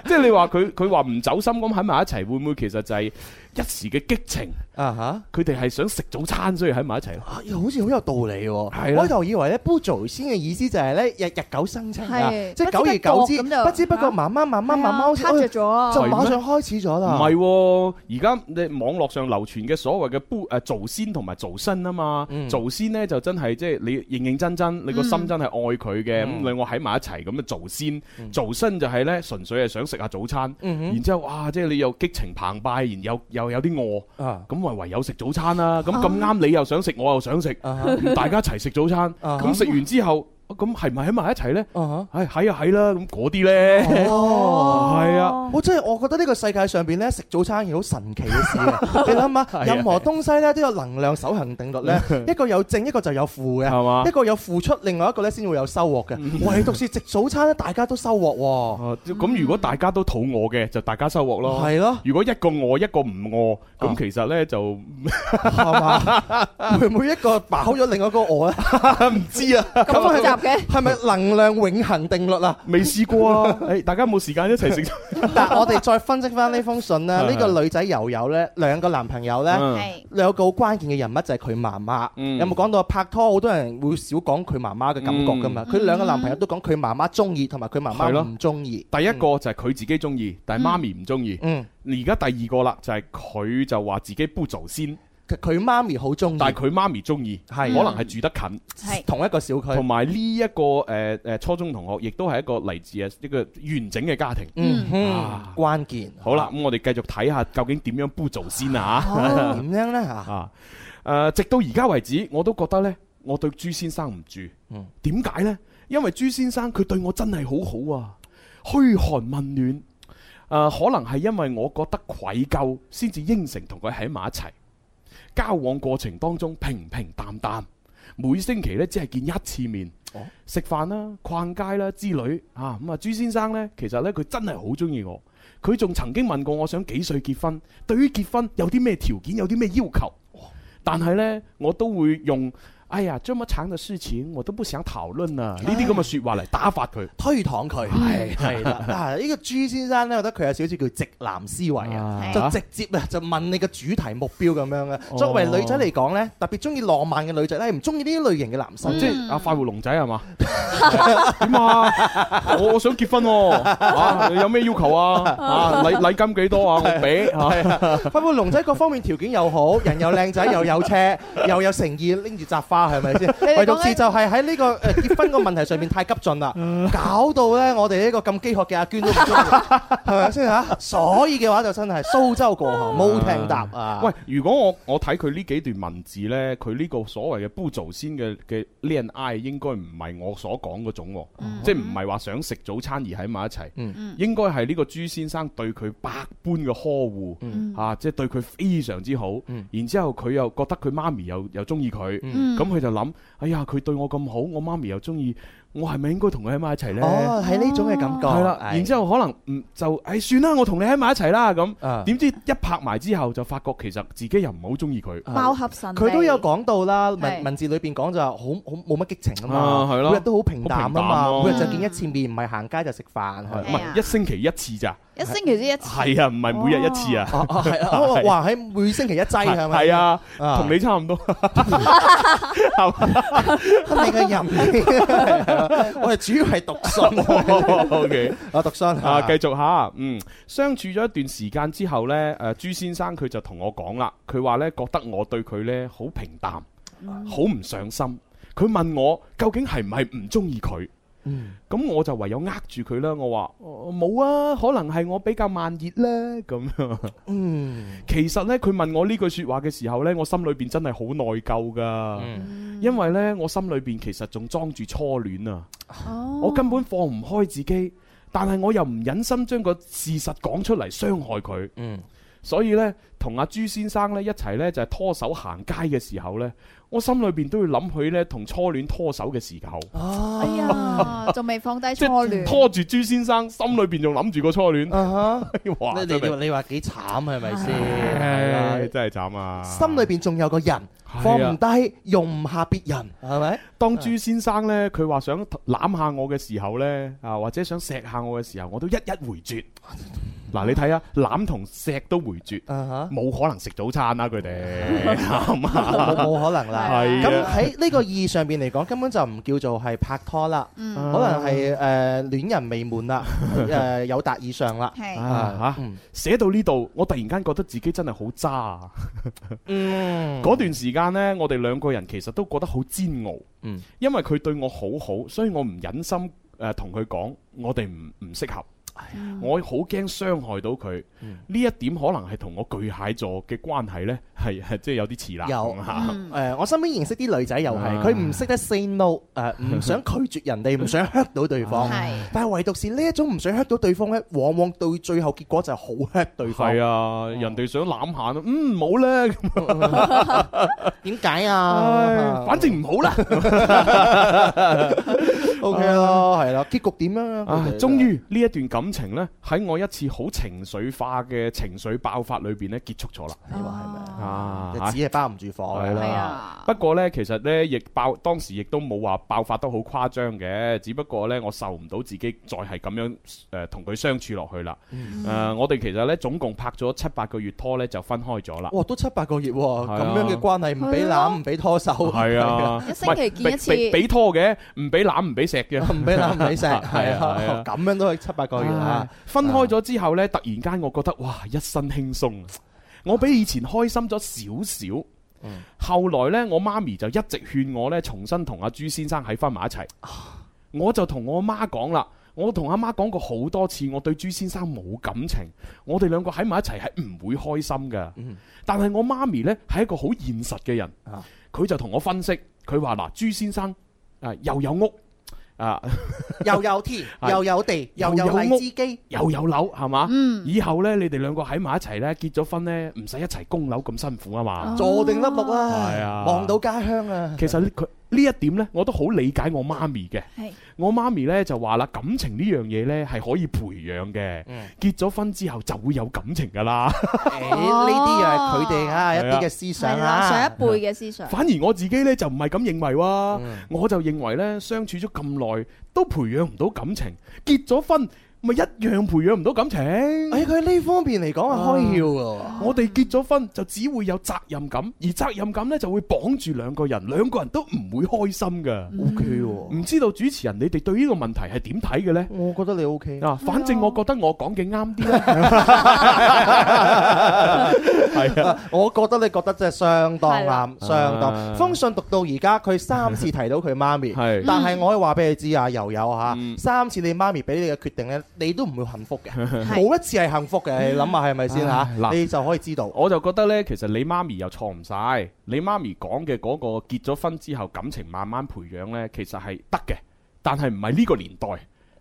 Speaker 5: 即係你話佢佢話唔走心咁喺埋一齊，會唔會其實就係一時嘅激情
Speaker 4: 啊
Speaker 5: 吓？佢哋係想食早餐，所以喺埋一齊咯。
Speaker 4: 又好似好有道理喎。
Speaker 5: 係啦
Speaker 4: 我就以為咧，不做先嘅意思就係咧，日日久生情啊，
Speaker 6: 係
Speaker 4: 即係久而久之，不知不覺慢慢慢慢慢慢好似
Speaker 6: 撻着咗啊
Speaker 4: 啊哎就馬上開始咗
Speaker 5: 唔
Speaker 4: 啦。
Speaker 5: 係喎，而家你網絡上流傳嘅所謂嘅不誒做先同埋做身啊嘛，做先呢就真係即係你認認真真，你個心真係愛佢嘅，咁
Speaker 4: 嗯
Speaker 5: 兩個喺埋一齊咁啊做先，做身就係呢純粹係想食下早餐，
Speaker 4: 嗯哼
Speaker 5: 然之後哇即係你又激情澎湃，然又又有啲餓，咁咪唯有食早餐啦。咁
Speaker 4: 啊
Speaker 5: 咁啱你又想食，我又想食，咁大家一齊食早餐，
Speaker 4: 啊
Speaker 5: 咁食完之後。咁係咪喺埋一齊呢？
Speaker 4: 啊
Speaker 5: 唉，係啊係啦，咁嗰啲呢？
Speaker 4: 哦
Speaker 5: 係啊。
Speaker 4: 我真係我覺得呢個世界上邊咧食早餐係好神奇嘅事 啊！你諗下，任何東西咧都有能量守恒定律 咧，一個有正，一個就有負
Speaker 5: 係嘛嗯
Speaker 4: 嘅，一個有付出，另外一個咧先會有收穫嘅。唯獨是食早餐咧，大家都收穫喎。
Speaker 5: 哦，咁如果大家都肚餓嘅，就大家收穫咯。
Speaker 4: 係咯
Speaker 5: 如果一個餓一個唔餓，咁其實呢就
Speaker 4: 會唔會一個飽咗另外一個餓咧？
Speaker 5: 唔知啊，
Speaker 4: 咁
Speaker 5: 複雜
Speaker 4: 嘅係咪能量永恆 定律啊？
Speaker 5: 未試過啊！誒，大家冇時間一 齊食。
Speaker 4: 但我哋再分析翻呢封信咧，
Speaker 5: 係
Speaker 4: 呢個女仔柔柔呢，兩個男朋友
Speaker 5: 嗯
Speaker 4: 呢，
Speaker 5: 係
Speaker 4: 兩個好關鍵嘅人物就係佢媽媽。
Speaker 5: 嗯
Speaker 4: 有冇講到拍拖好多人會少講佢媽媽嘅感覺噶嘛？
Speaker 5: 嗯
Speaker 4: 佢兩個男朋友都講佢媽媽中意同埋佢媽
Speaker 5: 係
Speaker 4: 媽
Speaker 5: 咯
Speaker 4: 唔中意。
Speaker 5: 第一個就係佢自己中意，但係媽咪唔中意。
Speaker 4: 嗯，
Speaker 5: 而家第二個啦，就係佢就話自己不做先，
Speaker 4: 佢媽咪好中意，
Speaker 5: 但係佢媽咪中意，可
Speaker 4: 係
Speaker 5: 能係住得近，
Speaker 4: 同一個小區，
Speaker 5: 同埋呢一個誒誒初中同學，亦都係一個嚟自誒一個完整嘅家庭。
Speaker 4: 嗯哼
Speaker 5: 啊，
Speaker 4: 關鍵
Speaker 5: 好啦，咁我哋繼續睇下究竟點樣不做先啊！
Speaker 4: 哦 點樣呢？嚇？
Speaker 5: 啊，誒、直到而家為止，我都覺得呢，我對朱先生唔住。點解呢？因為朱先生佢對我真係好好啊，噓寒問暖。誒、可能係因為我覺得愧疚，先至應承同佢喺埋一齊。交往過程當中平平淡淡，每星期呢只係見一次面。食飯啦、逛街啦之類啊，咁啊朱先生呢，其實呢，佢真係好中意我，佢仲曾經問過我想幾歲結婚，對於結婚有啲咩條件，有啲咩要求，但係呢，我都會用哎呀，這麼長的事情我都不想討論啦，呢啲咁嘅説話嚟打發佢，
Speaker 4: 推搪佢，
Speaker 5: 係
Speaker 4: 係啦。嗱，呢個朱先生咧，我覺得佢有少少叫直男思維啊，
Speaker 5: 啊哦
Speaker 4: 就直接啊就問你嘅主題目標咁樣嘅。作為女仔嚟講咧，特別中意浪漫嘅女仔咧，唔中意呢啲類型嘅男生。
Speaker 5: 即係阿啊快活龍仔係嘛？ 點啊？我我想結婚喎，啊有咩要求啊？啊禮禮金幾多啊？我俾
Speaker 4: 係啊
Speaker 5: 嚇。
Speaker 4: 快活龍仔各方面條件 又好，人又靚仔，又有車， 又有誠意，拎住扎花，係咪 先？
Speaker 5: 哋講緊
Speaker 4: 唯獨是就係喺呢個誒結婚個問題上面太急進 啦，
Speaker 5: 嗯
Speaker 4: 搞到咧我哋呢個咁飢渴嘅阿娟都唔中意， 係咪先嚇？所以嘅話就真係蘇州過河冇艇搭啊！
Speaker 5: 喂，如果我我睇佢呢幾段文字呢，佢呢個所謂嘅不祖先嘅嘅戀愛，應該唔係我所講嗰種喎，即係唔係話想食早餐而喺埋一齊，
Speaker 4: 嗯
Speaker 5: 應該係呢個朱先生對佢百般嘅呵護，
Speaker 4: 嗯
Speaker 5: 啊，即係對佢非常之好。然之後佢又覺得佢媽咪又又中意佢，
Speaker 4: 嗯
Speaker 5: 咁佢就諗：哎呀，佢對我咁好，我媽咪又中意，我係咪應該同佢喺埋一齊呢？
Speaker 4: 哦，係呢種嘅感覺。
Speaker 5: 係啦，
Speaker 4: 係
Speaker 5: 然之後可能唔就，誒算啦，我同你喺埋一齊啦
Speaker 4: 啊
Speaker 5: 咁。點知一拍埋之後就發覺其實自己又唔好中意佢。
Speaker 6: 貌合神
Speaker 4: 佢都
Speaker 6: 離
Speaker 4: 有講到啦，
Speaker 6: 係
Speaker 4: 文文字裏邊講就話好好冇乜激情啊嘛
Speaker 5: 啊，係咯
Speaker 4: 每日都好平淡啊嘛，
Speaker 5: 好
Speaker 4: 每
Speaker 5: 平淡咯
Speaker 4: 日就見一次面，唔係行街就食飯，
Speaker 5: 唔
Speaker 4: 係啊
Speaker 5: 係一星期一次咋？
Speaker 6: 一星期先一次。
Speaker 5: 係啊，唔係每日一次啊。
Speaker 4: 係啊，哇！喺每星期一劑係咪？
Speaker 5: 係啊，同你差唔多。
Speaker 4: 你嘅人，我哋主要係讀信。
Speaker 5: O K，
Speaker 4: 啊，讀 信
Speaker 5: 啊，繼續嚇，嗯，相處咗一段時間之後呢，誒朱先生佢就同我講啦，佢話呢覺得我對佢呢好平淡，好唔上心。佢問我究竟係唔係唔中意佢？咁我就唯有呃住佢啦。我話哦冇啊，可能係我比較慢熱呢。咁樣。
Speaker 4: 嗯，
Speaker 5: 其實呢，佢問我呢句説話嘅時候呢，我心裏邊真係好內疚㗎，
Speaker 4: 嗯
Speaker 5: 因為呢，我心裏邊其實仲裝住初戀啊。
Speaker 4: 哦
Speaker 6: 哦
Speaker 5: 我根本放唔開自己，但係我又唔忍心將個事實講出嚟傷害佢。
Speaker 4: 嗯，
Speaker 5: 所以呢，同阿朱先生呢一齊呢，就係、拖手行街嘅時候呢，我心裏邊都要諗起呢同初戀拖手嘅時候，
Speaker 4: 哦
Speaker 6: 哎 呀，仲未放低
Speaker 5: 即
Speaker 6: 初
Speaker 5: 係
Speaker 6: 戀。
Speaker 5: 拖住朱先生，心裏邊仲諗住個初 戀。哎哇！
Speaker 4: 你
Speaker 5: 真係
Speaker 4: 你你話幾慘係咪
Speaker 5: 唉
Speaker 4: 先？
Speaker 5: 真係慘啊！
Speaker 4: 心裏邊仲有個人放唔低，容唔下別人，係咪？
Speaker 5: 當朱先生呢，佢話想攬下我嘅時候呢，啊或者想錫下我嘅時候，我都一一回絕。嗱，你睇下攬同錫都回絕，冇可能食早餐啦，佢 哋啱啊
Speaker 4: 冇冇可能 啦。
Speaker 5: 係
Speaker 4: 咁
Speaker 5: 啊，
Speaker 4: 喺呢個意義上邊嚟講，根本就唔叫做係拍拖啦，可
Speaker 5: 嗯
Speaker 4: 能係誒戀人未滿啦，誒有達以上啦。
Speaker 6: 係
Speaker 5: 啊
Speaker 4: Ừ.
Speaker 5: 嚇，寫到呢度，我突然間覺得自己真係好渣啊！
Speaker 4: 嗯，
Speaker 5: 嗰段時間呢，我哋兩個人其實都覺得好煎熬，
Speaker 4: 嗯，
Speaker 5: 因為佢對我好好，所以我唔忍心誒同佢講，我哋唔唔適合。我好驚傷害到佢，呢、一點可能係同我巨蟹座嘅關係呢，係係即係有啲似啦。
Speaker 4: 有
Speaker 5: 咁啊
Speaker 4: 誒，我身邊認識啲女仔又係，
Speaker 5: 啊
Speaker 4: 佢唔識得 say no，誒 Ờ, 唔想拒絕人哋，唔想 hurt 到對方
Speaker 5: 係。
Speaker 4: 但係唯獨是呢一種唔想 hurt 到對方咧，往往到最後結果就係好 hurt 對方。
Speaker 5: 係啊，人哋想攬下咯，嗯，冇啦，
Speaker 4: 點解
Speaker 5: 唉
Speaker 4: 啊？
Speaker 5: 反正唔好啦。
Speaker 4: O K 咯，係啦，結局點樣啊？
Speaker 5: 唉，終於呢一段感情呢，喺我一次好情緒化嘅情緒爆發裏邊呢，結束咗啦。你話係咪
Speaker 6: 哦
Speaker 5: 啊？
Speaker 4: 就只係包唔住火
Speaker 5: 係
Speaker 4: 㗎係
Speaker 5: 啦
Speaker 4: 啊。
Speaker 5: 不過呢，其實呢，亦爆當時亦都冇話爆發得好誇張嘅，只不過呢，我受唔到自己再係咁樣誒同佢相處落去啦。
Speaker 4: 嗯
Speaker 5: 誒、我哋其實呢，總共拍咗七八個月拖呢，就分開咗啦。
Speaker 4: 哇，都七八個月喎，
Speaker 5: 係
Speaker 4: 咁
Speaker 5: 啊
Speaker 4: 樣嘅關係唔俾攬，唔俾拖手，
Speaker 5: 係啊，
Speaker 4: 一
Speaker 6: 星期見一
Speaker 5: 唔係
Speaker 6: 次
Speaker 5: 俾俾俾拖嘅，唔俾攬，唔俾錫嘅，
Speaker 4: 唔俾 攬唔俾
Speaker 5: 係
Speaker 4: 錫係
Speaker 5: 啊
Speaker 4: 啊，咁樣都係七八個月啊
Speaker 5: 啊！分開咗之後呢，突然間我覺得哇，一身輕鬆，啊我比以前開心咗少少。後來呢，我媽咪就一直勸我呢，重新同阿朱先生喺翻埋一齊。我就同我媽講啦，我同阿媽講過好多次，我對朱先生冇感情，我哋兩個喺埋一齊係唔會開心嘅。但係我媽咪呢，係一個好現實嘅人，佢就同我分析，佢話嗱，朱先生啊又有屋啊。
Speaker 4: 又有田，
Speaker 5: 係
Speaker 4: 又 有地，又有荔 枝機，
Speaker 5: 又有樓係嘛？以後呢，你哋兩個喺埋一齊呢，結咗婚呢，唔使一齊供樓咁辛苦啊嘛。
Speaker 4: 坐定粒六啦，
Speaker 5: 係啊
Speaker 4: 望到家鄉啊！
Speaker 5: 其實呢佢呢一點呢，我都好理解我媽咪嘅。我媽咪呢就話啦，感情呢樣嘢呢係可以培養嘅，結咗婚之後就會有感情噶啦。
Speaker 7: 呢啲又係佢哋啊，
Speaker 5: 係啊。
Speaker 7: 一啲嘅思想啊。
Speaker 6: 係啦，上一輩嘅思想。
Speaker 5: 反而我自己呢就唔係咁認為喎，我就認為呢，相處咗咁耐都培養唔到感情，結咗婚咪一樣培養唔到感情。哎，
Speaker 4: 佢呢方面嚟講係開竅㗎喎
Speaker 5: 我哋結咗婚就只會有責任感，而責任感呢就會綁住兩個人，兩個人都唔會開心㗎。O K 喎，唔知道主持人你哋對呢個問題係點睇嘅呢？
Speaker 4: 我覺得你 O K
Speaker 5: 啊，反正我覺得我講嘅啱啲啦。
Speaker 4: 係啊，我覺得你覺得真係相當
Speaker 7: 係啦
Speaker 4: 啱，相當。
Speaker 7: 啊
Speaker 4: 封信讀到而家，佢三次提到佢媽咪，
Speaker 5: 嗯
Speaker 7: 係
Speaker 4: 但係我可以話俾你知啊，悠悠嚇，三次你媽咪俾你嘅決定咧，你都唔會幸福 嘅，冇一次係幸福嘅，你諗下係咪先嚇？
Speaker 5: 嗯嗱，
Speaker 4: 你就可以知道。
Speaker 5: 我就覺得呢，其實你媽咪又錯唔晒。你媽咪講嘅嗰個結咗婚之後感情慢慢培養呢，其實係得嘅，但係唔係呢個年代，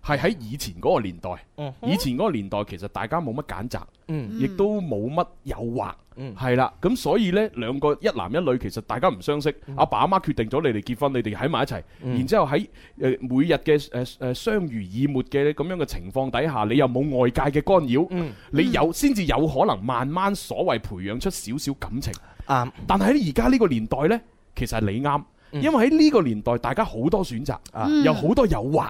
Speaker 5: 係喺以前嗰個年代。
Speaker 4: 嗯
Speaker 5: 以前嗰個年代其實大家冇乜揀擇，
Speaker 4: 嗯
Speaker 5: 亦都冇乜誘惑。
Speaker 4: 嗯
Speaker 5: 係啦，咁所以呢，兩個一男一女其實大家唔相識，阿爸阿媽決定咗你哋結婚，你哋喺埋一齊，
Speaker 4: 嗯
Speaker 5: 然之後喺誒呃每日嘅誒誒相濡以沫嘅咁樣嘅情況底下，你又冇外界嘅干擾，
Speaker 4: 嗯
Speaker 5: 你有先至有可能慢慢所謂培養出少少感情。
Speaker 4: 啱，
Speaker 5: 但係喺而家呢個年代呢，其實係你啱，因為喺呢個年代大家好多選擇，
Speaker 4: 嗯
Speaker 5: 有好多誘惑。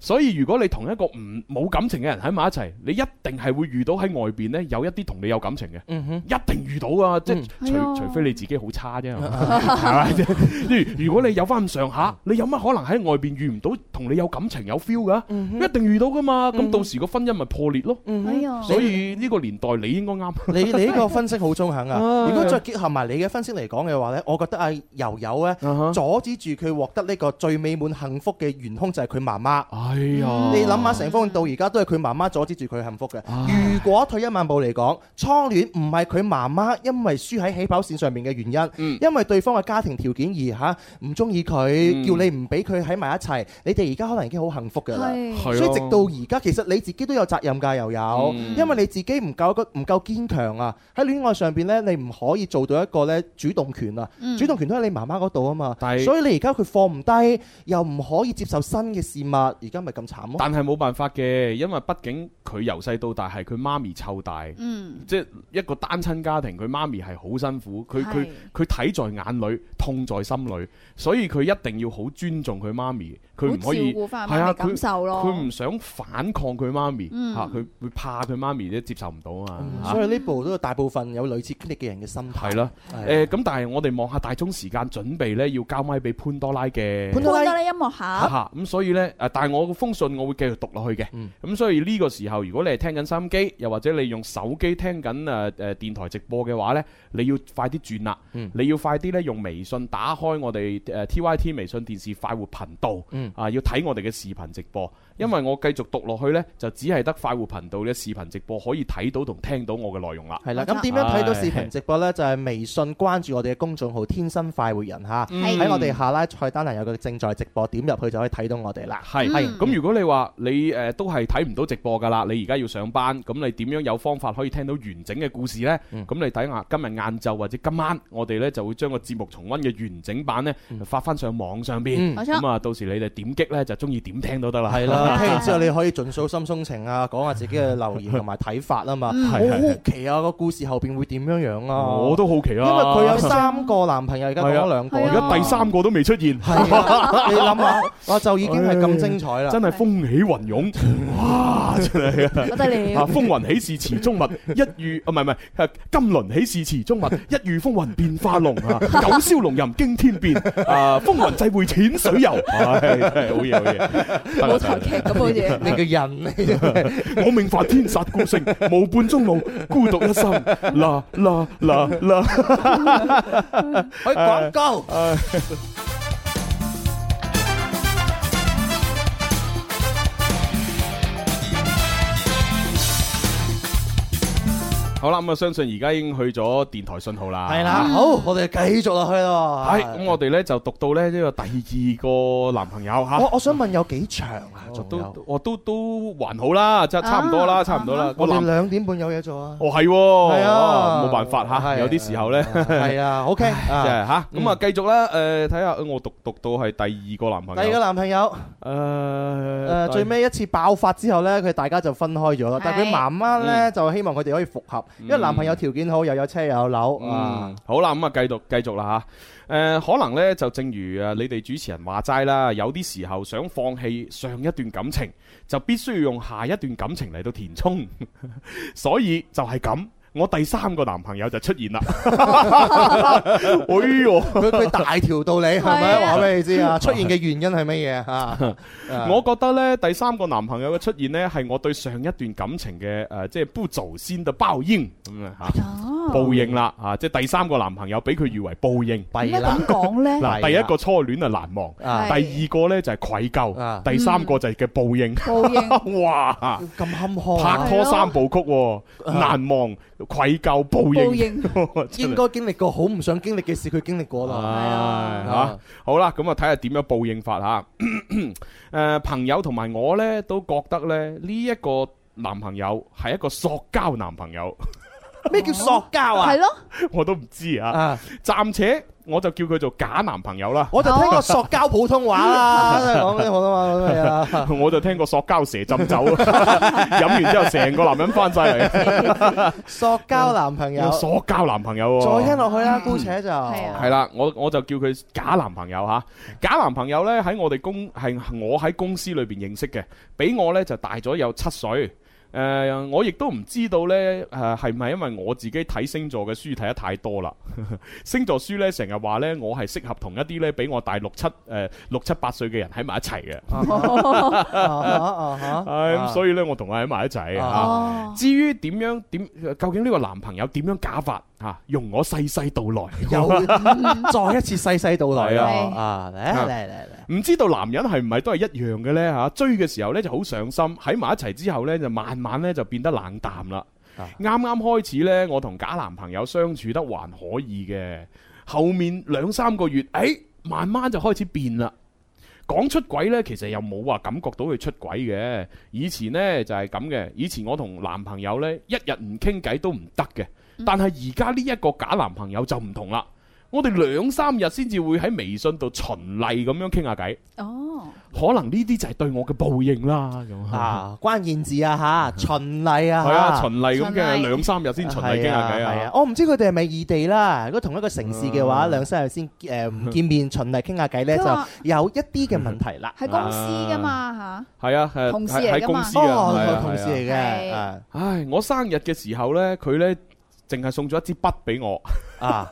Speaker 5: 所以如果你同一個唔冇感情嘅人喺埋一齊，你一定係會遇到喺外邊呢有一啲同你有感情嘅，一定遇到啊！即係
Speaker 4: 嗯
Speaker 5: 除
Speaker 4: 係啊
Speaker 5: 除非你自己好差啫，係 咪？即係如如果你有翻咁上下，你有乜可能喺外邊遇唔到同你有感情有 feel 噶？
Speaker 4: 嗯
Speaker 5: 一定遇到噶嘛！咁到時個婚姻咪破裂咯。
Speaker 6: 嗯哎
Speaker 4: 哦
Speaker 6: 呀
Speaker 5: 所以呢個年代你應該啱。
Speaker 4: 你你呢個分析好中肯 啊！
Speaker 6: 哎
Speaker 5: 唉
Speaker 4: 如果再結合埋你嘅分析嚟講嘅話呢，我覺得阿柔柔呢，
Speaker 5: 嗯
Speaker 4: 阻止住佢獲得呢個最美滿幸福嘅元兇就係佢媽媽。
Speaker 5: 哎
Speaker 4: 呀！嗯你諗下，成封到而家都係佢媽媽阻止住佢幸福嘅。
Speaker 7: 啊
Speaker 4: 如果退一萬步嚟講，初戀唔係佢媽媽因為輸喺起跑線上面嘅原因，因為對方嘅家庭條件而嚇唔中意佢，
Speaker 7: 嗯
Speaker 4: 叫你唔俾佢喺埋一齊。你哋而家可能已經好幸福㗎啦
Speaker 7: 係，係
Speaker 4: 所
Speaker 7: 啊
Speaker 4: 以直到而家，其實你自己都有責任㗎，柔柔，
Speaker 7: 嗯
Speaker 4: 因為你自己唔夠唔夠堅強啊！喺戀愛上邊呢，你唔可以做到一個咧主動權啊，
Speaker 7: 嗯
Speaker 4: 主動權都喺你媽媽嗰度啊嘛，
Speaker 5: 係
Speaker 4: 所以你而家佢放唔低，又唔可以接受新嘅事物，而家咪咁慘咯。
Speaker 5: 但係冇辦法嘅，因為畢竟佢由細到大係佢媽咪湊大，
Speaker 6: 嗯
Speaker 5: 即係一個單親家庭，佢媽咪係好辛苦，佢佢
Speaker 6: 係
Speaker 5: 佢睇在眼裏，痛在心裏，所以佢一定要好尊重佢媽咪，佢唔可以
Speaker 6: 好照顧返媽咪
Speaker 5: 係啊，
Speaker 6: 感
Speaker 5: 佢
Speaker 6: 受咯
Speaker 5: 佢唔想反抗佢媽咪
Speaker 6: 嗯
Speaker 5: 嚇，佢會怕佢媽咪咧接受唔到啊嘛。嚇
Speaker 4: 嗯所以呢部都有大部分有類似經歷嘅人嘅心態。
Speaker 5: 係啦，誒
Speaker 4: 係
Speaker 5: 咁，但係我哋望下大鐘時間，準備咧要交咪俾潘多拉嘅
Speaker 4: 啊
Speaker 6: 潘多拉音樂盒。
Speaker 5: 嚇啊咁所以呢，誒，但係我封信我會繼續讀落去嘅。
Speaker 4: 嗯
Speaker 5: 咁所以呢個時候，如果你係聽緊收音機，又或者你用手機聽緊誒誒電台直播嘅話呢，你要快啲轉啦，
Speaker 4: 嗯
Speaker 5: 你要快啲呢，用微信打開我哋誒 T Y T 微信電視快活頻道，
Speaker 4: 嗯
Speaker 5: 啊要睇我哋嘅視頻直播，因為我繼續讀落去呢，就只係得快活頻道嘅視頻直播可以睇到同聽到我嘅內容啦。
Speaker 4: 係啦，咁點樣睇到視頻直播呢？就係微信關注我哋嘅公眾號「天生快活人」嚇，
Speaker 5: 係
Speaker 4: 喺我哋下拉菜單欄啊有個正在直播，點入去就可以睇到我哋啦。
Speaker 5: 係係咁，如果你話你誒、呃都係睇唔到直播㗎啦，你而家要上班，咁你點樣有方法可以聽到完整嘅故事呢？咁、你睇下今日晏晝或者今晚，我哋呢就會將個節目重温嘅完整版呢發翻上網上邊。
Speaker 4: 嗯
Speaker 6: 冇錯
Speaker 5: 咁啊、到時你哋點擊呢，就中意點聽都得啦。
Speaker 4: 係啦，聽完之後你可以盡訴心中情啊，講下自己嘅留言同埋睇法啊嘛。
Speaker 5: 嗯
Speaker 4: 我好好奇啊，個故事後邊會點樣樣啊？
Speaker 5: 我都好奇啊，
Speaker 4: 因為佢有三個男朋友，而家講
Speaker 5: 係啊
Speaker 4: 咗兩個，
Speaker 5: 而家第三個都未出現。
Speaker 4: 係啊你諗下，我就已經係咁精彩啦。
Speaker 5: 真係風起雲湧，哇！真係啊，
Speaker 6: 不得了
Speaker 5: 啊！風雲起時池中物， 一遇啊，唔係唔係，啊金輪起時池中物， 一遇風雲變化龍 啊！九霄龍吟驚天變啊！風雲際會淺水遊，唉真 係好 嘢好嘢！
Speaker 6: 舞台劇咁好似哦
Speaker 4: 你嘅人
Speaker 5: 嚟，我命犯天煞孤星， 無伴中路，孤獨一 生。嗱嗱嗱嗱，
Speaker 4: 去廣告。
Speaker 5: Được rồi, bây giờ chúng ta sẽ cùng nhau chơi một trò chơi Trò chơi này là một trò chơi 好啦，咁啊，相信而家已經去咗電台信號啦。
Speaker 4: 係啦，好，我哋繼續落去咯。
Speaker 5: 係，咁我哋咧就讀到咧呢個第二個男朋友吓。
Speaker 4: 我我想問有幾長啊？仲有
Speaker 5: 都我都都還好啦，即係差唔多啦，差唔多啦。
Speaker 4: 我哋
Speaker 5: 男
Speaker 4: 兩點半有嘢做啊。
Speaker 5: 哦係喎，
Speaker 4: 係啊
Speaker 5: 哦冇辦法吓，有啲時候咧
Speaker 4: 係
Speaker 5: 係
Speaker 4: 啊，OK，嗯
Speaker 5: 即 係吓咁啊，繼續啦。誒，睇下我讀讀到係第二個男朋
Speaker 4: 第
Speaker 5: 友。
Speaker 4: 二個男 朋友。
Speaker 5: 誒
Speaker 4: 誒最尾一次爆發之後呢，佢大家就分開咗啦。但係佢媽媽呢，就希望佢哋可以復合，因為男朋友條件好，又有車又有樓啊。
Speaker 5: 嗯，好啦，咁啊，繼續繼續啦嚇。誒、可能呢，就正如啊，你哋主持人話齋啦，有啲時候想放棄 上一段感情，就必須要用下一段感情嚟到填充， 所以就係咁。我第三個男朋友就出 現啦，哎呦，
Speaker 4: 佢佢大條道 理係咪？話俾你知 啊，出現嘅原因係乜嘢啊？
Speaker 5: 我覺得呢，第三個男朋友嘅出現呢，係我對上一段感情嘅誒、呃即係不走先嘅報應咁啊嚇，
Speaker 4: 哦
Speaker 5: 報應啦嚇、啊即係第三個男朋友俾佢譽為報應，
Speaker 4: 點解咁 講呢
Speaker 5: 嗱，
Speaker 4: 弊
Speaker 5: 第
Speaker 4: 啦
Speaker 5: 一個初戀啊難忘，
Speaker 4: 係啊
Speaker 5: 第二個呢就係愧疚，第三個就係嘅報應。
Speaker 4: 報
Speaker 5: 應哇！
Speaker 4: 咁坎坷啊，
Speaker 5: 拍拖三部曲喎，難忘、愧疚、報
Speaker 4: 報
Speaker 5: 應
Speaker 4: 應，
Speaker 5: 真係
Speaker 4: 應該經歷過好唔想經歷嘅事，佢經歷過啦。
Speaker 5: 唉嚇，好啦，咁啊睇下點樣報應法嚇。 誒，朋友同埋我呢都覺得呢呢一個男朋友係一個塑膠男朋友。
Speaker 4: 咩叫塑膠啊？
Speaker 5: 係咯，我都唔知啊。暫且我就叫佢做假男朋友 啦。
Speaker 4: 我就聽過塑膠普通話啦，真係講啲普通話咁嘅嘢啊。
Speaker 5: 我就聽過塑膠蛇浸酒， 飲完之後成個男人翻晒嚟。
Speaker 4: 塑膠男朋友，
Speaker 5: 塑膠男朋友
Speaker 4: 再聽
Speaker 5: 喎。
Speaker 4: 落去啦，姑且就係
Speaker 6: 啊
Speaker 5: 係啦，我我就叫佢假男朋友吓，假男朋友呢，喺我哋公係我喺公司裏邊認識嘅，比我呢就大咗有七歲。誒、我亦都唔知道呢誒係咪因為我自己睇星座嘅書睇得太多啦？ 星座書呢，成日話呢，我係適合同一啲呢比我大六七誒、呃六七八歲嘅人喺埋一齊嘅。
Speaker 4: 啊
Speaker 5: 係咁，所以咧，我同佢喺埋一齊
Speaker 4: 哦
Speaker 5: 啊。至於點樣點，究竟呢個男朋友點樣假法嚇？容我細細道來。
Speaker 4: 有再一次細細道來
Speaker 5: 係
Speaker 4: 啊！
Speaker 5: 啊
Speaker 4: 啊，嚟啊嚟啊嚟啊嚟啊！
Speaker 5: 唔知道男人係唔係都係一樣嘅呢？嚇？追嘅時候呢就好上心，喺埋一齊之後呢就慢慢呢就變得冷淡啦。啱啱開始呢，我同假男朋友相處得還可以嘅，後面兩三個月，誒、慢慢就開始變啦。講出軌呢，其實又冇話感覺到佢出軌嘅。以前呢就係咁嘅，以前我同男朋友呢，一日唔傾偈都唔得嘅。但係而家呢一個假男朋友就唔同啦，我哋兩三日先至會喺微信度循例咁樣傾下偈。
Speaker 6: 哦，
Speaker 5: 可能呢啲就係對我嘅報應啦。咁
Speaker 4: 啊，關鍵字啊嚇，循例啊
Speaker 5: 係啊，循例
Speaker 4: 嚇
Speaker 5: 咁嘅兩三日先循例傾下偈
Speaker 4: 係啊
Speaker 5: 啊。
Speaker 4: 我唔知佢哋係咪異地啦。如果同一個城市嘅話，
Speaker 5: 嗯
Speaker 4: 兩三日先誒唔見 面，循例傾下偈咧，
Speaker 6: 佢
Speaker 4: 就
Speaker 6: 話
Speaker 4: 有一啲嘅問題啦。
Speaker 6: 喺公司噶嘛
Speaker 5: 係啊，係
Speaker 6: 同事
Speaker 5: 係
Speaker 6: 嚟
Speaker 5: 喺
Speaker 6: 㗎
Speaker 5: 公
Speaker 6: 嘛
Speaker 5: 司啊，
Speaker 4: 哦
Speaker 5: 係啊
Speaker 4: 同事嚟嘅
Speaker 5: 係啊唉，我生日嘅時候呢，佢呢淨係送咗一支筆俾我
Speaker 4: 啊，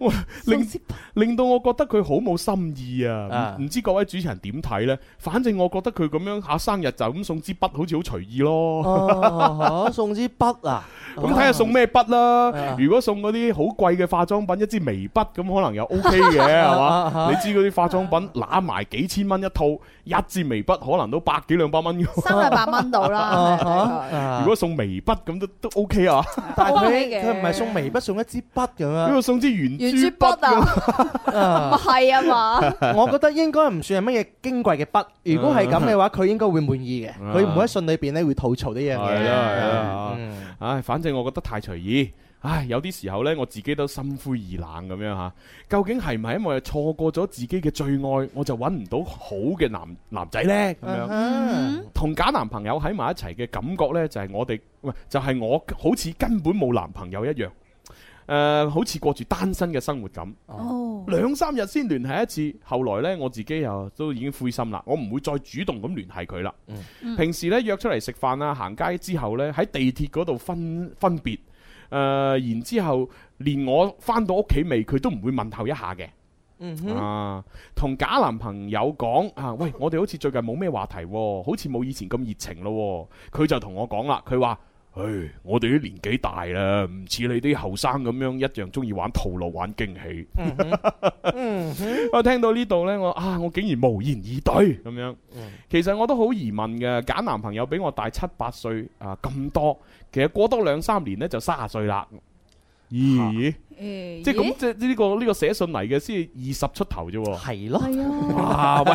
Speaker 5: 哇令令到我覺得佢好冇心意啊！唔唔知各位主持人點睇呢？反正我覺得佢咁樣下生日就咁送支筆，好似好隨意咯。
Speaker 4: 哦，嚇送支筆啊！
Speaker 6: 哦
Speaker 5: 咁睇下送咩筆
Speaker 6: 啊
Speaker 5: 啦。如果送嗰啲好貴嘅化妝品，一支眉筆咁可能又 OK 嘅，係
Speaker 4: 啊啊
Speaker 5: 嘛？你知嗰啲化妝品揦埋幾千蚊一套，一支眉筆可能都百幾兩百蚊嘅。
Speaker 6: 三兩百蚊到
Speaker 4: 啊
Speaker 5: 啊
Speaker 6: 啦。啊
Speaker 5: 如果送眉筆咁都都 OK 啊。
Speaker 4: 但係
Speaker 6: OK
Speaker 4: 佢
Speaker 6: 嘅
Speaker 4: 佢唔係送眉筆，送一支筆咁樣。
Speaker 5: 呢個送支圓
Speaker 6: 啊圓珠筆啊，唔
Speaker 4: 啊
Speaker 6: 係啊 嘛，
Speaker 4: 我覺得應該唔算係乜嘢矜貴嘅筆。如果係咁嘅話，佢應該會滿意嘅。佢唔會喺信裏邊咧會吐槽呢樣
Speaker 5: 啊
Speaker 6: 啊
Speaker 5: 係啦係啊
Speaker 4: 嘢。嗯
Speaker 5: 啦，
Speaker 6: 嗯
Speaker 5: 唉，反正我覺得太隨意。唉，有啲時候呢，我自己都心灰意冷咁樣嚇。究竟係咪因為錯過咗自己嘅最愛，我就揾唔到好嘅男男仔呢？咁樣同假男朋友喺埋一齊嘅感覺呢，就係我哋，喂，就係我好似根本冇男朋友一樣。誒、好似過住單身嘅生活咁。
Speaker 6: 哦，
Speaker 5: 兩三日先聯繫一次，後來呢，我自己又都已經灰心啦，我唔會再主動咁聯繫佢啦。
Speaker 6: 嗯
Speaker 5: 平時呢，約出嚟食飯啊、行街之後呢，喺地鐵嗰度分分別，誒、然之後連我翻到屋企未，佢都唔會問候一下嘅。
Speaker 4: 嗯
Speaker 5: 啊，同假男朋友講啊，喂，我哋好似最近冇咩話題喎，好似冇以前咁熱情咯喎。佢就同我講啦，佢話：，唉，我哋啲年紀大啦，唔似你啲後生咁樣一樣中意玩套路、玩驚喜。我聽到呢度呢，我啊，我竟然無言以對咁樣。其實我都好疑問嘅，揀男朋友比我大七八歲啊咁多，其實過多兩三年呢，就三十歲啦。咦？
Speaker 6: 即
Speaker 5: 即係咁，即係呢個呢個寫信嚟嘅先二十出頭啫喎。係咯。
Speaker 6: 係
Speaker 5: 哇！
Speaker 6: 啊。
Speaker 5: 喂，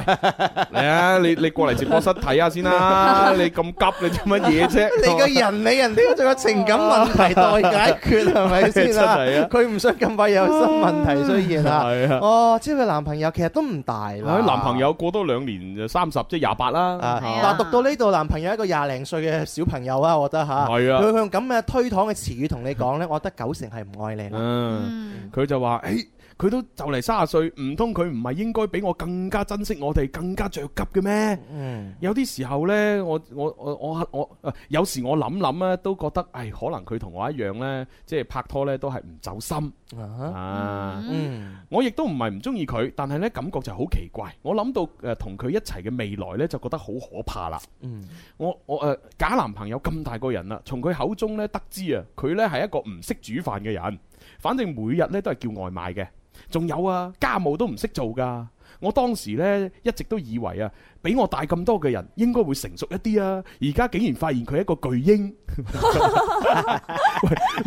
Speaker 5: 嚟啊！你你過嚟直播室睇下先 啦！你咁急，你做乜嘢啫？
Speaker 4: 你個人理人哋都仲有情感問題待解決係咪先 啦
Speaker 14: 真係啊？
Speaker 4: 佢唔想咁快有新問題出現啦。
Speaker 5: 係啊
Speaker 4: 哦，知佢男朋友其實都唔大啦。
Speaker 5: 男朋友過多兩年就三十，即係廿八啦。
Speaker 4: 嗱，讀到呢度，男朋友一個廿零歲嘅小朋友啊，我覺得嚇，
Speaker 5: 係啊
Speaker 4: 佢用咁嘅推搪嘅詞語同 你講呢，我覺得九成係唔愛你啦。
Speaker 5: 嗯，佢就話：，誒，佢都就嚟三十歲，唔通佢唔係應該比我更加珍惜我哋，更加着急嘅咩？
Speaker 4: 嗯，
Speaker 5: 有啲時候呢，我我我我我，呃有時我諗諗咧，都覺得，唉，可能佢同我一樣呢，即係拍拖呢都係唔走心啊。
Speaker 4: 嗯，
Speaker 5: 我亦都唔係唔中意佢，但係呢感覺就好奇怪。我諗到誒同佢一齊嘅未來呢，就覺得好可怕啦。
Speaker 4: 嗯，
Speaker 5: 我我誒、呃假男朋友咁大個人啦，從佢口中咧得知啊，佢咧係一個唔識煮飯嘅人，反正每日咧都係叫外賣嘅，仲有啊家務都唔識做噶。我當時咧一直都以為啊，比我大咁多嘅人應該會成熟一啲啊，而家竟然發現佢係一個巨嬰， 喂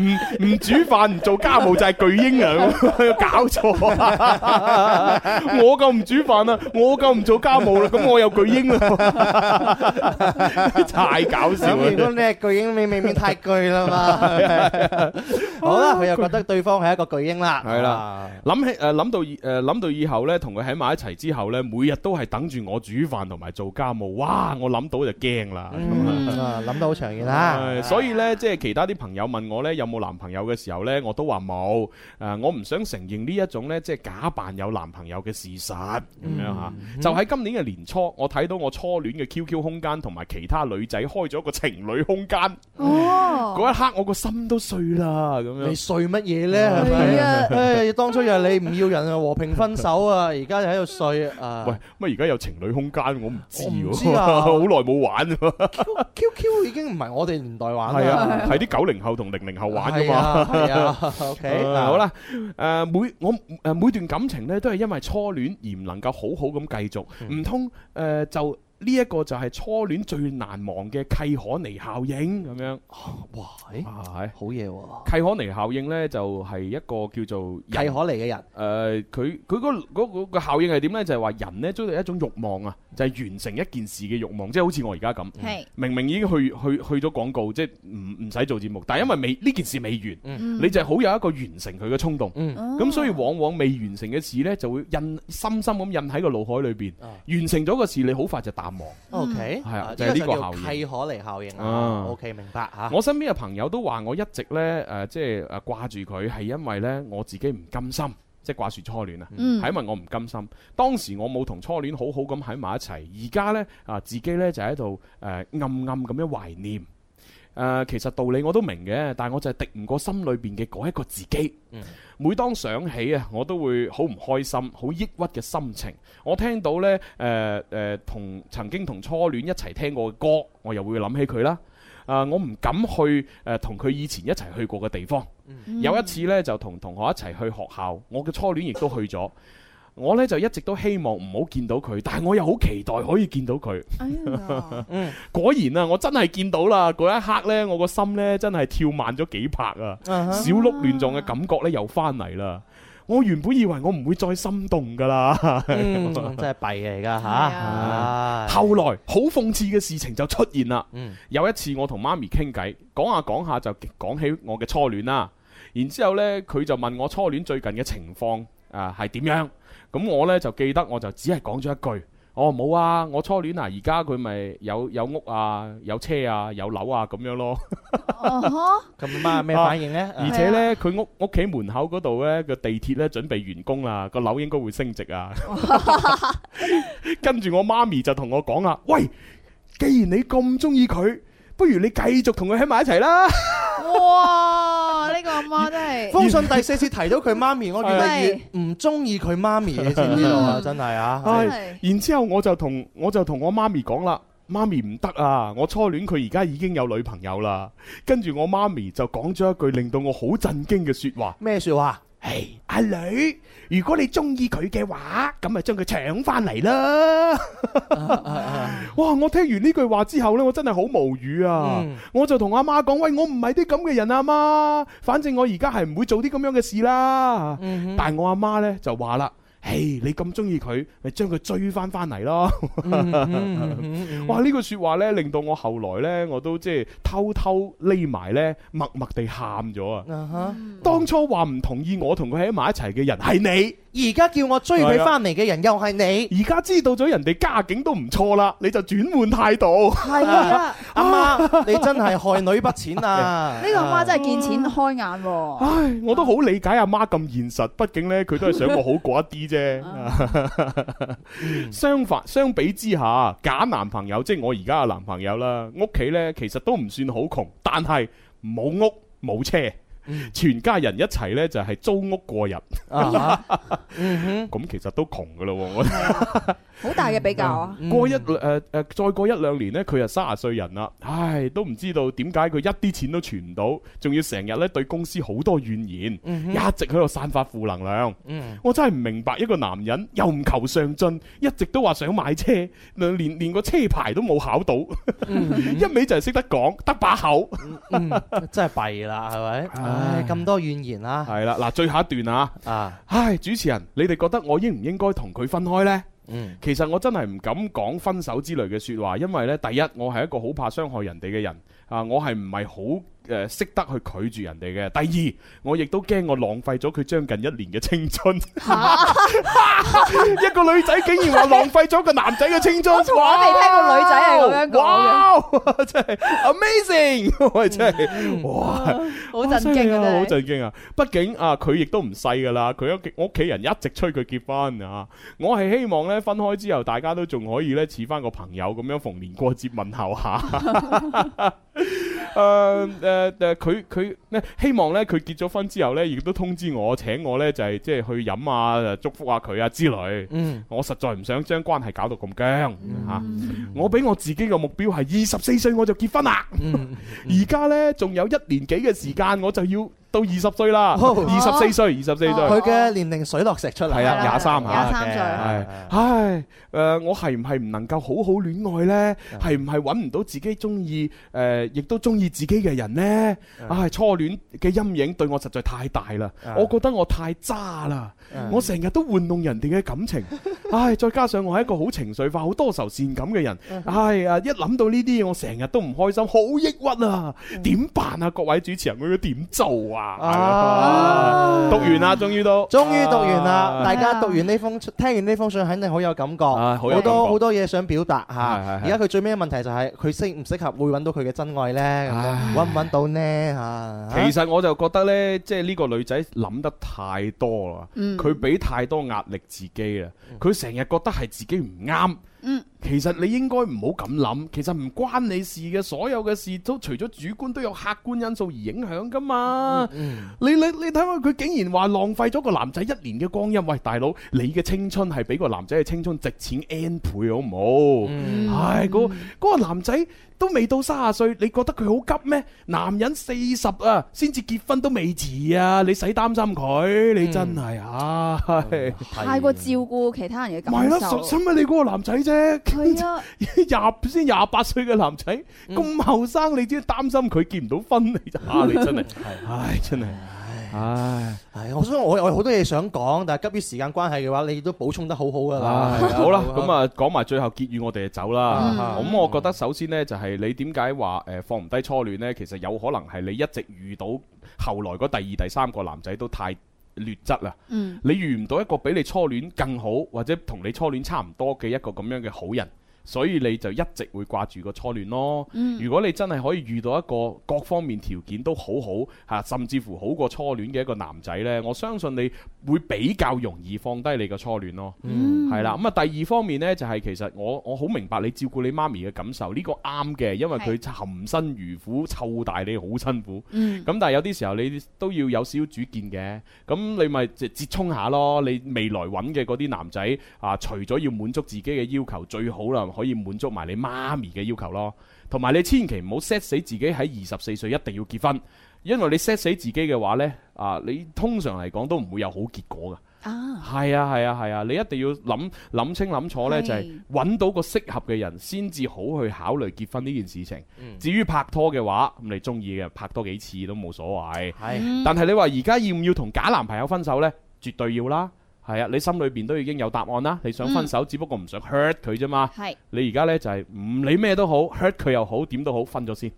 Speaker 5: 唔唔煮飯唔做家務就係巨嬰啊！ 搞錯啊， 我夠唔煮飯啊，我夠唔做家務啦，咁我又巨嬰啦。 太搞笑
Speaker 4: 咁如果
Speaker 5: 啦！
Speaker 4: 你係巨嬰，你未免太巨 啦嘛。係咪好啦，佢又覺得對方係一個巨嬰啦。啊
Speaker 5: 系啦，諗起诶谂到以诶谂到以後呢，同佢喺埋一齊之後呢，每日都係等住我煮飯同埋做家務。哇！我諗到就驚啦。
Speaker 4: 嗯，啊諗得好長遠啦。
Speaker 5: 唉所以呢，即係其他啲朋友問我呢，有冇男朋友嘅時候呢，我都話冇。诶，我唔想承認呢一種呢，即係假扮有男朋友嘅事實咁樣
Speaker 4: 嗯
Speaker 5: 吓。就喺今年嘅年初，我睇到我初戀嘅 QQ 空間同埋其他女仔開咗個情侶空間。
Speaker 6: 哦，
Speaker 5: 嗰一刻我個心都碎啦，咁樣。
Speaker 4: 你碎乜嘢呢？係
Speaker 6: 係啊
Speaker 4: 咪？誒，當初又係你唔要人啊，和平分手啊，而家就喺度碎啊。
Speaker 5: 喂，乜而家有情侶空間？我唔知
Speaker 4: 我唔
Speaker 5: 喎，
Speaker 4: 知 啊
Speaker 5: 好耐冇玩喎。
Speaker 4: QQ 已經唔係我哋年代玩啦。
Speaker 5: 係啊，係啲九零後同零零後玩噶
Speaker 4: 係
Speaker 5: 嘛
Speaker 4: 啊。係啊 ，OK，
Speaker 5: 誒
Speaker 4: 嗱
Speaker 5: 好啦，誒每我誒每段感情咧都係因為初戀而唔能夠好好咁繼續，唔通誒就呢一個就係初戀最難忘嘅契可尼效應咁樣。
Speaker 4: 哇，
Speaker 5: 係
Speaker 4: 好嘢喎！
Speaker 5: 契可尼效應呢，就係一個叫做
Speaker 4: 契可尼嘅人。
Speaker 5: 誒、佢佢嗰嗰嗰個效應係點呢？就係、話人呢，都有一種慾望啊，就係、完成一件事嘅慾望，即係好似我而家咁
Speaker 6: 係，
Speaker 5: 明明已經去去去咗廣告，即係唔唔使做節目，但係因為未呢件事未完，
Speaker 6: 嗯
Speaker 5: 你就係好有一個完成佢嘅衝動。
Speaker 4: 嗯
Speaker 5: 咁、
Speaker 6: 哦
Speaker 5: 所以往往未完成嘅事呢，就會印深深咁印喺個腦海裏邊。
Speaker 6: 啊
Speaker 5: 完成咗個事，你好快就淡忘。
Speaker 4: OK，
Speaker 5: 係啊
Speaker 4: 啊
Speaker 5: 就係呢個
Speaker 4: 就叫
Speaker 5: 效應
Speaker 4: 契可尼效應啊
Speaker 5: 啊。
Speaker 4: OK，明白嚇。
Speaker 5: 我身邊嘅朋友都話我一直呢，誒、呃即係誒掛住佢係因為呢，我自己唔甘心，即係掛住初戀啊，係、
Speaker 6: 嗯
Speaker 5: 因為我唔甘心。當時我冇同初戀好好咁喺埋一齊，而家呢，啊自己呢就喺度誒暗暗咁樣懷念。誒、其實道理我都明嘅，但係我就係敵唔過心裏邊嘅嗰一個自己。每當想起啊，我都會好唔開心、好抑鬱嘅心情。我聽到呢，誒誒同曾經同初戀一齊聽過嘅歌，我又會諗起佢啦。啊、我唔敢去誒同佢以前一齊去過嘅地方。有一次呢，就同同學一齊去學校，我嘅初戀亦都去咗。我呢，就一直都希望唔好見到佢，但係我又好期待可以見到佢。 果然啊，我真係見到啦！嗰一刻呢，我個心呢，真係跳慢咗幾拍啊
Speaker 4: 啊哈
Speaker 5: 小鹿亂撞嘅感覺呢，又翻嚟啦。我原本以為我唔會再心動噶啦，
Speaker 4: 嗯， 真係啊弊嘅而家嚇。唉
Speaker 5: 後來好諷刺嘅事情就出現啦。
Speaker 4: 嗯
Speaker 5: 有一次我同媽咪傾偈，講下講下就講起我嘅初戀啦。然之後呢，佢就問我初戀最近嘅情況啊係點樣？咁我呢，就記得我就只係講咗一句：哦冇啊，我初戀啊，而家佢咪有有屋啊，有車啊，有樓啊咁樣咯。
Speaker 6: 哦
Speaker 4: 咁媽咩反應呢？啊
Speaker 5: 而且呢，佢屋屋企門口嗰度呢，個地鐵呢，準備完工啦，個樓應該會升值啊。跟住我媽咪就同我講啦：，喂，既然你咁中意佢，不如你繼續同佢喺埋一齊啦。
Speaker 6: 哇！呢個阿媽真係
Speaker 4: 封信第四次提到佢媽咪，我越嚟
Speaker 6: 係
Speaker 4: 越唔中意 佢媽咪，你知唔知道啊？真係啊！
Speaker 5: 唉然之後我就同我就同我媽咪講啦，媽咪唔得啊！我初戀佢而家已經有女朋友啦，跟住我媽咪就講咗一句令到我好震驚嘅説話。
Speaker 4: 咩説話？
Speaker 5: 唉，阿女，如果你中意佢嘅話，咁咪將佢搶翻嚟啦！哇！我聽完呢句話之後呢，我真係好無語啊！
Speaker 4: 嗯
Speaker 5: 我就同阿媽講：喂，我唔係啲咁嘅人啊，媽！反正我而家係唔會做啲咁樣嘅事啦。但係我阿媽呢，就話啦。唉，你咁中意佢，咪將佢追翻翻嚟咯！哇，呢句説話呢，令到我後來呢，我都即係偷偷匿埋呢，默默地喊咗啊！當初話唔同意我同佢喺埋一齊嘅人係你，而家叫我
Speaker 4: 追佢返
Speaker 5: 嚟嘅人又係啊你，而家知道咗人哋家境都唔錯啦，你就轉換態度。係
Speaker 4: 啊，阿媽，你真係害女不淺 啊！
Speaker 6: 呢個媽真係見錢開眼喎。
Speaker 5: 唉，我都好理解阿媽咁現實，畢竟呢，佢都係想我好過一啲
Speaker 6: 嗯啊
Speaker 5: 啫。相反，相比之下，假男朋友即係我而家嘅男朋友啦，屋企呢其實都唔算好窮，但係冇屋冇車，全家人一齊呢就係租屋過日。
Speaker 4: 哎
Speaker 6: 啊
Speaker 5: 咁其實都窮噶啦，我覺得。
Speaker 6: 好大嘅比較啊！
Speaker 5: 過一誒誒，再過一兩年呢，佢就三十歲人啦，唉，都唔知道點解佢一啲錢都存唔到，仲要成日呢對公司好多怨言，
Speaker 4: 嗯哼
Speaker 5: 一直喺度散發負能量。
Speaker 4: 嗯
Speaker 5: 我真係唔明白一個男人又唔求上進，一直都話想買車，連連個車牌都冇考到， 一味就係識得講，得把口。
Speaker 4: 嗯，真係弊啦，係咪？唉，咁多怨言啦，
Speaker 5: 係 啦，嗱，最後一段啊，
Speaker 4: 啊，
Speaker 5: 唉，主持人，你哋覺得我應唔應該同佢分開呢？
Speaker 4: 嗯
Speaker 5: 其實我真係唔敢講分手之類嘅説話，因為呢，第一，我係一個好怕傷害人哋嘅人，啊，我係唔係好誒識得去拒絕人哋嘅。第二，我亦都驚我浪費咗佢將近一年嘅青 春。啊一個女仔竟然話浪費咗個男仔嘅 青春，我從
Speaker 6: 來未聽過女仔係咁樣講嘅
Speaker 5: 哇，真係 amazing！我係 真係哇。
Speaker 6: 好震驚
Speaker 5: 好
Speaker 6: 啊！真係
Speaker 5: 震驚啊！畢竟啊，佢亦都唔細噶啦，佢屋企屋企人一直催佢結婚啊！我係希望咧分開之後，大家都仲可以咧似翻個朋友咁樣逢年過節問候下。 誒誒誒，佢佢咧希望咧佢結咗婚之後咧，亦都通知我請我咧就係即係去飲啊，祝福下佢啊之類。
Speaker 4: 嗯，
Speaker 5: 我實在唔想將關係搞到咁僵嚇。
Speaker 6: 嗯
Speaker 5: 我俾我自己嘅目標係二十四歲我就結婚啦。
Speaker 4: 嗯
Speaker 5: 而家呢，仲有一年幾嘅時間，我就要到二十歲啦。
Speaker 4: 哦
Speaker 5: 二十四歲，二十四歲。
Speaker 4: 佢嘅年齡水落石出嚟，
Speaker 5: 係啊，廿三嚇，
Speaker 4: 嗯廿三歲
Speaker 5: 係唉，誒，我係唔係唔能夠好好戀愛呢？係唔係揾唔到自己中意誒，亦都中意自己嘅人呢？唉，初戀嘅陰影對我實在太大啦，我覺得我太渣啦
Speaker 4: 嗯，
Speaker 5: 我成日都玩弄人哋嘅感 情，唉，再加上我係一個好情緒化、好多愁善感嘅人，
Speaker 4: 嗯
Speaker 5: 唉啊，一諗到呢啲嘢，我成日都唔開心，好抑鬱啊！
Speaker 4: 嗯
Speaker 5: 點辦啊？各位主持人，我要點做啊？讀完啦，終於都，
Speaker 4: 啊終於讀完啦！
Speaker 5: 唉
Speaker 4: 大家讀完呢封，聽完呢封信，肯定好有感覺，
Speaker 5: 啊好有
Speaker 4: 好
Speaker 5: 感覺
Speaker 4: 多好多嘢想表達嚇。
Speaker 5: 係係
Speaker 4: 而家佢最尾嘅問題就係佢適唔適合會揾到佢嘅真愛呢？揾唔揾到呢？嚇？
Speaker 5: 其實我就覺得呢，即係呢個女仔諗得太多啦，
Speaker 4: 嗯
Speaker 5: 佢俾太多壓力自己啦，佢成日覺得係自己唔啱。
Speaker 6: 嗯，
Speaker 5: 其實你應該唔好咁諗，其實唔關你事嘅，所有嘅事都除咗主觀都有客觀因素而影響噶嘛。你你你睇下佢竟然話浪費咗個男仔一年嘅光陰，喂大佬，你嘅青春係比個男仔嘅青春值錢 N 倍好唔好？
Speaker 15: 嗯
Speaker 5: 唉，嗰、嗰個男仔都未到三十歲，你覺得佢好急咩？男人四十啊，先至結婚都未遲啊，你使擔心佢？你真係啊，唉
Speaker 6: 太過照顧其他人嘅
Speaker 5: 咪
Speaker 6: 感
Speaker 5: 咯，
Speaker 6: 受
Speaker 5: 使。使乜你嗰個男仔啫？
Speaker 6: 係啊，
Speaker 5: 廿先廿八歲嘅男仔咁後生，你只係擔心佢結唔到婚，你就啊，你真 係，唉，真係，唉，
Speaker 4: 唉，我想我我有好多嘢想講，但係急於時間關係嘅話，你都補充得好好㗎啦
Speaker 5: 唉。好啦，咁啊，講埋最後結語，我哋就走啦。
Speaker 4: 嗯
Speaker 5: 啊咁我覺得首先呢，就係你點解話誒放唔低初戀呢？其實有可能係你一直遇到後來嗰第二、第三個男仔都太劣質啦。
Speaker 6: 嗯
Speaker 5: 你遇唔到一個比你初戀更好，或者同你初戀差唔多嘅一個咁樣嘅好人，所以你就一直會掛住個初戀咯。
Speaker 6: 嗯
Speaker 5: 如果你真係可以遇到一個各方面條件都好好嚇、甚至乎好過初戀嘅一個男仔呢，我相信你會比較容易放低你嘅初戀咯。
Speaker 4: 嗯
Speaker 5: 係啦。咁啊，第二方面呢，就係、其實我我好明白你照顧你媽咪嘅感受，呢、個啱嘅，因為佢含辛茹苦湊大你好辛苦。
Speaker 6: 嗯
Speaker 5: 咁但係有啲時候你都要有少少主見嘅，咁你咪即係折衝下咯。你未來揾嘅嗰啲男仔啊，除咗要滿足自己嘅要求，最好啦，可以滿足埋你媽咪嘅要求咯。同埋你千祈唔好 set 死自己喺二十四歲一定要結婚，因為你 set 死自己嘅話呢，啊，你通常嚟講都唔會有好結果噶。係啊係啊係啊！你一定要諗諗清諗楚
Speaker 16: 係
Speaker 5: 呢，就係揾到個適合嘅人先至好去考慮結婚呢件事情。
Speaker 16: 嗯
Speaker 5: 至於拍拖嘅話，咁你中意嘅拍多幾次都冇所謂。
Speaker 16: 嗯
Speaker 5: 但係你話而家要唔要同假男朋友分手呢？絕對要啦。係啊，你心裏邊都已經有答案啦。你想分
Speaker 16: 嗯
Speaker 5: 手，只不過唔想 hurt 佢啫嘛。
Speaker 6: 係
Speaker 5: 你而家呢，就係唔理咩都好，hurt 佢又好，點都好，分咗先。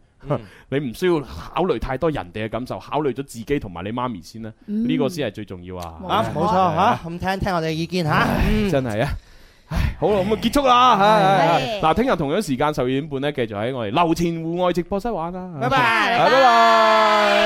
Speaker 5: 你唔需要考慮太多人哋嘅感受，考慮咗自己同埋你媽咪先啦。
Speaker 4: 嗯
Speaker 5: 呢個先係最重要啊！
Speaker 4: 啊，冇錯嚇，咁聽聽我哋嘅意見嚇。
Speaker 5: 真係啊！唉，好啦，咁啊結束啦，唉
Speaker 4: 係
Speaker 5: 嗱，聽日同樣時間十二點半咧，繼續喺我哋樓前户外直播室玩啦，
Speaker 4: 拜拜
Speaker 5: 係拜拜。